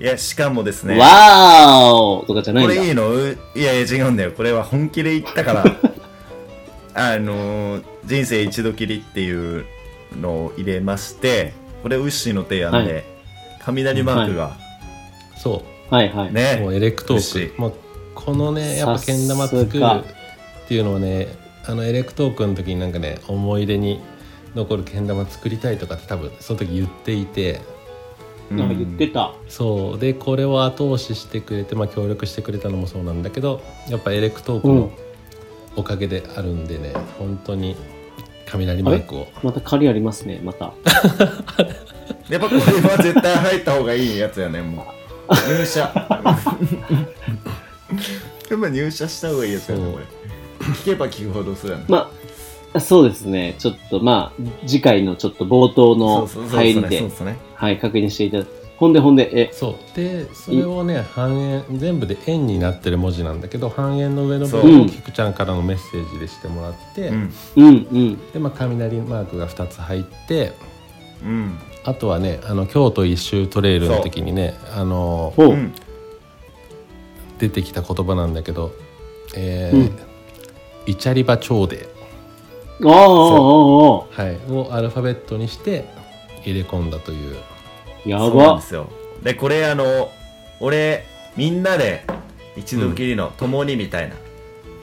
Speaker 3: いやしかもですね
Speaker 2: わーおとかじゃない
Speaker 3: こ
Speaker 2: んだ。
Speaker 3: れいいのういやいや違うんだよこれは本気で言ったから
Speaker 2: (laughs)
Speaker 3: あのー人生一度きりっていうのを入れましてこれウッシーの提案で、
Speaker 2: は
Speaker 3: 雷マークが、
Speaker 4: そ
Speaker 2: はいはい。
Speaker 4: うもう
Speaker 3: ね
Speaker 4: エレクト
Speaker 3: 嬉
Speaker 4: ー
Speaker 3: し
Speaker 4: クもうこのねやっぱけん玉作
Speaker 2: さす
Speaker 4: る
Speaker 2: が
Speaker 4: っていうのはねあのエレクトークの時になんかね思い出に残るけん玉作りたいとかって多分その時言っていて
Speaker 2: なんか言ってた。
Speaker 4: そうでこれを後押ししてくれて、まあ、協力してくれたのもそうなんだけどやっぱエレクトーク
Speaker 2: うん
Speaker 4: のおかげであるんでね、本当に雷マイクを
Speaker 2: また狩りありますね、また。
Speaker 3: やっぱこれは絶対入った方がいいやつやねもう入 (laughs) 社やっぱ入社した方がいいやつやねこれ聞けば聞くほどそうやね
Speaker 2: まあ、そうですね。ちょっと、まあ、次回のちょっと冒頭
Speaker 3: そ
Speaker 2: の
Speaker 3: うそうそう
Speaker 2: 入
Speaker 3: そう
Speaker 2: り
Speaker 3: ねそう
Speaker 2: で、
Speaker 3: そうね
Speaker 2: はい、確認していただく。ほんでほんで、
Speaker 4: そうでそれをね半円全部で円になってる文字なんだけど半円の上の部
Speaker 3: そう
Speaker 4: 分
Speaker 2: う
Speaker 4: を
Speaker 2: ん
Speaker 4: キクちゃんからのメッセージでしてもらって、
Speaker 3: うん
Speaker 2: え、うんうん。
Speaker 4: で、まあ、雷マークが2つ入って
Speaker 3: うん
Speaker 4: あとはねあの京都一周トレイルの時にねあの
Speaker 2: ほう、
Speaker 3: うん
Speaker 4: 出てきた言葉なんだけど、えー
Speaker 2: うん
Speaker 4: イチャリバ朝礼、
Speaker 2: ああ、ああ、ああ。
Speaker 4: はい、をアルファベットにして入れ込んだという
Speaker 2: や
Speaker 3: そうなん
Speaker 2: ば
Speaker 3: で。すよでこれあの俺みんなで一度きりの共にみたいな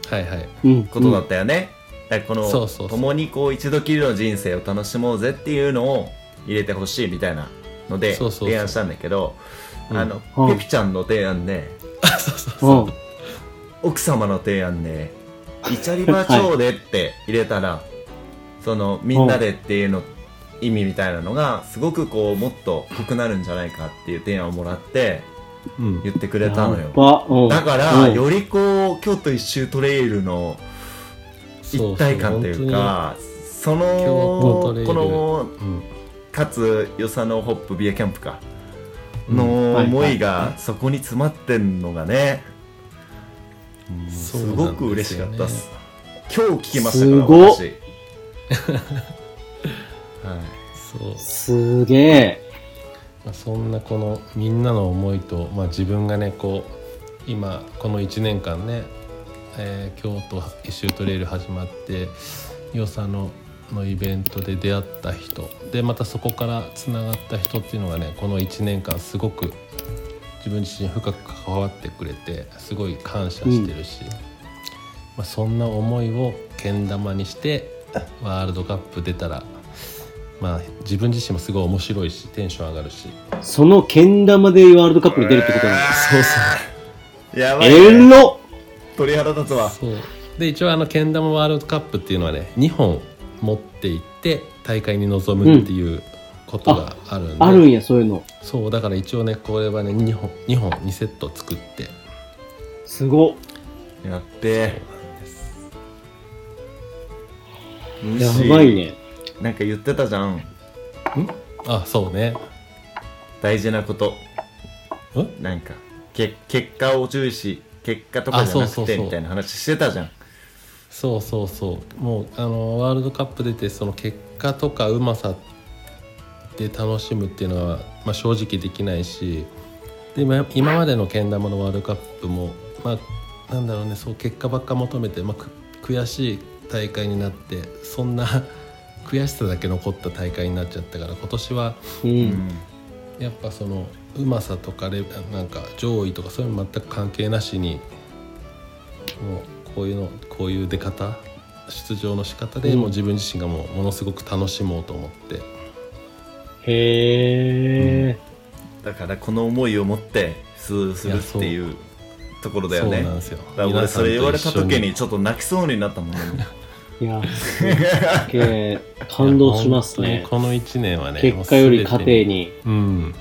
Speaker 4: はいはい
Speaker 2: うん。
Speaker 3: ことだったよね、だからこの
Speaker 4: そうそうそう
Speaker 3: 共にこう一度きりの人生を楽しもうぜっていうのを入れてほしいみたいなので
Speaker 4: そうそうそう
Speaker 3: 提案したんだけど
Speaker 4: うん
Speaker 3: あの、
Speaker 2: はい
Speaker 3: ペピちゃんの提案ね
Speaker 2: うん。うん
Speaker 3: 奥様の提案ねイチャリバ長でって入れたら、そのみんなでっていうの意味みたいなのがすごくこうもっと濃くなるんじゃないかっていう提案をもらって
Speaker 4: うん
Speaker 3: 言ってくれたのよ
Speaker 2: やばうん
Speaker 3: だから
Speaker 2: うん
Speaker 3: よりこう京都一周トレイルの一体感というかそ
Speaker 4: 京都トレ
Speaker 3: の
Speaker 4: イル
Speaker 3: この
Speaker 4: そうそう本
Speaker 3: かつよさのホップビアキャンプか
Speaker 4: 当にうん
Speaker 3: の
Speaker 2: はい
Speaker 3: 思いがそこに詰まってんのがね、うん
Speaker 4: そう
Speaker 3: す
Speaker 4: なんですよ
Speaker 3: ご
Speaker 4: ね
Speaker 3: く嬉しかったっす今日聞きまし
Speaker 2: す
Speaker 3: たから
Speaker 2: (laughs) ごっ
Speaker 3: 私はい
Speaker 4: そう
Speaker 2: すげえ。
Speaker 4: まあ、そんなこのみんなの思いと、まあ、自分がねこう今この1年間ね、えー京都一周トレイル始まってよさののイベントで出会った人でまたそこからつながった人っていうのがねこの1年間すごく自分自身深く関わってくれてすごい感謝してるし、まあ、そんな思いをけん玉にしてワールドカップ出たら、まあ、自分自身もすごい面白いしテンション上がるし。
Speaker 2: そのけん玉でワールドカップに出るってことなんだ。
Speaker 4: そうそう
Speaker 3: やばい、
Speaker 2: え
Speaker 3: ね、
Speaker 2: ろ
Speaker 3: 鳥肌立つわ
Speaker 4: そうで一応あのけん玉ワールドカップっていうのはね2本持っていって大会に臨むっていうことがあるんで、
Speaker 2: あるんや、そういうの。
Speaker 4: そうだから一応ねこれはね2本2本2セット作って
Speaker 2: すごっ。
Speaker 3: やって
Speaker 2: や
Speaker 3: むし
Speaker 2: ばいね。
Speaker 3: なんか言ってたじゃん
Speaker 4: あそうね
Speaker 3: 大事なこと
Speaker 4: ん
Speaker 3: なんかけ結果を重視結果とかじゃな
Speaker 4: あそ
Speaker 3: く
Speaker 4: うそうそ
Speaker 3: て
Speaker 4: う
Speaker 3: みたいな話してたじゃん
Speaker 4: そうそうそうもうあのワールドカップ出てその結果とかうまさで楽しむっていうのは、まあ、正直できないしでまあ今までのけん玉のワールドカップも、まあ、なんだろうねそう結果ばっか求めて、まあ、く悔しい大会になってそんな (laughs) 悔しさだけ残った大会になっちゃったから今年は
Speaker 2: うん。
Speaker 4: やっぱそのうまさとかレなんか上位とかそういうの全く関係なしにもうこういうのこういう出方出場の仕方で、
Speaker 2: うん
Speaker 4: もう自分自身がもうものすごく楽しもうと思って
Speaker 2: へえ。
Speaker 3: だからこの思いを持って出場するっていうところだよね
Speaker 4: そうなんですよ
Speaker 3: だから俺それ言われた時に
Speaker 4: 皆さんと
Speaker 3: ちょっと泣きそうになったもんね
Speaker 2: いや、すっげえ。感動しますね
Speaker 4: いや。本当にこの1年はね
Speaker 2: 結果より
Speaker 4: も
Speaker 2: 家
Speaker 4: う全て
Speaker 2: 庭に。
Speaker 4: うん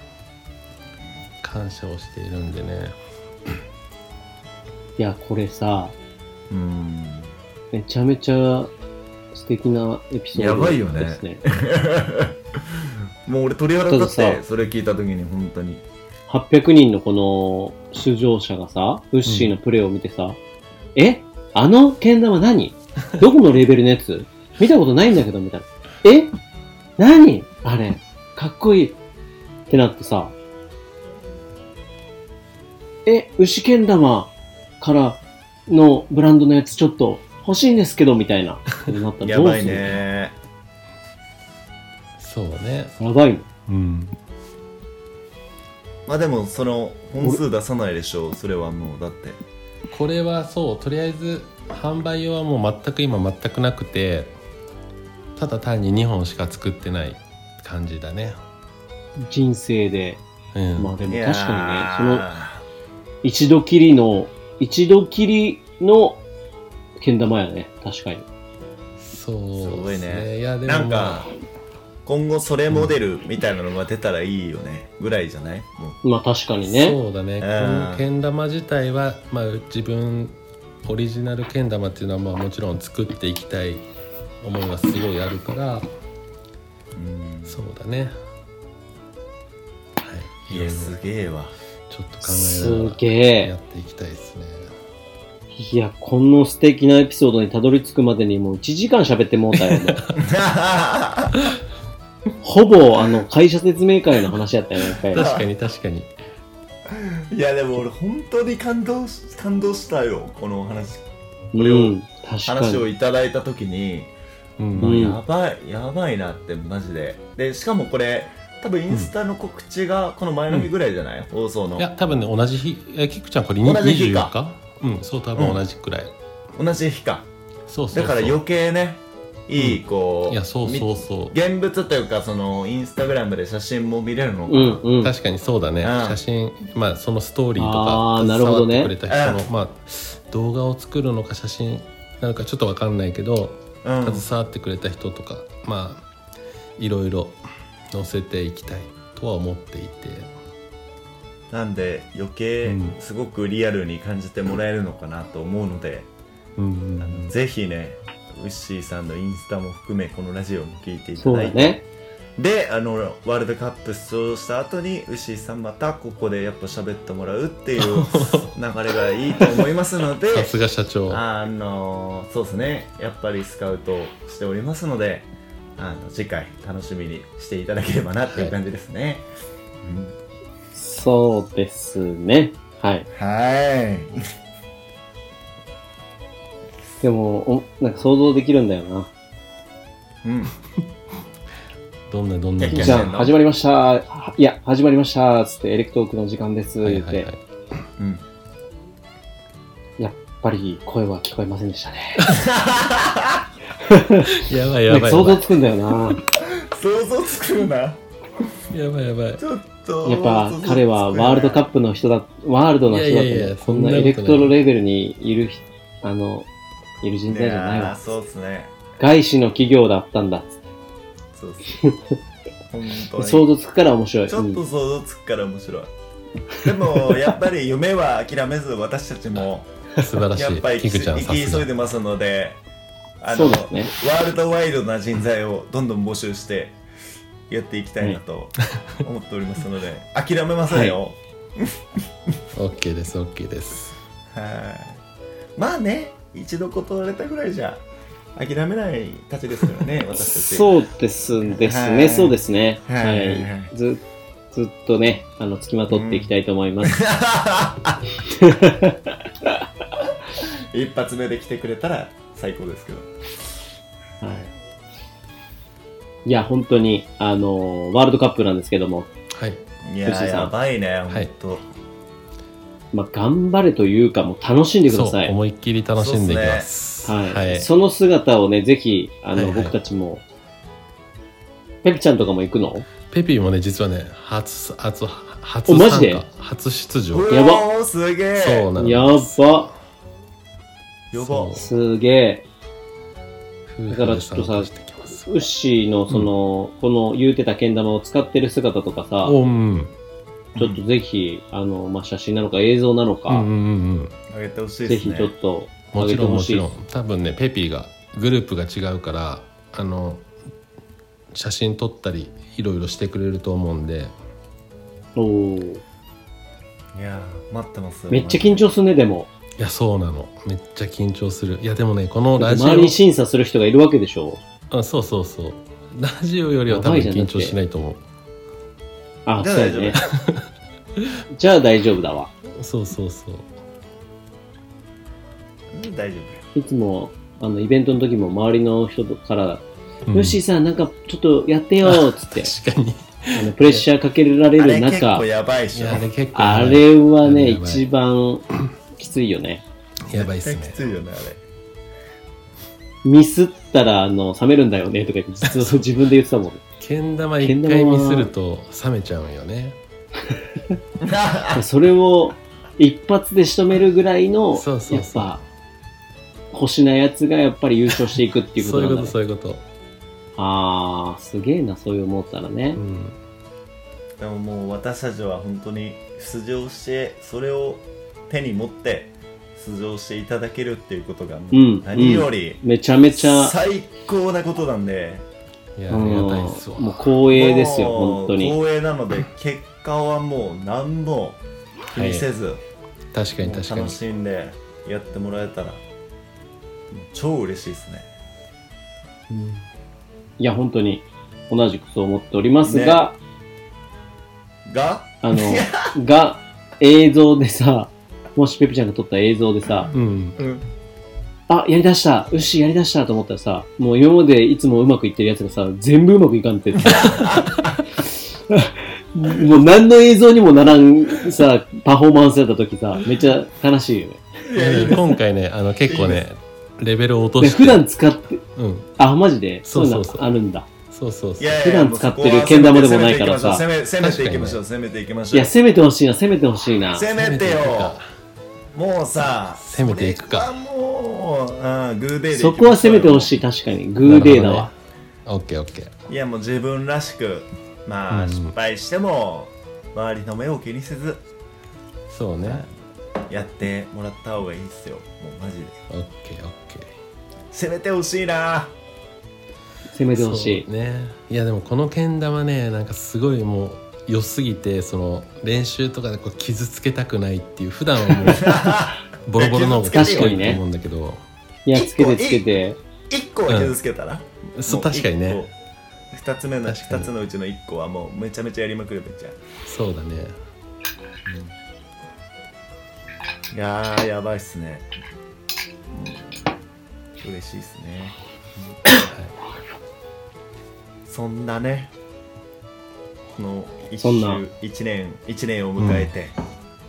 Speaker 4: 感謝をしているんでね
Speaker 2: いや、これさ、
Speaker 3: (laughs) うん
Speaker 2: めちゃめちゃ素敵なエピソード
Speaker 3: やばいよね
Speaker 2: ですね。
Speaker 3: もう俺鳥肌立ったて
Speaker 2: だ
Speaker 3: それ聞いた時に本当に
Speaker 2: 800人のこの出場者がさ、ウッシーのプレーを見てさ、えあのけん
Speaker 3: (laughs)
Speaker 2: 玉何どこのレベルのやつ見たことないんだけど、みたいな。え何あれ、かっこいい。ってなってさ、え、牛けん玉からのブランドのやつちょっと欲しいんですけど、み
Speaker 3: (laughs)
Speaker 2: たいな。ってなったら
Speaker 3: や
Speaker 2: どう
Speaker 3: ば
Speaker 2: す
Speaker 3: い
Speaker 2: る
Speaker 3: ね
Speaker 4: そうね
Speaker 2: やばいの。
Speaker 4: うん
Speaker 3: まあでもその本数出さないでしょうそれはもうだって
Speaker 4: これはそうとりあえず販売用はもう全く今全くなくてただ単に2本しか作ってない感じだね
Speaker 2: 人生で。
Speaker 4: うん、
Speaker 2: まあでも
Speaker 3: い
Speaker 2: 確
Speaker 3: やー
Speaker 2: かにね、その一度きりの、一度きりの、けん玉やね。確かに。
Speaker 4: そうです
Speaker 3: ごいね
Speaker 4: いやでも、まあ、
Speaker 3: なんか今後それモデルみたいなのが出たらいいよねぐらいじゃないもう
Speaker 2: まあ確かにね。
Speaker 4: そうだね、
Speaker 3: ん
Speaker 4: このけん玉自体は、まあ、自分オリジナルけん玉っていうのは、まあ、もちろん作っていきたい思いはすごいあるから
Speaker 3: うん
Speaker 4: そうだねはい
Speaker 3: い
Speaker 4: い
Speaker 3: や
Speaker 4: ろいろ
Speaker 3: すげえ
Speaker 4: (laughs)
Speaker 3: わ
Speaker 4: ちょっと考えな
Speaker 2: す
Speaker 4: が
Speaker 2: げ
Speaker 4: らや
Speaker 2: え。
Speaker 4: っていきたいですね
Speaker 2: いや、この素敵なエピソードにたどり着くまでにもう1時間喋ってもうたよ、ね。 (laughs) ほぼ、あの、会社説明会の話やったよね、一回。
Speaker 4: 確かに確かに
Speaker 3: いやでも俺本当に感動し感動したよこのお話
Speaker 2: うん、確か
Speaker 3: 話を
Speaker 2: に。
Speaker 3: いただいた時に、
Speaker 4: うん
Speaker 3: まあ
Speaker 2: うん
Speaker 3: やばいやばいなってマジででしかもこれ多分インスタの告知がこの前の日ぐらいじゃない、放送の
Speaker 4: いや多分ね同じ日えキクちゃんこれに
Speaker 3: 同じ日
Speaker 4: 24
Speaker 3: か
Speaker 4: 日うんそう多分同じくらい、
Speaker 3: 同じ日か
Speaker 4: そうそうそう
Speaker 3: だから余計ねいいこう、
Speaker 4: いやそうそう
Speaker 3: み
Speaker 4: そう
Speaker 3: 現物というかそのインスタグラムで写真も見れるのか、
Speaker 2: うんうん。
Speaker 4: 確かにそうだね、
Speaker 3: うん
Speaker 4: 写真、まあ、そのストーリーと
Speaker 2: あ
Speaker 4: か
Speaker 2: ーなるほど
Speaker 4: 携わ
Speaker 2: ね
Speaker 4: ってくれた人の、まあ、動画を作るのか写真なのかちょっと分かんないけど、
Speaker 3: うん
Speaker 4: 携わってくれた人とかまあいろいろ載せていきたいとは思っていて
Speaker 3: なんで余計
Speaker 4: うん
Speaker 3: すごくリアルに感じてもらえるのかなと思うので、
Speaker 4: うん
Speaker 3: あのぜひねウッシーさんのインスタも含めこのラジオも聞いていた
Speaker 2: そう
Speaker 3: だ
Speaker 2: だ
Speaker 3: いて、
Speaker 2: ね。
Speaker 3: であのワールドカップ出場した後にウッシーさんまたここでやっぱ喋ってもらうっていう流れがいいと思いますので
Speaker 4: さすが社長
Speaker 3: あのそうですねやっぱりスカウトしておりますのであの次回楽しみにしていただければなっていう感じですね。
Speaker 2: そうですね。はい。
Speaker 3: はい、
Speaker 2: でも、おなんか想像できるんだよな。
Speaker 3: うん
Speaker 4: どんなどんな
Speaker 3: キャッキャ
Speaker 2: じゃ
Speaker 3: して
Speaker 2: あ、
Speaker 3: んの
Speaker 2: 始まりました。いや、始まりました。つって、エレクトークの時間です。
Speaker 4: は
Speaker 2: 言
Speaker 4: い
Speaker 2: っ
Speaker 4: はい
Speaker 2: て、
Speaker 4: は
Speaker 2: や
Speaker 4: い
Speaker 3: うん
Speaker 2: っぱり声は聞こえませんでしたね。
Speaker 4: やばいや
Speaker 2: なん
Speaker 4: ば
Speaker 2: か
Speaker 4: い
Speaker 2: 想像つくんだよな。
Speaker 3: 想像つくな
Speaker 4: やばいやばい
Speaker 3: ちょっと
Speaker 2: やっぱ彼はワールドカッ
Speaker 3: プ
Speaker 2: プの人だ、ワールドの人だ
Speaker 4: いやいやい
Speaker 2: と
Speaker 4: や
Speaker 2: こんな
Speaker 4: そんなことない
Speaker 2: エレクトロレベルにいる人、あの、いる人材じゃないわ。
Speaker 3: そうですね
Speaker 2: 外資の企業だったんだ。
Speaker 3: そうっすね本当に
Speaker 2: (laughs) 想像つくから面白い。
Speaker 3: ちょっ
Speaker 2: う
Speaker 3: と
Speaker 2: ん
Speaker 3: 想像つくから面白いでもやっぱり夢は諦めず私たちも
Speaker 4: 素晴らし
Speaker 3: やっぱり
Speaker 4: いキ
Speaker 3: 生
Speaker 4: ク
Speaker 3: き
Speaker 4: ちゃんさす
Speaker 3: 急い
Speaker 4: が
Speaker 3: でますのであ
Speaker 2: そ
Speaker 3: の
Speaker 2: うですね。
Speaker 3: ワールドワイドな人材をどんどん募集してやっていきたいなと思っておりますので諦めませんよ
Speaker 4: OK です OK です
Speaker 3: はいまあね一度断られたぐらいじゃ諦めないたちですから
Speaker 2: (laughs)
Speaker 3: ね私たち
Speaker 2: そうですです
Speaker 3: は
Speaker 2: ね、
Speaker 3: い
Speaker 2: そうですね。
Speaker 3: は
Speaker 2: はいい。ずずっとね、あの、付きまとっていきたいと思います。
Speaker 3: 一発目で来てくれたら最高ですけど
Speaker 2: はい。いや、本当に、あの、ワールドカップなんですけども、
Speaker 4: はい
Speaker 3: い
Speaker 2: 藤井
Speaker 3: や
Speaker 2: さん
Speaker 3: やばいね
Speaker 4: は
Speaker 3: 本
Speaker 4: い
Speaker 3: 当、
Speaker 2: まあ、頑張れというか、もう楽しんでくだ
Speaker 4: そう
Speaker 2: さい。
Speaker 4: 思いっきり楽しんでいきます
Speaker 2: はい、その姿をね、ぜひ、あの、
Speaker 4: はいはい
Speaker 2: 僕たちも、ペピちゃんとかも行くの
Speaker 4: ペピーもね実はね初初初
Speaker 2: おマジで
Speaker 4: 参加初出場
Speaker 3: う
Speaker 2: やば
Speaker 3: おーすげえ
Speaker 4: そうなの
Speaker 2: やば
Speaker 3: や
Speaker 4: そ
Speaker 3: ば
Speaker 4: う
Speaker 2: すげえ。
Speaker 4: 夫婦
Speaker 2: だからちょっと
Speaker 4: で参
Speaker 2: さ
Speaker 4: 加してきます
Speaker 2: ウッシーのその、この言うてたけん玉を使ってる姿とかさ、
Speaker 4: おうんうん
Speaker 2: ちょっとぜひ、あの、まあ、写真なのか映像なの
Speaker 4: うん
Speaker 2: か、
Speaker 4: うんうん
Speaker 3: あげてほしい
Speaker 2: ぜ
Speaker 3: です
Speaker 2: ひ
Speaker 3: ね
Speaker 2: ちょっと、
Speaker 4: もちろんもちろ
Speaker 2: 上げて
Speaker 4: ん多分ねペピーがグループが違うからあの写真撮ったりいろいろしてくれると思うんで
Speaker 2: ほしい。おー
Speaker 3: いやー待ってます
Speaker 2: めっちゃ緊張するね、でも。
Speaker 4: いやそうなのめっちゃ緊張するいやでもねこのラジオ
Speaker 2: 周りに審査する人がいるわけでしょ
Speaker 4: あそうそうそうラジオよりは多
Speaker 2: やば
Speaker 4: 分
Speaker 2: いじゃん
Speaker 4: 緊張しないと思
Speaker 2: あ、
Speaker 3: じ
Speaker 2: そ
Speaker 3: ゃあ
Speaker 2: うやね。じゃあ大丈夫だわ。
Speaker 4: うそうそうそう
Speaker 3: うん大丈
Speaker 2: いつも、あの、イベントの時も周りの人から、
Speaker 4: うん
Speaker 2: ヨッシーさん、なんかちょっとやってよーっつって、
Speaker 4: 確かに
Speaker 2: あのプレッシャーかけられ
Speaker 3: 夫あれ
Speaker 2: る
Speaker 3: 結
Speaker 2: 中
Speaker 3: 構、やばいっし
Speaker 4: い
Speaker 3: ょ
Speaker 4: やあれ結構
Speaker 2: あれはね、
Speaker 4: やばい
Speaker 2: 一番きついよね。
Speaker 4: やばいっす
Speaker 3: 絶対
Speaker 4: ね
Speaker 3: きついよねあれ
Speaker 2: ミスったら、あの、冷めるんだよねとか言って、実は自分で言ってたもん。
Speaker 4: けん玉一回ミスると冷めちゃうんよね
Speaker 2: それを一発で仕留めるぐらいの、
Speaker 4: そうそうそう
Speaker 2: やっぱ、星なやつがやっぱり優勝していくっていうこ
Speaker 4: そう
Speaker 2: と
Speaker 4: い
Speaker 2: な
Speaker 4: うんこ
Speaker 2: だ、ね
Speaker 4: と、そういうこと、
Speaker 2: あー、すげえな、そういう思ったらね
Speaker 4: う。ん、
Speaker 3: でももう私たちは本当に出場してそれを手に持って出場していただけるっていうことがもう
Speaker 2: うん
Speaker 3: 何より
Speaker 2: めちゃめちゃ、
Speaker 3: 最高なことなんで、
Speaker 4: い
Speaker 2: あ
Speaker 4: やありがたいっす
Speaker 2: の
Speaker 4: わ
Speaker 2: もう光栄ですよ、
Speaker 3: もう
Speaker 2: 本当に。
Speaker 3: 光栄なので結果はもう何も気にせず、
Speaker 4: 確かに
Speaker 3: もう
Speaker 4: 確かに
Speaker 3: 楽しんでやってもらえたらもう超嬉しいですね
Speaker 2: いや、本当に、同じくそう思っておりますが、
Speaker 3: が
Speaker 2: あの、が、映像でさ、もしペピちゃんが撮った映像でさ、
Speaker 4: うん
Speaker 3: うん
Speaker 2: あ、やりだした、よし、やりだしたと思ったらさ、もう今までいつもうまくいってるやつがさ、全部うまくいかんって。
Speaker 3: (laughs)
Speaker 2: もう何の映像にもならんさ、パフォーマンスやった時さ、めっちゃ悲しいよね。
Speaker 4: 今回ねあの結構ねレベルを落と
Speaker 2: で
Speaker 4: して
Speaker 2: 普段使って、
Speaker 4: うん、
Speaker 2: あ、マジで
Speaker 4: そうそうそう
Speaker 2: いのあるんだ。
Speaker 4: そうそうそう
Speaker 3: いやいや
Speaker 2: 普段使ってるけん玉でもないからさ
Speaker 3: 攻め攻めていきましょう、攻めていきまし
Speaker 2: い
Speaker 3: ょう。
Speaker 2: や、攻めてほしいな、攻めてほしいな。
Speaker 3: 攻めて
Speaker 4: 攻めていく
Speaker 3: よ
Speaker 4: か。
Speaker 3: もうさ、
Speaker 4: 攻めていく
Speaker 3: こ
Speaker 4: か
Speaker 3: れはもう、うん、グーデーでいきましょ
Speaker 2: そうこは攻めてほしい、確かに。グーデーだわ。
Speaker 4: オッケーオッケー
Speaker 3: いやもう自分らしく、ま
Speaker 4: う
Speaker 3: あ
Speaker 4: ん
Speaker 3: 失敗しても、周りの目を気にせず
Speaker 4: そうね
Speaker 3: やってもらった方がいいですよ。もうマジで。
Speaker 4: オッケーオッケー
Speaker 3: 攻めてほしいな。 (laughs)
Speaker 2: 攻めてほしい
Speaker 4: そう。ねいやでもこのけん玉ねなんかすごいもう良すぎてその練習とかでこう傷つけたくないっていう普段はもうボロボロの方が
Speaker 2: 確かにね
Speaker 4: と思うんだけど
Speaker 2: いや、つけてつけて。
Speaker 3: 一個は傷つけたら、
Speaker 4: そう確かにね。
Speaker 3: 二つ目の
Speaker 4: 確
Speaker 3: 二
Speaker 4: かに
Speaker 3: つのうちの一個はもうめちゃめちゃやりまくるべちゃ。
Speaker 4: そうだね
Speaker 3: いやーやばいっすね。うん嬉しいっすね。そんなね、この一
Speaker 2: そんな
Speaker 3: 周一年一年を迎えて、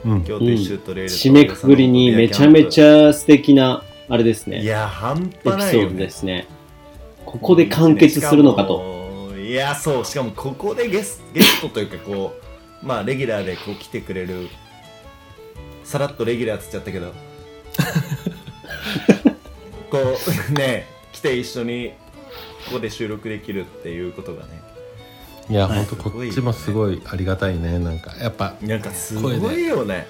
Speaker 4: うん
Speaker 3: 京都一周トレイルと
Speaker 2: 締めくくりにめちゃめちゃ素敵な、あれですね。
Speaker 3: いや半
Speaker 2: エピソ
Speaker 3: 端ないよ、
Speaker 2: ード
Speaker 3: ね、
Speaker 2: ですね。ここで完結するのかと。
Speaker 3: といやそうしかもここでゲスゲストというかこうまあレギュラーでこう来てくれるさらっとレギュラーっつっちゃったけど
Speaker 2: (laughs)
Speaker 3: こうね来て一緒にここで収録できるっていうことがね
Speaker 4: いや
Speaker 2: はい
Speaker 4: ほんとこっちもすごいありがたいねなんかやっぱ
Speaker 3: なんかすごいよね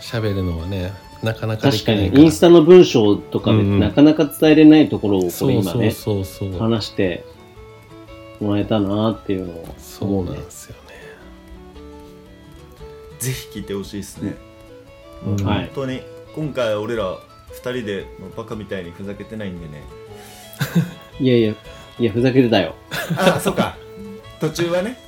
Speaker 4: 喋るのはねなかなかで
Speaker 2: 確
Speaker 4: きな
Speaker 2: か
Speaker 4: い
Speaker 2: に、
Speaker 4: から
Speaker 2: インスタの文章とかで
Speaker 4: うんうん
Speaker 2: なかなか伝えれないところをこれ
Speaker 4: そう
Speaker 2: 今
Speaker 4: そう
Speaker 2: ね、
Speaker 4: そうそう
Speaker 2: 話してもらえたなっていうのを
Speaker 4: そ
Speaker 2: 思
Speaker 4: う
Speaker 2: う
Speaker 4: なん
Speaker 2: ね。
Speaker 4: ですよね
Speaker 3: ぜひ聞いてほしいですね、
Speaker 4: うん
Speaker 2: はい
Speaker 3: 本当に今回俺ら2人でもうバカみたいにふざけてないんでね
Speaker 2: いやいや、いや、ふざけてたよ。
Speaker 3: あそうか途中はね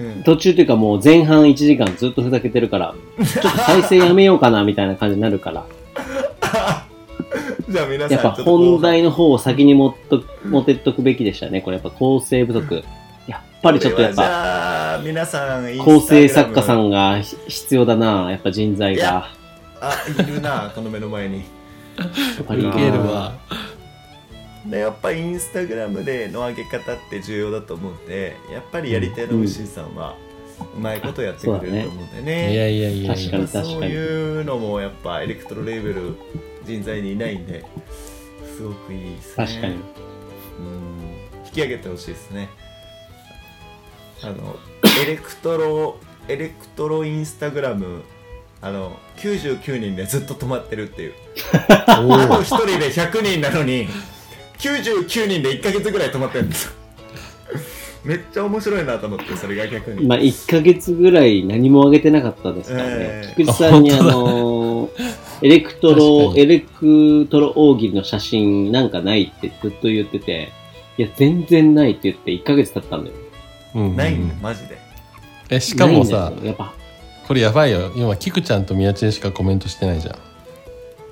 Speaker 3: うん
Speaker 2: 途中というかもう前半1時間ずっとふざけてるから、ちょっと再生やめようかなみたいな感じになるから、
Speaker 3: じゃあ皆さん
Speaker 2: やっぱ
Speaker 3: ちょと後
Speaker 2: 本題の方を先に持っと持ってっとくべきでしたね。これやっぱ構成不足。やっぱりちょっとやっ
Speaker 3: これはじ
Speaker 2: ぱ
Speaker 3: ゃあ皆さんインスタグラム
Speaker 2: 構成作家さんがひ必要だなやっぱ人材
Speaker 3: いや
Speaker 2: が。
Speaker 3: あいるなこの目の前に
Speaker 2: やっぱ
Speaker 4: ウ
Speaker 2: り
Speaker 4: ケ
Speaker 2: な
Speaker 4: るわ
Speaker 3: でやっぱインスタグラムでの上げ方って重要だと思うんでやっぱりやり手の牛さんはうまいことやってくれると思うんで
Speaker 4: い
Speaker 3: ね
Speaker 4: やいやいやい
Speaker 2: 確
Speaker 4: や
Speaker 2: かに
Speaker 3: そういうのもやっぱエレクトロレーベル人材にいないんですごくいいですね
Speaker 2: 確かに。
Speaker 3: うん引き上げてほしいですねあのエレクトロエレクトロインスタグラムあの99人でずっと止まってるっていう
Speaker 4: おー
Speaker 3: 1人で100人なのに99人で1ヶ月ぐらい止まってるんです
Speaker 2: (laughs)
Speaker 3: よめっちゃ面白いなと思ってそれが逆に
Speaker 2: まあ、1ヶ月ぐらい何も上げてなかったですからね。
Speaker 3: ええ
Speaker 2: 菊池さんに
Speaker 4: あ
Speaker 2: あ
Speaker 4: 本当だ
Speaker 2: のー
Speaker 4: (laughs)
Speaker 2: エレクトロ
Speaker 4: 確、かに
Speaker 2: エレクトロ大喜利の写真なんかないってずっと言ってて、いや、全然ないって言って1ヶ月経ったんだよ。
Speaker 4: うんうん
Speaker 3: ないんだマジで
Speaker 4: えしかもさ
Speaker 2: ないんだよやっぱ、
Speaker 4: これやばいよ今キクちゃんとミヤチェンしかコメントしてないじゃ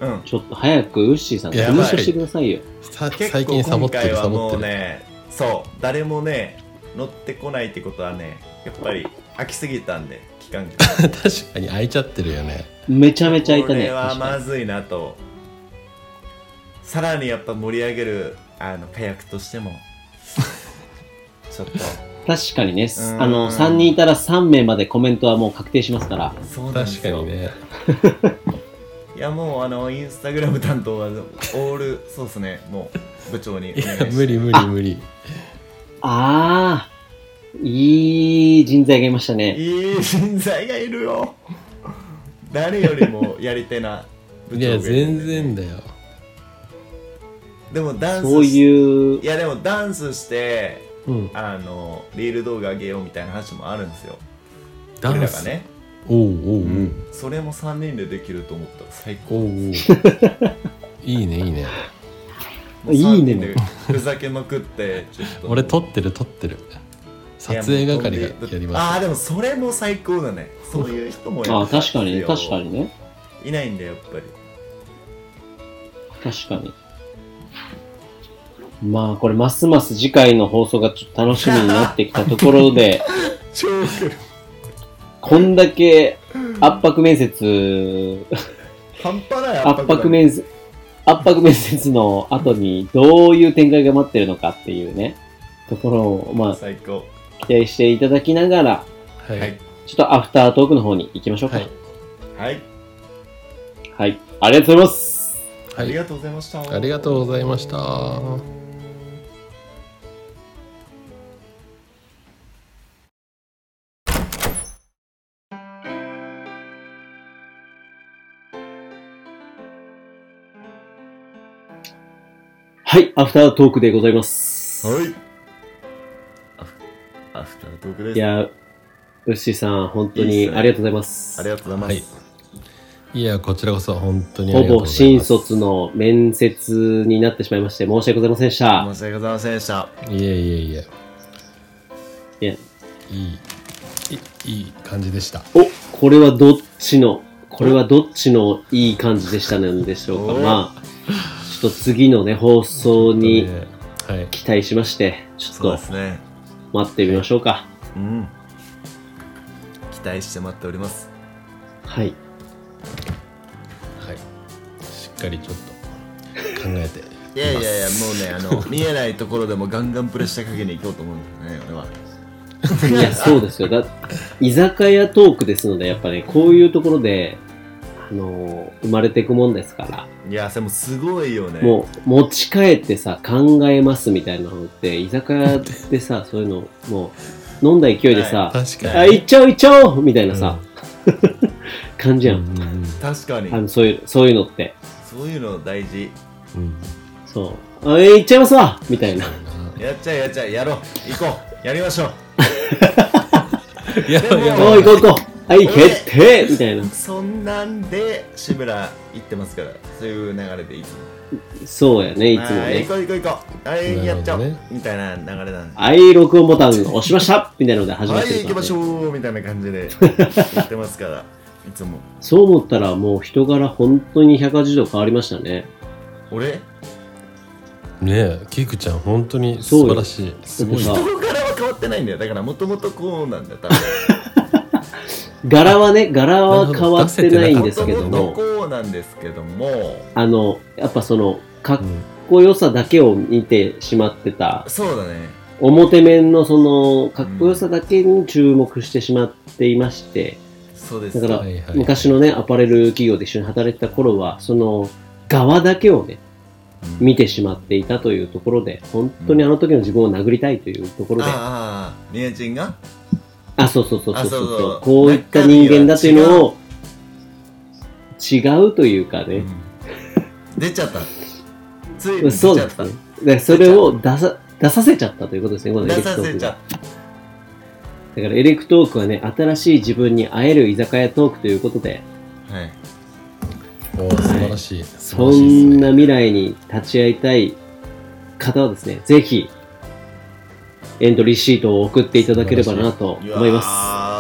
Speaker 4: ん
Speaker 3: うん
Speaker 2: ちょっと早くウッシーさん、事
Speaker 3: ば
Speaker 4: や
Speaker 3: い
Speaker 2: 務所してくださいよ。
Speaker 4: さ最
Speaker 3: 結
Speaker 4: 近
Speaker 3: 構
Speaker 4: サ
Speaker 3: 今
Speaker 4: ボって
Speaker 3: 回
Speaker 4: る
Speaker 3: は
Speaker 4: サボっ
Speaker 3: も
Speaker 4: て
Speaker 3: う
Speaker 4: る、
Speaker 3: ねそう誰もね乗ってこないってことはねやっぱり飽きすぎたんで期間が
Speaker 4: (laughs) 確かに空いちゃってるよね
Speaker 2: めちゃめちゃいた
Speaker 3: こ
Speaker 2: ね。
Speaker 3: れは
Speaker 2: 確か
Speaker 3: まずいなとさらにやっぱ盛り上げるあの火薬として
Speaker 4: (laughs)
Speaker 3: もちょっと
Speaker 2: に確かにね、
Speaker 3: ん
Speaker 2: あの、3人いたら3名までコメントはもう確定しますから。
Speaker 3: そうなんです
Speaker 4: 確か
Speaker 3: よ
Speaker 4: にね
Speaker 3: いやもうあのインスタグラム担当はオールそうですねもう部長にお
Speaker 4: い
Speaker 3: 願いし
Speaker 4: や
Speaker 3: て
Speaker 4: (laughs) 無理無
Speaker 3: (laughs)
Speaker 4: 理無理
Speaker 2: あー、いい人材がいましたね。
Speaker 3: いい人材がいるよ誰よりもやり手ない部長が
Speaker 4: や
Speaker 3: いる
Speaker 4: 全然だよ
Speaker 3: でもダンス
Speaker 2: そう
Speaker 3: う
Speaker 2: いう
Speaker 3: い、やでもダンスして
Speaker 4: うん
Speaker 3: あのリール動画上げようみたいな話もあるんですよ
Speaker 4: ダ
Speaker 3: 俺
Speaker 4: ン
Speaker 3: らが
Speaker 4: ス、
Speaker 3: ね
Speaker 4: おうおうおう、
Speaker 3: それも3人でできると思ったら最高
Speaker 4: おうおういいねいいね
Speaker 3: もう三
Speaker 2: いいね
Speaker 3: 人でふざけまくってちょっと
Speaker 4: (laughs) 俺撮ってる撮ってる撮影係がやり
Speaker 3: あ
Speaker 4: ま
Speaker 3: あーでもそれも最高だねそういう人も
Speaker 2: あ
Speaker 3: やっ
Speaker 2: ー、
Speaker 3: ぱ
Speaker 2: 確かにね、
Speaker 3: 必要
Speaker 2: 確かにね。
Speaker 3: いないんだよやっぱり
Speaker 2: 確かに。まあ、これ、ますます次回の放送がちょっと楽しみになってきたとこ
Speaker 3: (laughs)
Speaker 2: ろで、
Speaker 3: 超来る
Speaker 2: こんだけ圧迫面
Speaker 3: (laughs)
Speaker 2: 接、
Speaker 3: 半端ない
Speaker 2: 圧迫
Speaker 3: だね
Speaker 2: 面接、圧迫面接の後にどういう展開が待ってるのかっていうね、ところを、ま
Speaker 3: 最高
Speaker 2: あ、期待していただきながら、
Speaker 4: は
Speaker 3: はいい、
Speaker 2: ちょっとアフタートークの方に行きましょうか。
Speaker 4: は
Speaker 2: はいい。
Speaker 3: はい
Speaker 2: ありがとうございます。
Speaker 3: あり
Speaker 4: はい、
Speaker 3: がとうございました
Speaker 4: ありがとうございました。
Speaker 2: はい、アフタートークでございます。
Speaker 3: はいアフアフタートークです
Speaker 2: いや、ウッシーさん、本当
Speaker 3: いい
Speaker 2: に
Speaker 3: っすね
Speaker 2: ありがとうございます。
Speaker 3: ありがとうございます、
Speaker 4: はいいや、こちらこそ本当にあ
Speaker 2: ほ
Speaker 4: りがとうご
Speaker 2: ぼ
Speaker 4: ざい
Speaker 2: 新
Speaker 4: ます。
Speaker 2: 卒の面接になってしまいまして、申し訳ございませんでした。
Speaker 3: 申し訳ございませんでした
Speaker 4: いえいえいえ。
Speaker 2: いや、
Speaker 4: いい、いいいい感じでした。
Speaker 2: おこれはどっちの、これはどっちのいい感じでしたなんでしょうか。
Speaker 3: お
Speaker 2: まあ、ちょっと次のね、放送に
Speaker 4: ねはい。
Speaker 2: 期待しまして、ち
Speaker 3: そう
Speaker 2: ょっ
Speaker 3: で
Speaker 2: と
Speaker 3: すね
Speaker 2: 待ってみましょうか。
Speaker 3: うん期待して待っております
Speaker 2: はい。
Speaker 4: はい。しっかりちょっと考えて。
Speaker 3: いやいやいやもうねあの見えないところでもガンガンプレッシャーかけに行こうと思うんだよね俺はい (laughs)
Speaker 2: や、そうですよ。だ居酒屋トークですので、やっぱね、こういうところで、あのー生まれていくもんですから。
Speaker 3: いやそれもすごいよね
Speaker 2: もう持ち帰ってさ考えますみたいなのって居酒屋
Speaker 3: (laughs)
Speaker 2: でさそういうのもう飲んだ勢いでさ「
Speaker 4: 確
Speaker 2: あ
Speaker 4: かに。
Speaker 2: 行っちゃおう行っちゃおう!」みたいなさ、感じや、
Speaker 4: うんんうん
Speaker 3: 確か
Speaker 2: あ
Speaker 3: に
Speaker 2: のそういうそういうのって
Speaker 3: そういうの大事
Speaker 4: うん
Speaker 2: そう「あえー行っちゃいますわ!」み
Speaker 3: (laughs)
Speaker 2: たいな
Speaker 3: やっちゃえやっちゃえやろう行こうやりましょう
Speaker 4: いや
Speaker 3: でも
Speaker 4: い
Speaker 2: 「
Speaker 4: や
Speaker 2: (laughs) おい行こう行こうはい決定!」みたいな
Speaker 3: そんなんで志村行ってますからそういう流れでいつも
Speaker 2: そうやねいつも
Speaker 3: はい
Speaker 2: ね
Speaker 3: 行こう行こう行こうはい
Speaker 4: な
Speaker 3: や
Speaker 4: る
Speaker 3: っ
Speaker 4: ほ
Speaker 3: ちゃ
Speaker 4: ど
Speaker 3: お
Speaker 4: ね
Speaker 3: うみたいな流れなんで
Speaker 2: はい録音ボタン押しましたみたいなので始ま
Speaker 3: は
Speaker 2: って
Speaker 3: い
Speaker 2: る
Speaker 3: 行
Speaker 2: か
Speaker 3: き
Speaker 2: ら
Speaker 3: ま
Speaker 2: ね
Speaker 3: しょうみたいな感じでやってますからいつも
Speaker 2: そう思ったらもう人柄本当に180度変わりましたね
Speaker 3: 俺
Speaker 4: ねえ、キクちゃん、本当に素晴らしい。すごい
Speaker 2: だ
Speaker 4: な
Speaker 2: って。
Speaker 3: 人柄は変わってないんだよだからもともとこうなんだよ多分
Speaker 2: 柄はね柄は変わってないんですけど
Speaker 3: もとも
Speaker 2: も
Speaker 3: とこうなんですけども
Speaker 2: あの、やっぱその、かっ
Speaker 4: うん
Speaker 2: こよさだけを見てしまってた、
Speaker 3: そうだね
Speaker 2: 表面のその、かっこよさだけに注目してしまっていまして、
Speaker 3: そうで
Speaker 2: だ
Speaker 3: す
Speaker 2: から
Speaker 4: はいはい、
Speaker 2: 昔のね、アパレル企業で一緒に働いてた頃は、その、側だけをね、
Speaker 3: うん
Speaker 2: 見てしまっていたというところで、本当にあの時の自分を殴りたいというところで、
Speaker 3: ああ宮ンが
Speaker 2: あ、そうそうそうそうそう
Speaker 3: あそうそう
Speaker 2: こういった人間だというのを、違うというかね、
Speaker 3: 出ちゃったついに出ち
Speaker 2: そう
Speaker 3: ゃ
Speaker 2: で
Speaker 3: っ
Speaker 2: す
Speaker 3: た
Speaker 2: ね。でそれを出さ出させちゃったということですね、このエ
Speaker 3: 出
Speaker 2: レクト
Speaker 3: さ
Speaker 2: ー
Speaker 3: せ
Speaker 2: ク
Speaker 3: ちゃ
Speaker 2: が
Speaker 3: っ。
Speaker 2: だからエレクトークはね、新しい自分に会える居酒屋トークということで、
Speaker 3: たはい
Speaker 4: おー素晴らしい。素晴
Speaker 2: そ
Speaker 4: らしいです
Speaker 2: ん
Speaker 4: ね
Speaker 2: な未来に立ち会いたい方はですね、ぜひ、エントリーシートを送っていただければなと
Speaker 3: いや
Speaker 2: 思いま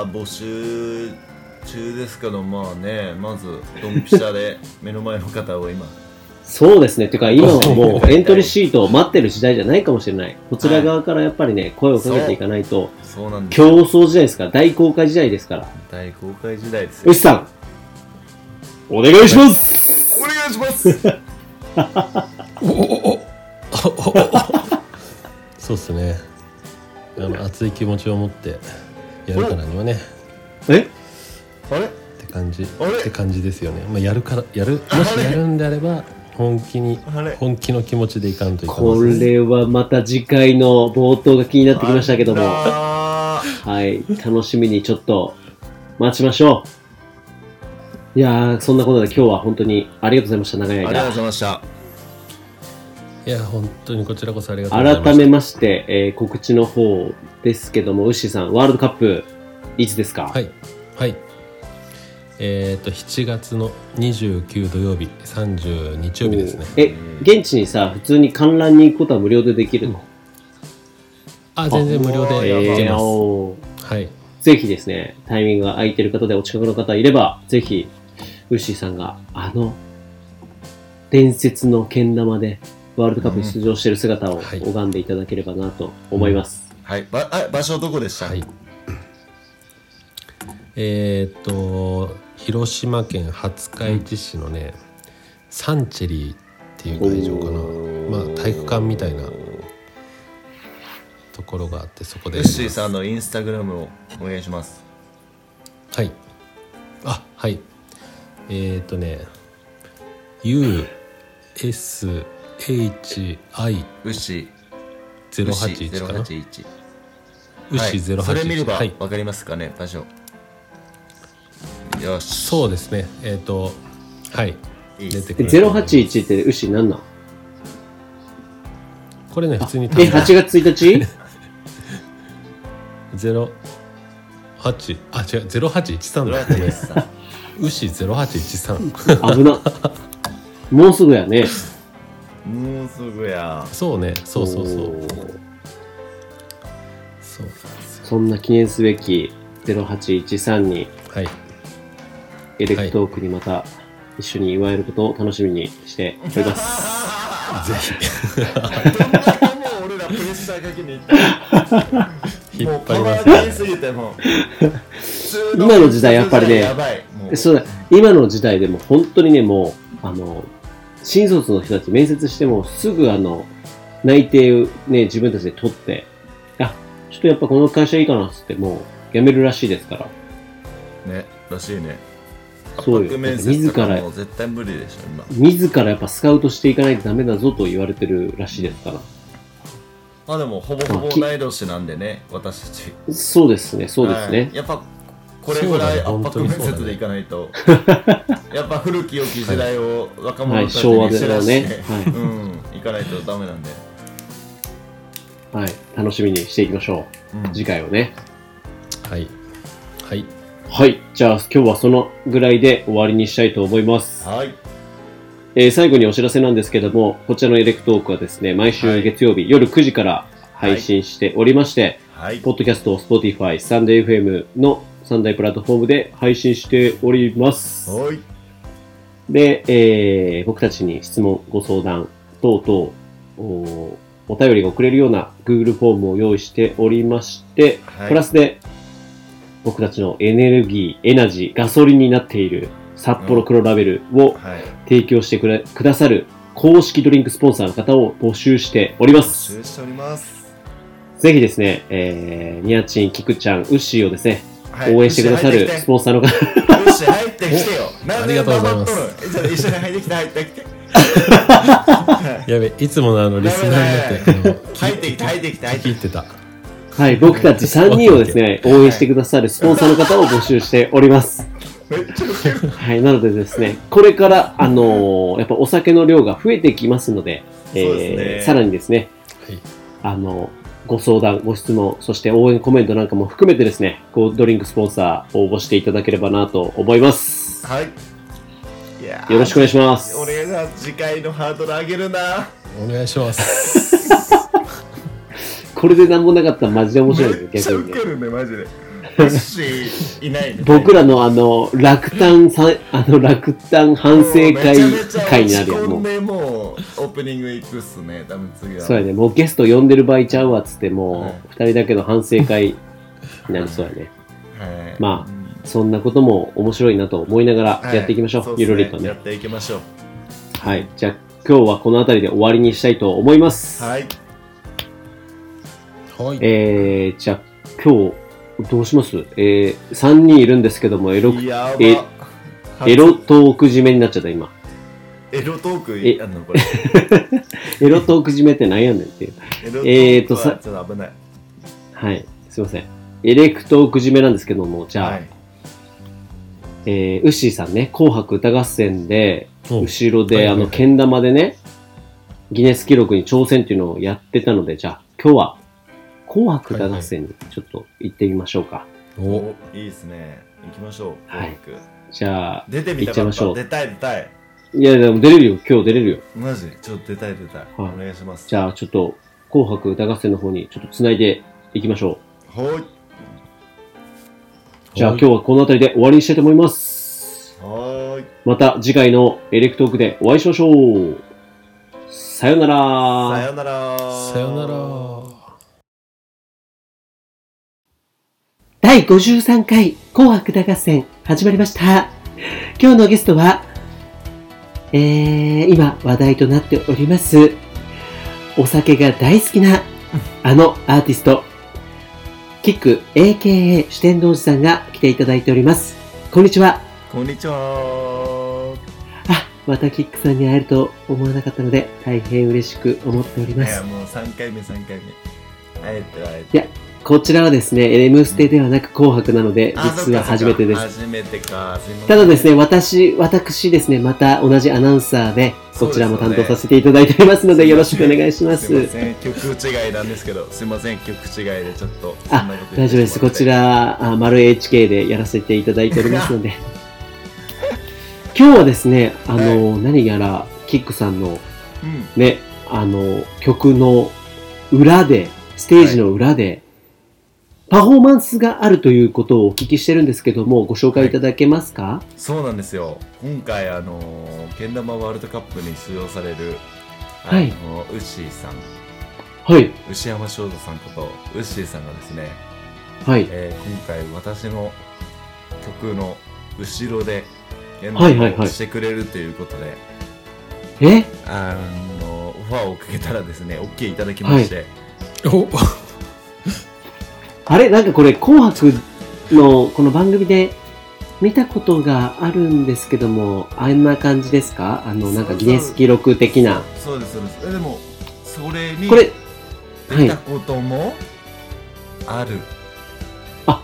Speaker 3: ー募集中ですけどまあねまずドンピシャで目の前の方を今
Speaker 2: す。そうですね。てか、今はもうエントリーシートを待ってる時代じゃないかもしれない。こちら側からやっぱりね、声をかけていかないと、
Speaker 3: そうなんです
Speaker 2: 競争時代ですから、大公開時代ですから。
Speaker 3: 大公開時代ですよ
Speaker 2: よしさん、お願いします
Speaker 3: お願いします
Speaker 4: そうっすね。あの熱い気持ちを持ってやるからにはね。
Speaker 2: え
Speaker 3: あれ
Speaker 4: って感じっ
Speaker 3: あれ
Speaker 4: て感じですよね、まあ、やるからやる
Speaker 3: あ
Speaker 4: もし
Speaker 3: あれ
Speaker 4: やるんであれば本気に
Speaker 3: あれ
Speaker 4: 本気の気持ちでいかんといかん
Speaker 2: これはまた次回の冒頭が気になってきましたけども、は
Speaker 3: あ
Speaker 2: い、楽しみにちょっと待ちましょう。いやー、そんなことで今日は本当にありがとうございました、長い
Speaker 3: りがとうご
Speaker 2: 間。
Speaker 3: ざいました
Speaker 4: いや本当にこちらこそありがとうございます
Speaker 2: 改めまして、えー告知の方ですけども、ウッシーさん、ワールドカップ、いつですか、
Speaker 4: はいはいえっ、と7月の29土曜日30日曜日ですね
Speaker 2: え、現地にさ、普通に観覧に行くことは無料でできるの、
Speaker 4: あ全然無料
Speaker 3: あ
Speaker 4: で
Speaker 3: やばい
Speaker 4: 行け
Speaker 2: えー
Speaker 4: ます、
Speaker 2: おー
Speaker 4: はい
Speaker 2: ぜひですね、タイミングが空いてる方でお近くの方いれば、ぜひ、ウッシーさんがあの伝説のけん玉でワールドカップに出場している姿を
Speaker 4: はい
Speaker 2: 拝んでいただければなと思います。
Speaker 3: はい。ばあ場所どこでした、
Speaker 4: はい。えーっと広島県廿日市市のね、サンチェリーっていう会場かな、まあ、体育館みたいなところがあってそこ
Speaker 3: ウ
Speaker 4: で
Speaker 3: ッシーさんのインスタグラムをお願いします。
Speaker 4: はいあはいえーっとね USHI081
Speaker 3: ウッシー。
Speaker 4: かな
Speaker 3: 081。は
Speaker 4: ウシ
Speaker 3: い
Speaker 4: 081
Speaker 3: それ見れば
Speaker 4: はい
Speaker 3: わかりますかね、場所。よし。
Speaker 4: そうですねえーっとはい
Speaker 3: いいっす
Speaker 4: 出てく
Speaker 2: で
Speaker 4: ると思います
Speaker 2: 081って牛何なん
Speaker 4: これね普通に
Speaker 2: え、8月1日
Speaker 4: (laughs) ゼロ八あ違うゼロ八一三だ。
Speaker 3: 081さ
Speaker 4: 牛ゼロ八一 (laughs) 三。
Speaker 2: 危な。もうすぐやね。
Speaker 3: ん (laughs) もうすぐや。
Speaker 4: そうね。そうそうそう。
Speaker 2: おー
Speaker 4: そうなんですよ
Speaker 2: そんな記念すべき0813に
Speaker 4: はい
Speaker 2: エレクトークにまた一緒に祝えることを楽しみにしております。 (laughs)
Speaker 4: ぜひ
Speaker 3: どんだけもう俺らプレッシャーかけに行った
Speaker 4: 引
Speaker 3: もう
Speaker 4: っ張
Speaker 3: パ
Speaker 4: りま
Speaker 3: ワ
Speaker 4: す
Speaker 3: ーが出すぎてもう普通
Speaker 2: 今の時代やっぱりね
Speaker 3: やばいもう
Speaker 2: そうだ、今の時代でも本当にね、もう、あの、新卒の人たち面接してもすぐあの、内定をね、自分たちで取って、あ、ちょっとやっぱこの会社いいかなっつってもう辞めるらしいですから。
Speaker 3: ねらしいね
Speaker 2: そうよ
Speaker 3: 圧迫面接とか
Speaker 2: 自ら
Speaker 3: もう絶対無理でしょ今
Speaker 2: 自らやっぱスカウトしていかないとダメだぞと言われてるらしいですから。
Speaker 3: まあでもほぼほぼ同い年なんでね私たち
Speaker 2: そうですね、そうです
Speaker 3: は
Speaker 2: ね
Speaker 3: い。やっぱこれぐらい圧
Speaker 4: そうだね本
Speaker 3: 迫
Speaker 4: 当に
Speaker 3: 面
Speaker 4: そうだね
Speaker 3: 接でいかないと、やっぱ古き良き時代を若者た
Speaker 2: はい、
Speaker 3: ち
Speaker 2: 昭和
Speaker 3: に
Speaker 2: で
Speaker 3: 知
Speaker 2: の
Speaker 3: らして、
Speaker 2: ね。
Speaker 3: うんいかないとダメなんで、
Speaker 2: はい。はい。楽しみにしていきましょ
Speaker 3: うん
Speaker 2: う。次回をね。
Speaker 4: はいはい
Speaker 2: はい。じゃあ今日はそのぐらいで終わりにしたいと思います。
Speaker 3: はい
Speaker 2: えー最後にお知らせなんですけども、こちらのエレクトークはですね、毎週月曜日、夜9時から配信しておりまして、
Speaker 3: はい
Speaker 2: ポッドキャスト、Spotify、サンデー FM の3大プラットフォームで配信しております。
Speaker 3: はい
Speaker 2: で、えー僕たちに質問、ご相談等々お、お便りが送れるような Google フォームを用意しておりまして、
Speaker 3: はい
Speaker 2: プラスで僕たちのエネルギー、エナジー、ガソリンになっている札幌黒ラベルを
Speaker 3: はい
Speaker 2: 提供してくれくださる公式ドリンクスポンサーの方を募集しておりま
Speaker 3: 募
Speaker 2: す。
Speaker 3: 集しております。
Speaker 2: ぜひですね、えー、ニヤチン、キクちゃん、ウッシーをですね、
Speaker 3: はい
Speaker 2: 応援してくださるスポンサーの方、
Speaker 3: よし、入ってきてよ。なんで黙っとる
Speaker 4: あ
Speaker 3: のじゃあ一緒に入ってきて、入ってきて。
Speaker 4: やべいつものあのリスナーにな (laughs) って
Speaker 3: 入ってきて、入ってきて、入って
Speaker 4: 聞
Speaker 3: き
Speaker 4: いてた
Speaker 2: はい、僕たち3人をで
Speaker 3: (laughs)
Speaker 2: すね、応援してくださるスポンサーの方を募集しております。
Speaker 3: て。
Speaker 2: (laughs)
Speaker 3: めっちゃウケる。
Speaker 2: はい、なのでですね、これから、あのーやっぱお酒の量が増えてきますので、
Speaker 3: そうですね
Speaker 2: さらにですね、
Speaker 4: はい
Speaker 2: あのご相談、ご質問、そして応援コメントなんかも含めてですね、こうドリンクスポンサー応募していただければなと思います。
Speaker 3: はい。いやー
Speaker 2: よろしくお願いします。
Speaker 3: お願いします。次回のハードル上げるな。
Speaker 4: お願いします
Speaker 2: これで何もなかったらマジで面白い
Speaker 3: めっ
Speaker 2: です、
Speaker 3: ちゃ
Speaker 2: 逆
Speaker 3: ウ
Speaker 2: に
Speaker 3: ケ
Speaker 2: ね。
Speaker 3: るね、マジで。よし、いないね。
Speaker 2: 僕らのあの、落胆さ、あの、落胆反省会
Speaker 3: もうめちゃめちゃ
Speaker 2: 会になるやん、
Speaker 3: 落ち込
Speaker 2: も
Speaker 3: ん
Speaker 2: う。
Speaker 3: でもう、オープニングいくっすね。多分次は。
Speaker 2: そうやね、もうゲスト呼んでる場合ちゃうわっつって、もう、二人だけの反省会になりそうやね。
Speaker 3: はい。
Speaker 2: まあ
Speaker 3: あ、
Speaker 2: そんなことも面白いなと思いながらやっていきましょう。
Speaker 3: は
Speaker 2: ゆるり
Speaker 3: そ
Speaker 2: と
Speaker 3: うっすねや
Speaker 2: ね
Speaker 3: っ。ていきましょう。
Speaker 2: はい。じゃあ、今日はこの辺りで終わりにしたいと思います。
Speaker 3: はい。
Speaker 4: (laughs) はい
Speaker 2: えー、じゃあ、今日、どうしますえー、3人いるんですけども、エロ、
Speaker 3: や
Speaker 2: え
Speaker 3: ば
Speaker 2: エロトーク締めになっちゃった、今。 (laughs)
Speaker 3: エロトーク
Speaker 2: え
Speaker 3: やんの
Speaker 2: (laughs)
Speaker 3: これ。
Speaker 2: エロトーク締めって何やねんっていう。
Speaker 3: エロト
Speaker 2: え
Speaker 3: ー
Speaker 2: ーと
Speaker 3: ク
Speaker 2: さ
Speaker 3: はちょっと危ない。
Speaker 2: はい。すいません。エレクトーク締めなんですけども、じゃあ、
Speaker 3: はい。
Speaker 2: えー、ウッシーさんね、紅白歌合戦で、
Speaker 4: お
Speaker 2: 後ろ
Speaker 4: はい
Speaker 2: で、
Speaker 4: は
Speaker 2: あ
Speaker 4: いはい
Speaker 2: の、けん玉でね、ギネス記録に挑戦っていうのをやってたので、じゃあ、今日は、紅白歌合戦にちょっと行ってみましょうか。
Speaker 4: お
Speaker 3: いいですね。行きましょう。
Speaker 2: はい
Speaker 3: 紅白
Speaker 2: じゃあ、
Speaker 3: 出てみた
Speaker 2: 行っちゃ
Speaker 3: か
Speaker 2: いま
Speaker 3: っ
Speaker 2: しょ
Speaker 3: た。出
Speaker 2: う
Speaker 3: たい出たい。
Speaker 2: いや、でも出れるよ。今日出れるよ。
Speaker 3: マジちょっと出たい出たい。お
Speaker 2: はい
Speaker 3: 願いします。
Speaker 2: じゃあ、ちょっと、紅白歌合戦の方にちょっと繋いでいきましょう。
Speaker 3: ほい。
Speaker 2: じゃあ今日はこの辺りで終わりにしたいと思います。
Speaker 3: はーい。
Speaker 2: ままた次回のエレクトークでお会いしましょう。さよなら。
Speaker 3: さよなら
Speaker 4: さよなら。
Speaker 2: 第53回紅白歌合戦始まりました。今日のゲストは、えー、今話題となっております、お酒が大好きなあのアーティスト、キック AKA 四天王寺さんが来ていただいております。こんにちは。
Speaker 3: こんにちは
Speaker 2: あ、またキックさんに会えると思わなかったので大変嬉しく思っており
Speaker 3: い
Speaker 2: ます
Speaker 3: や。もう3回目3回目あえてあえて
Speaker 2: こちらはですね、M ステではなく紅白なので、
Speaker 3: あ
Speaker 2: 実は
Speaker 3: そっか
Speaker 2: 初
Speaker 3: そっ
Speaker 2: め
Speaker 3: か
Speaker 2: てです。
Speaker 3: 初めてかすいません
Speaker 2: ただですね、私、私ですね、また同じアナウンサーで、こちらも担当させていただいておりますので、よろしくお願いします
Speaker 3: いま
Speaker 2: す。
Speaker 3: せん曲違いなんですけどすいません曲違いでちょっとそんなこと言
Speaker 2: 大
Speaker 3: って
Speaker 2: 丈夫です。こちら、あ丸 HK でやらせていただいておりますの (laughs) で。今日はですね、あの、何やら、キックさんの
Speaker 3: うん
Speaker 2: ね、あの、曲の裏で、ステージの裏で、パフォーマンスがあるということをお聞きしてるんですけども、ご紹介いただけますか、
Speaker 3: そうなんですよ今回あのーけん玉ワールドカップに出場されるあ
Speaker 2: はい
Speaker 3: のウッシーさん
Speaker 2: はい、
Speaker 3: 牛山翔太さんことウッシーさんがですね、
Speaker 2: はい、
Speaker 3: えー今回私の曲の後ろで演
Speaker 2: はいはい
Speaker 3: 奏
Speaker 2: はい
Speaker 3: をしてくれるということで、
Speaker 2: え
Speaker 3: あのオファーをかけたらですね OK いただきまして、
Speaker 4: お
Speaker 2: あれなんかこれ、紅白のこの番組で見たことがあるんですけども、あんな感じですかあの、なんかギネス記録的な。
Speaker 3: そうですそうですえでもそれに
Speaker 2: これ、はい
Speaker 3: 出たこともある
Speaker 2: あ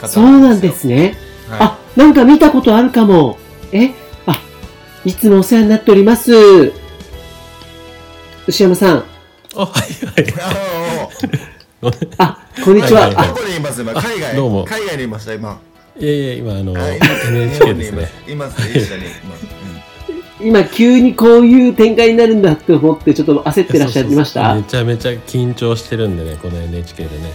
Speaker 3: 方
Speaker 2: そうなんですね。
Speaker 3: はい、
Speaker 2: あ、なんか見たことあるかも。えあ、いつもお世話になっております。牛山さん。
Speaker 4: あはいはい
Speaker 3: (laughs) あ
Speaker 2: あ、こんにちは。
Speaker 4: はいはい
Speaker 2: あ
Speaker 3: どこにいます今海外
Speaker 4: あどうも
Speaker 3: 海外にいました今
Speaker 4: いやいや今あの
Speaker 3: あいます
Speaker 4: NHK ですね
Speaker 3: 日本にいますいます一緒にいます、うん
Speaker 2: 今急にこういう展開になるんだって思って、ちょっと焦ってらっしゃいまし
Speaker 4: そ
Speaker 2: た
Speaker 4: うそうそうめちゃめちゃ緊張してるんでねこの NHK でね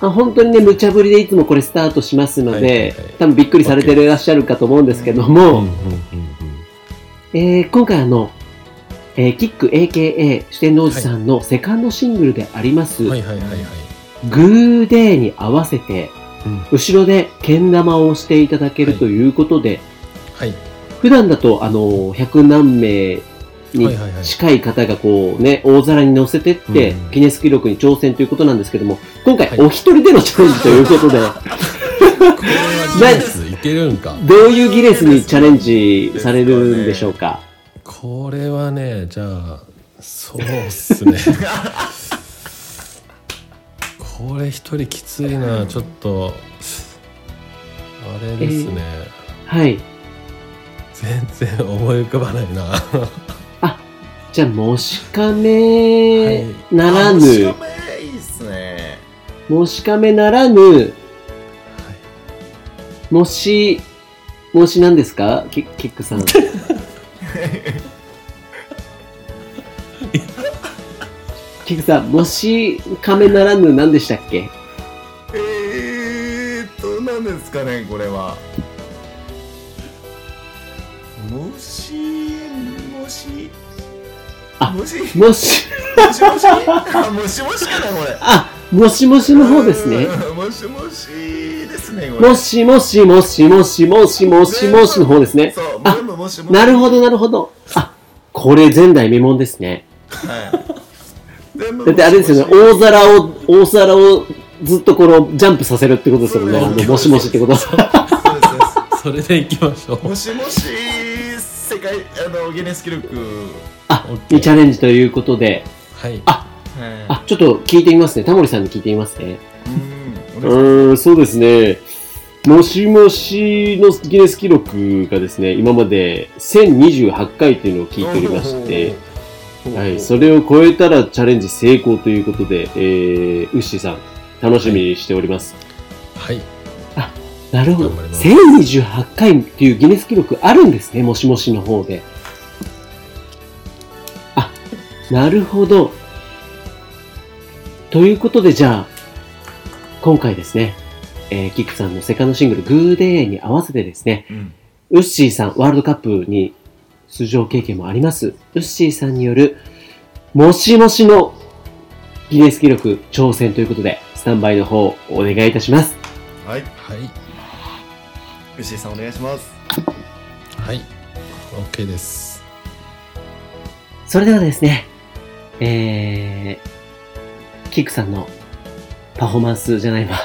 Speaker 2: あ本当にね、無茶ぶりでいつもこれスタートしますので、
Speaker 4: はいはいはい
Speaker 2: 多分びっくりされていらっしゃるかと思うんですけども、
Speaker 4: うんうんうん
Speaker 2: えー今回あの、えーキック AKA 四天王寺さんのセカンドシングルであります、
Speaker 4: うんはいはいはいはい
Speaker 2: グーデーに合わせて、
Speaker 4: うん
Speaker 2: 後ろでけん玉をしていただける
Speaker 4: はい
Speaker 2: ということで、
Speaker 4: はい
Speaker 2: 普段だとあの、100何名
Speaker 4: はい
Speaker 2: に
Speaker 4: はいはい
Speaker 2: 近い方がこうね、大皿に乗せてって、
Speaker 4: うん
Speaker 2: ギネス記録に挑戦ということなんですけども、今回
Speaker 4: はい
Speaker 2: お一人でのチャレンジとい
Speaker 4: (laughs)
Speaker 2: うこと
Speaker 4: これ
Speaker 2: で、
Speaker 4: はギネスいけるんか
Speaker 2: どういうギネスにチャレンジされるんでしょうか
Speaker 4: これはねじゃあそうっすねこれ一人きついなちょっとあれですね、
Speaker 2: はい。
Speaker 4: 全然思い浮かばないな (laughs)
Speaker 2: じゃあ、もしか
Speaker 4: は
Speaker 2: め
Speaker 4: い
Speaker 2: なら
Speaker 3: あ
Speaker 2: ぬ、
Speaker 3: 白目いいっすね
Speaker 2: もしかめならぬ、もし、もし何ですかキキック (laughs) さん。キックさん、もしかめならぬ何でしたっけ
Speaker 3: えーっと何ですかねこれはもしもし
Speaker 2: あ
Speaker 3: もしもし
Speaker 2: もし、
Speaker 3: もしあもしもしかなこれ
Speaker 2: あ、もしもしの方ですね。
Speaker 3: うんもしもしですねこれ
Speaker 2: もしもしもしもしもしもしもしの方ですね。
Speaker 3: そう
Speaker 2: あ
Speaker 3: 全部もしもし
Speaker 2: なるほど、なるほど。あ、これ前代未聞ですね。
Speaker 3: はい全部
Speaker 2: だってあれですよね、大皿を、大皿をずっとこのジャンプさせるってことですよね。
Speaker 3: そうです
Speaker 2: もしもしってこと。
Speaker 3: そうですそうです
Speaker 4: それでいきましょう
Speaker 3: もしもし世界あのギネス記録
Speaker 2: あ、
Speaker 4: OK
Speaker 2: にチャレンジということで、
Speaker 4: はい
Speaker 3: は
Speaker 2: あ、ちょっと聞いてみますね。タモリさんに聞いてみますね。
Speaker 3: いうんお願いします
Speaker 2: うーん、そうですね。もしもしのギネス記録がですね、今まで1028回というのを聞いておりまして、はい、それを超えたらチャレンジ成功ということで、えー、ウッシーさん、楽しみにしております。
Speaker 4: はい
Speaker 2: なるほど。
Speaker 4: 頑張ります
Speaker 2: 1028回っていうギネス記録あるんですね、もしもしの方で。あ、なるほど。ということで、じゃあ、今回ですね、えーキックさんのセカンドシングル、グーデーに合わせてですね、
Speaker 3: うん
Speaker 2: ウッシーさん、ワールドカップに出場経験もあります。ウッシーさんによる、もしもしのギネス記録挑戦ということで、スタンバイの方、お願いいたします。
Speaker 3: はい
Speaker 4: はい
Speaker 3: 牛井さんお願いします
Speaker 4: はい OK です
Speaker 2: それではですね、えー、キックさんのパフォーマンスじゃないわ。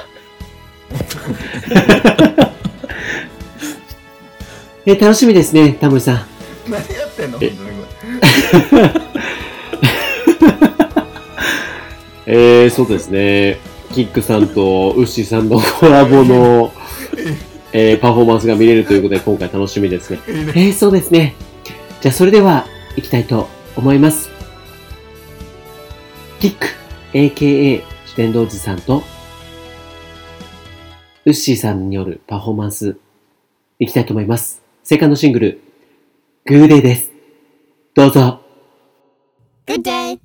Speaker 2: えー楽しみですね、タモリさん。
Speaker 3: 何やってんの
Speaker 5: え
Speaker 3: 本当にこ
Speaker 2: えー、そうですね。キックさんとウッシーさんのコラ
Speaker 3: (laughs)
Speaker 2: ボの、えーパフォーマンスが見れるということで、今回楽しみですね。
Speaker 3: れいいね
Speaker 2: えー、そうですね。じゃあ、それでは、行きたいと思います。キック、AKA、四天王寺さんと、ウッシーさんによるパフォーマンス、行きたいと思います。セカンドシングル、グーデーです。どうぞ。
Speaker 6: Good day.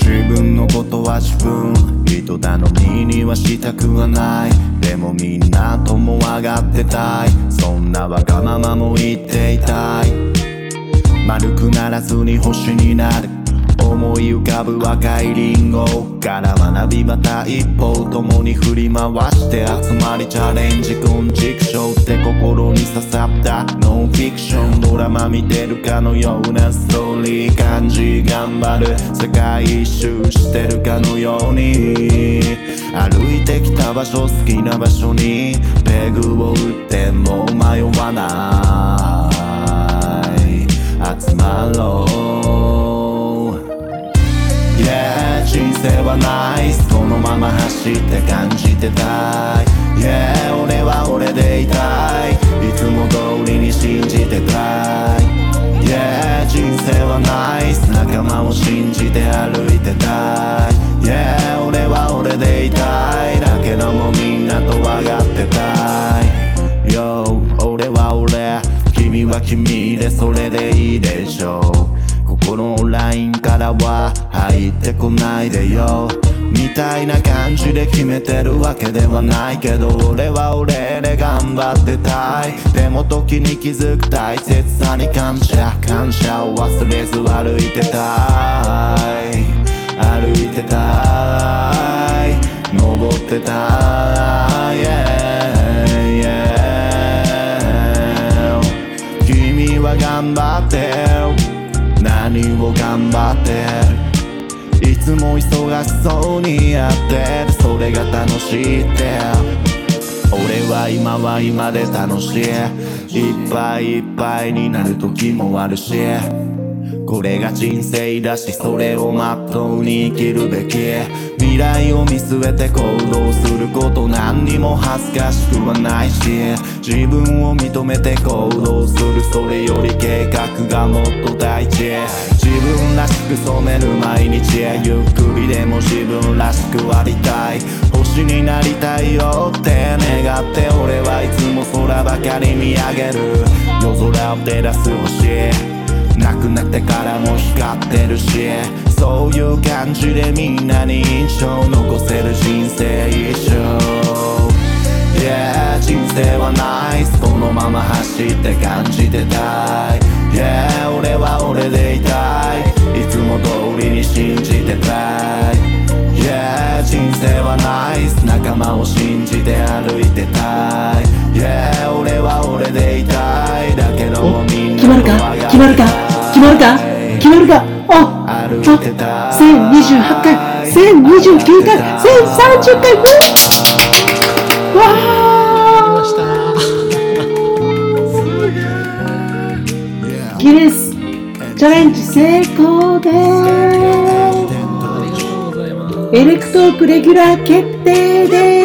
Speaker 7: 自分のことは自分人頼みにはしたくはないでもみんなとも分かってたいそんなわがままも言っていたい丸くならずに星になる思い浮かぶ若いリンゴから学びまた一歩共に振り回して集まりチャレンジコンジクションって心に刺さったノンフィクションドラマ見てるかのようなストーリー感じ頑張る世界一周してるかのように歩いてきた場所好きな場所にペグを打っても迷わない集まろう Yeah 人生はナイスこのまま走って感じてたい Yeah 俺は俺でいたいいつも通りに信じてたい Yeah 人生はナイス仲間を信じて歩いてたい Yeah 俺は俺でいたいだけどもみんなと分かってたい Yo 俺は俺君は君でそれでいいでしょうここのラインからは入ってこないでよみたいな感じで決めてるわけではないけど俺は俺で頑張ってたいでも時に気づく大切さに感謝感謝を忘れず歩いてたい歩いてたい登ってたい yeah, yeah 君は頑張って何を頑張っていつも忙しそうにやってるそれが楽しいって俺は今は今で楽しいいっぱいいっぱいになる時もあるしこれが人生だしそれをまっとうに生きるべき未来を見据えて行動すること何にも恥ずかしくはないし自分を認めて行動するそれより計画がもっと大事自分らしく染める毎日ゆっくりでも自分らしくありたい星になりたいよって願って俺はいつも空ばかり見上げる夜空を照らす星なくなってからも光ってるしそういう感じでみんなに印象残せる人生一生 Yeah 人生はナイスこのまま走って感じてたい Yeah 俺は俺でいたいいつも通りに信じてたい Yeah 人生はナイス仲間を信じて歩いてたい Yeah 俺は俺でいたいだけどもみんな
Speaker 2: 決まるか決まるか決まるか決まるかお
Speaker 7: 歩い
Speaker 2: ちょ
Speaker 7: てた
Speaker 2: 1028回1029回1030回う
Speaker 4: あり
Speaker 2: わ
Speaker 4: ました
Speaker 2: ーギネスチャレンジ成功でーすエレクトークレギュラー決定で